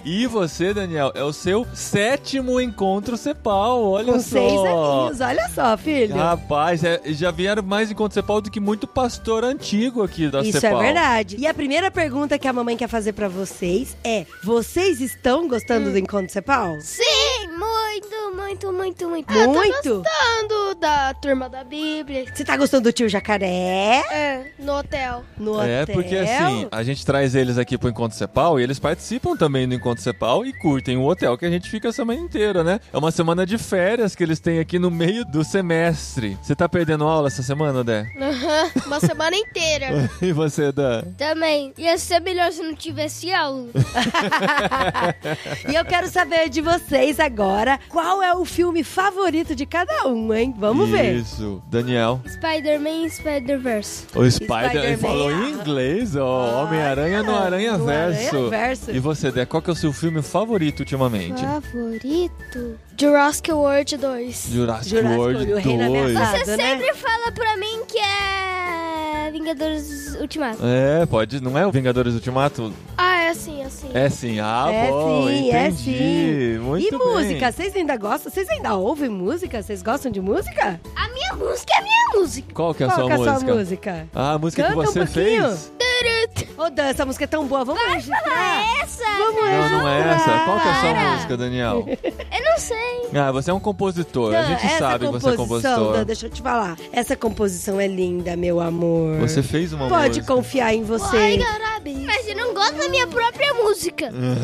Speaker 2: E você, Daniel, é o seu sétimo encontro Cepal. Olha
Speaker 3: Com
Speaker 2: só.
Speaker 3: seis aninhos. Olha só, filho.
Speaker 2: Rapaz, é- já vieram mais encontros Cepal do que muito pastor antigo aqui da
Speaker 3: Isso
Speaker 2: Cepal.
Speaker 3: é verdade. E a primeira pergunta que a mamãe quer fazer pra vocês é: vocês estão gostando do Encontro Cepal?
Speaker 6: Sim, muito, muito, muito, muito. Eu tô
Speaker 3: Muito?
Speaker 6: tá gostando da turma da Bíblia.
Speaker 3: Você tá gostando do tio Jacaré?
Speaker 6: É, no hotel.
Speaker 3: No hotel?
Speaker 2: É, porque assim, a gente traz eles aqui pro Encontro Cepal e eles participam também do Encontro Cepal e curtem o hotel que a gente fica a semana inteira, né? É uma semana de férias que eles têm aqui no meio do semestre. Você tá perdendo aula essa semana, Dé?
Speaker 6: Aham, Ah, Uma semana inteira.
Speaker 2: (laughs) E você, Dé?
Speaker 6: Também. Ia ser melhor se não tivesse aula.
Speaker 3: E eu quero saber de vocês agora qual é o filme favorito de cada um, hein? Vamos ver.
Speaker 2: Isso. Daniel.
Speaker 6: Spider-Man e Spider-Verse.
Speaker 2: O Spider, ele
Speaker 3: Spider-Man. Ah,
Speaker 2: falou em inglês, ó. Homem-Aranha no Aranha
Speaker 3: no
Speaker 2: Verso.
Speaker 3: Aranhaverso.
Speaker 2: E você, Dé, qual que é o seu filme favorito ultimamente?
Speaker 6: Favorito? Jurassic World 2.
Speaker 2: Jurassic,
Speaker 3: Jurassic
Speaker 2: World
Speaker 3: World, o Reino
Speaker 2: 2.
Speaker 3: Ameaçado.
Speaker 6: Você
Speaker 3: Errado, né?
Speaker 6: sempre fala pra mim que é Vingadores Ultimato.
Speaker 2: É, pode. Não é o Vingadores Ultimato?
Speaker 6: Ah, é assim, é assim.
Speaker 2: É sim. Ah,
Speaker 3: É
Speaker 2: bom,
Speaker 3: sim,
Speaker 2: entendi.
Speaker 3: é sim.
Speaker 2: Muito
Speaker 3: e
Speaker 2: bem.
Speaker 3: música? Vocês ainda gostam? Vocês ainda ouvem música? Vocês gostam de música?
Speaker 6: A minha música é a minha música.
Speaker 2: Qual que é a
Speaker 3: qual
Speaker 2: sua
Speaker 3: que é a
Speaker 2: música?
Speaker 3: sua música?
Speaker 2: Ah, a música
Speaker 3: Canta um
Speaker 2: que você
Speaker 3: pouquinho.
Speaker 2: fez?
Speaker 3: Ô, Dan, essa música é tão boa, vamos registrar.
Speaker 6: Essa?
Speaker 3: Vamos
Speaker 2: Não, não é essa. Qual que é a sua
Speaker 6: Para.
Speaker 2: música,
Speaker 3: (laughs)
Speaker 2: Daniel?
Speaker 6: Eu não sei.
Speaker 2: Ah, você é um compositor. a
Speaker 3: Dan,
Speaker 2: gente
Speaker 3: essa
Speaker 2: sabe que você é
Speaker 3: composição, Dan,
Speaker 2: compositor.
Speaker 3: deixa eu te falar. Essa composição é linda, meu amor.
Speaker 2: Você fez uma
Speaker 3: Pode
Speaker 2: música.
Speaker 3: confiar em você.
Speaker 6: Mas eu não gosto da minha própria música.
Speaker 2: Hum.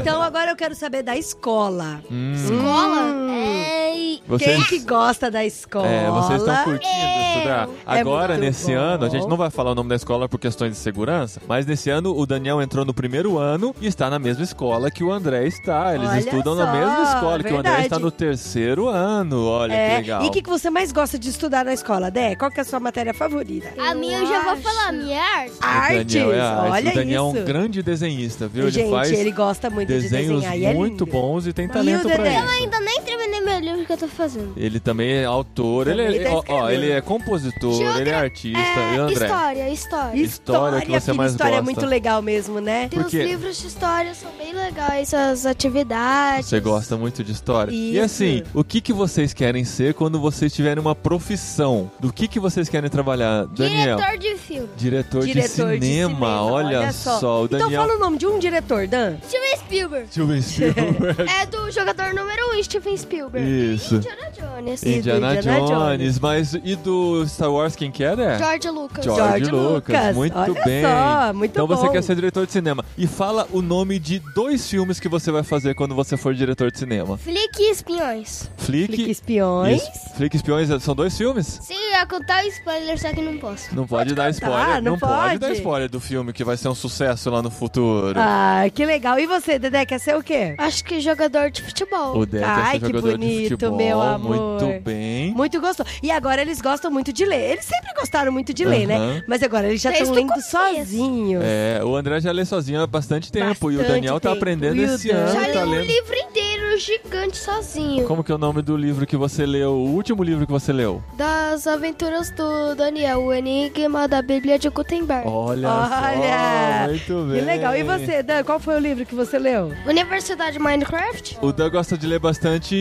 Speaker 3: Então agora eu quero saber da escola.
Speaker 6: Escola?
Speaker 3: Hum.
Speaker 6: É,
Speaker 2: Vocês...
Speaker 3: Quem que gosta da escola?
Speaker 2: É, vocês estão curtindo
Speaker 6: Eu.
Speaker 2: estudar.
Speaker 3: É
Speaker 2: Agora,
Speaker 3: muito
Speaker 2: nesse
Speaker 3: bom.
Speaker 2: ano, a gente não vai falar o nome da escola por questões de segurança, mas nesse ano o Daniel entrou no primeiro ano e está na mesma escola que o André está. Eles
Speaker 3: Olha
Speaker 2: estudam
Speaker 3: só,
Speaker 2: na mesma escola que o André
Speaker 3: verdade.
Speaker 2: está no terceiro ano. Olha que
Speaker 3: É,
Speaker 2: legal.
Speaker 3: E o que, que você mais gosta de estudar na escola, Dé? Qual que é a sua matéria favorita?
Speaker 6: A minha eu já vou falar, a minha é arte.
Speaker 3: Artes,
Speaker 2: Daniel é a arte.
Speaker 3: olha
Speaker 2: o Daniel
Speaker 3: isso.
Speaker 2: é um grande desenhista, viu?
Speaker 3: Gente,
Speaker 2: ele faz
Speaker 3: ele gosta muito de
Speaker 2: desenhos
Speaker 3: desenhar e é
Speaker 2: muito
Speaker 3: lindo.
Speaker 2: bons e tem talento pra
Speaker 3: Dedé?
Speaker 2: isso.
Speaker 6: Ainda nem terminei meu livro que eu tô fazendo.
Speaker 2: Ele também é autor, ele,
Speaker 3: Também
Speaker 2: é-
Speaker 3: tá
Speaker 2: ó, ó,
Speaker 3: escrevendo.
Speaker 2: ele é compositor, ele é artista. e André?
Speaker 6: história, história.
Speaker 2: História que você
Speaker 3: filho,
Speaker 2: mais
Speaker 3: história é
Speaker 2: gosta.
Speaker 3: muito legal mesmo, né?
Speaker 6: Tem
Speaker 2: Por
Speaker 6: uns
Speaker 2: quê?
Speaker 6: livros de história, são bem legais as atividades.
Speaker 2: Você gosta muito de história. E
Speaker 3: Isso.
Speaker 2: assim, o que, que vocês querem ser quando vocês tiverem uma profissão? Do que, que vocês querem trabalhar, Daniel?
Speaker 6: Diretor de filme.
Speaker 2: Diretor, de,
Speaker 3: Diretor
Speaker 2: cinema, olha, só. O
Speaker 3: então
Speaker 2: Daniel.
Speaker 3: fala o nome de um diretor, Dan.
Speaker 6: Steven Spielberg.
Speaker 2: (laughs) Steven Spielberg.
Speaker 6: É do jogador número 1, Steven Spielberg.
Speaker 2: Isso.
Speaker 6: Indiana Jones.
Speaker 3: E-
Speaker 2: Indiana,
Speaker 3: do Indiana
Speaker 2: Jones. Mas e do Star Wars, quem que era?
Speaker 6: George Lucas.
Speaker 2: George,
Speaker 3: George
Speaker 2: Lucas.
Speaker 3: Lucas.
Speaker 2: Muito
Speaker 3: Olha
Speaker 2: bem.
Speaker 3: só, muito
Speaker 2: então você
Speaker 3: bom.
Speaker 2: quer ser diretor de cinema. E fala o nome de dois filmes que você vai fazer quando você for diretor de cinema.
Speaker 6: Flick e Espinhões.
Speaker 2: Flick,
Speaker 3: Clique Espiões.
Speaker 2: Isso. Flick Espiões são dois filmes?
Speaker 6: Sim, eu ia contar o spoiler, só que não posso.
Speaker 2: Não pode, dar
Speaker 3: contar,
Speaker 2: spoiler.
Speaker 3: Tá, não pode.
Speaker 2: dar spoiler do filme que vai ser um sucesso lá no futuro.
Speaker 3: Ah, que legal. E você, Dedé, quer ser o quê?
Speaker 6: Acho que jogador de futebol.
Speaker 2: O Deck
Speaker 3: Ai,
Speaker 2: é
Speaker 3: que
Speaker 2: jogador de
Speaker 3: bonito,
Speaker 2: futebol.
Speaker 3: meu amor.
Speaker 2: Muito bem.
Speaker 3: Muito gostoso. E agora eles gostam muito de ler. Eles sempre gostaram muito de ler,
Speaker 2: Aham.
Speaker 3: né? Mas agora eles já
Speaker 6: Desde
Speaker 3: estão
Speaker 6: o
Speaker 3: lendo
Speaker 6: começo.
Speaker 3: sozinhos.
Speaker 2: É, o André já lê sozinho há bastante tempo e o
Speaker 3: Bastante
Speaker 2: Daniel tá
Speaker 3: tempo.
Speaker 2: aprendendo
Speaker 3: E o
Speaker 2: esse
Speaker 3: Dan?
Speaker 2: ano,
Speaker 6: Já
Speaker 3: Ele
Speaker 6: li
Speaker 2: tá
Speaker 6: um
Speaker 2: lendo.
Speaker 6: livro inteiro gigante sozinho.
Speaker 2: Como que é o nome do livro que você leu? O último livro que você leu?
Speaker 6: Das aventuras do Daniel, o enigma da Bíblia de Gutenberg.
Speaker 2: Olha,
Speaker 3: Olha,
Speaker 2: só, muito bem.
Speaker 3: Que legal. E você, Dan, qual foi o livro que você leu?
Speaker 6: Universidade Minecraft?
Speaker 2: O Dan gosta de ler bastante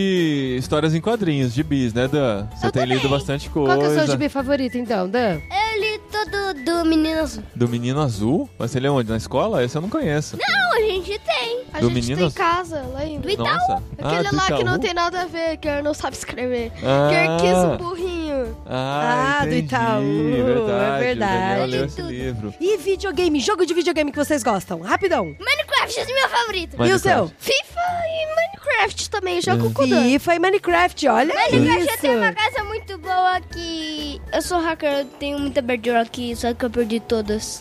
Speaker 2: histórias em quadrinhos, gibis, né, Dan? Você
Speaker 6: Eu
Speaker 2: tem
Speaker 6: também.
Speaker 2: lido bastante coisa.
Speaker 3: Qual que é o seu gibi favorito, então, Dan?
Speaker 6: Eu li todo do Menino Azul.
Speaker 2: Do Menino Azul? Mas você lê onde? Na escola? Esse eu não conheço.
Speaker 6: Não, a gente tem. A
Speaker 2: Do
Speaker 6: gente
Speaker 2: Menino
Speaker 6: tem em
Speaker 2: Azul?
Speaker 6: casa, lá em... Do
Speaker 2: Nossa.
Speaker 6: Aquele
Speaker 2: ah, do
Speaker 6: lá que não
Speaker 2: Itaú?
Speaker 6: tem nada a ver, que eu não sabe escrever.
Speaker 2: Ah.
Speaker 6: Que eu quis um burrinho.
Speaker 2: Ah,
Speaker 3: Ah, do
Speaker 2: entendi.
Speaker 3: Itaú, é
Speaker 2: Verdade.
Speaker 3: verdade.
Speaker 2: O Daniel leu esse
Speaker 6: Tudo.
Speaker 2: livro.
Speaker 3: E videogame, jogo de videogame que vocês gostam? Rapidão.
Speaker 6: Minecraft é meu favorito.
Speaker 2: Mas- É.
Speaker 3: E o
Speaker 2: Minecraft.
Speaker 3: seu?
Speaker 6: FIFA e Minecraft também, jogo com o Dan.
Speaker 3: FIFA e Minecraft, é olha
Speaker 6: Minecraft eu tenho uma
Speaker 3: isso.
Speaker 6: casa muito boa que... Eu sou hacker, eu tenho muita verdura aqui, só que eu perdi todas.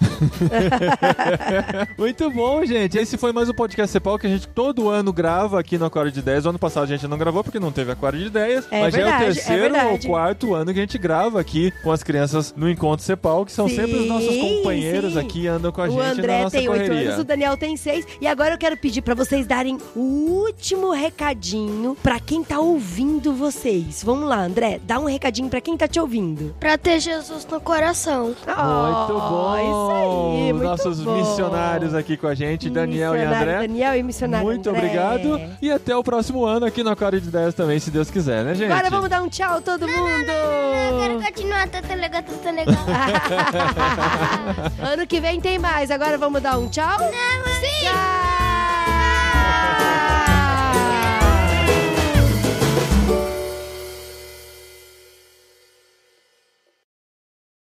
Speaker 2: Muito bom, gente. Esse foi mais um podcast Cepal que a gente todo ano grava aqui no Aquário de Ideias. O ano passado a gente não gravou porque não teve Aquário de Ideias.
Speaker 3: É
Speaker 2: mas já é o
Speaker 3: verdade, é
Speaker 2: terceiro ou
Speaker 3: verdade.
Speaker 2: quarto ano que a gente grava aqui com as crianças no Encontro Cepal, que são
Speaker 3: Sim,
Speaker 2: sempre os nossos companheiros
Speaker 3: sim.
Speaker 2: aqui e andam com a
Speaker 3: O
Speaker 2: gente na
Speaker 3: André
Speaker 2: nossa
Speaker 3: tem oito
Speaker 2: correria.
Speaker 3: anos, o Daniel tem seis. E agora eu quero pedir pra vocês darem o último recadinho pra quem tá ouvindo vocês. Vamos lá, André, dá um recadinho pra quem tá te ouvindo.
Speaker 6: (laughs)
Speaker 3: Oh,
Speaker 6: pra ter Jesus no coração.
Speaker 2: Muito bom!
Speaker 3: Isso aí, muito
Speaker 2: Nossos
Speaker 3: bom.
Speaker 2: missionários aqui com a gente, Daniel e
Speaker 3: Missionário
Speaker 2: André.
Speaker 3: Daniel e missionário
Speaker 2: Muito
Speaker 3: André.
Speaker 2: obrigado
Speaker 3: É.
Speaker 2: e até o próximo ano aqui no Aquário de Ideias também, se Deus quiser, né, gente?
Speaker 3: Agora vamos dar um tchau todo
Speaker 6: Eu quero
Speaker 3: mundo.
Speaker 6: continuar, tá, tá legal, tá, tá legal.
Speaker 3: ano
Speaker 6: assim.
Speaker 3: que vem tem mais. Agora vamos dar um tchau.
Speaker 6: Sim!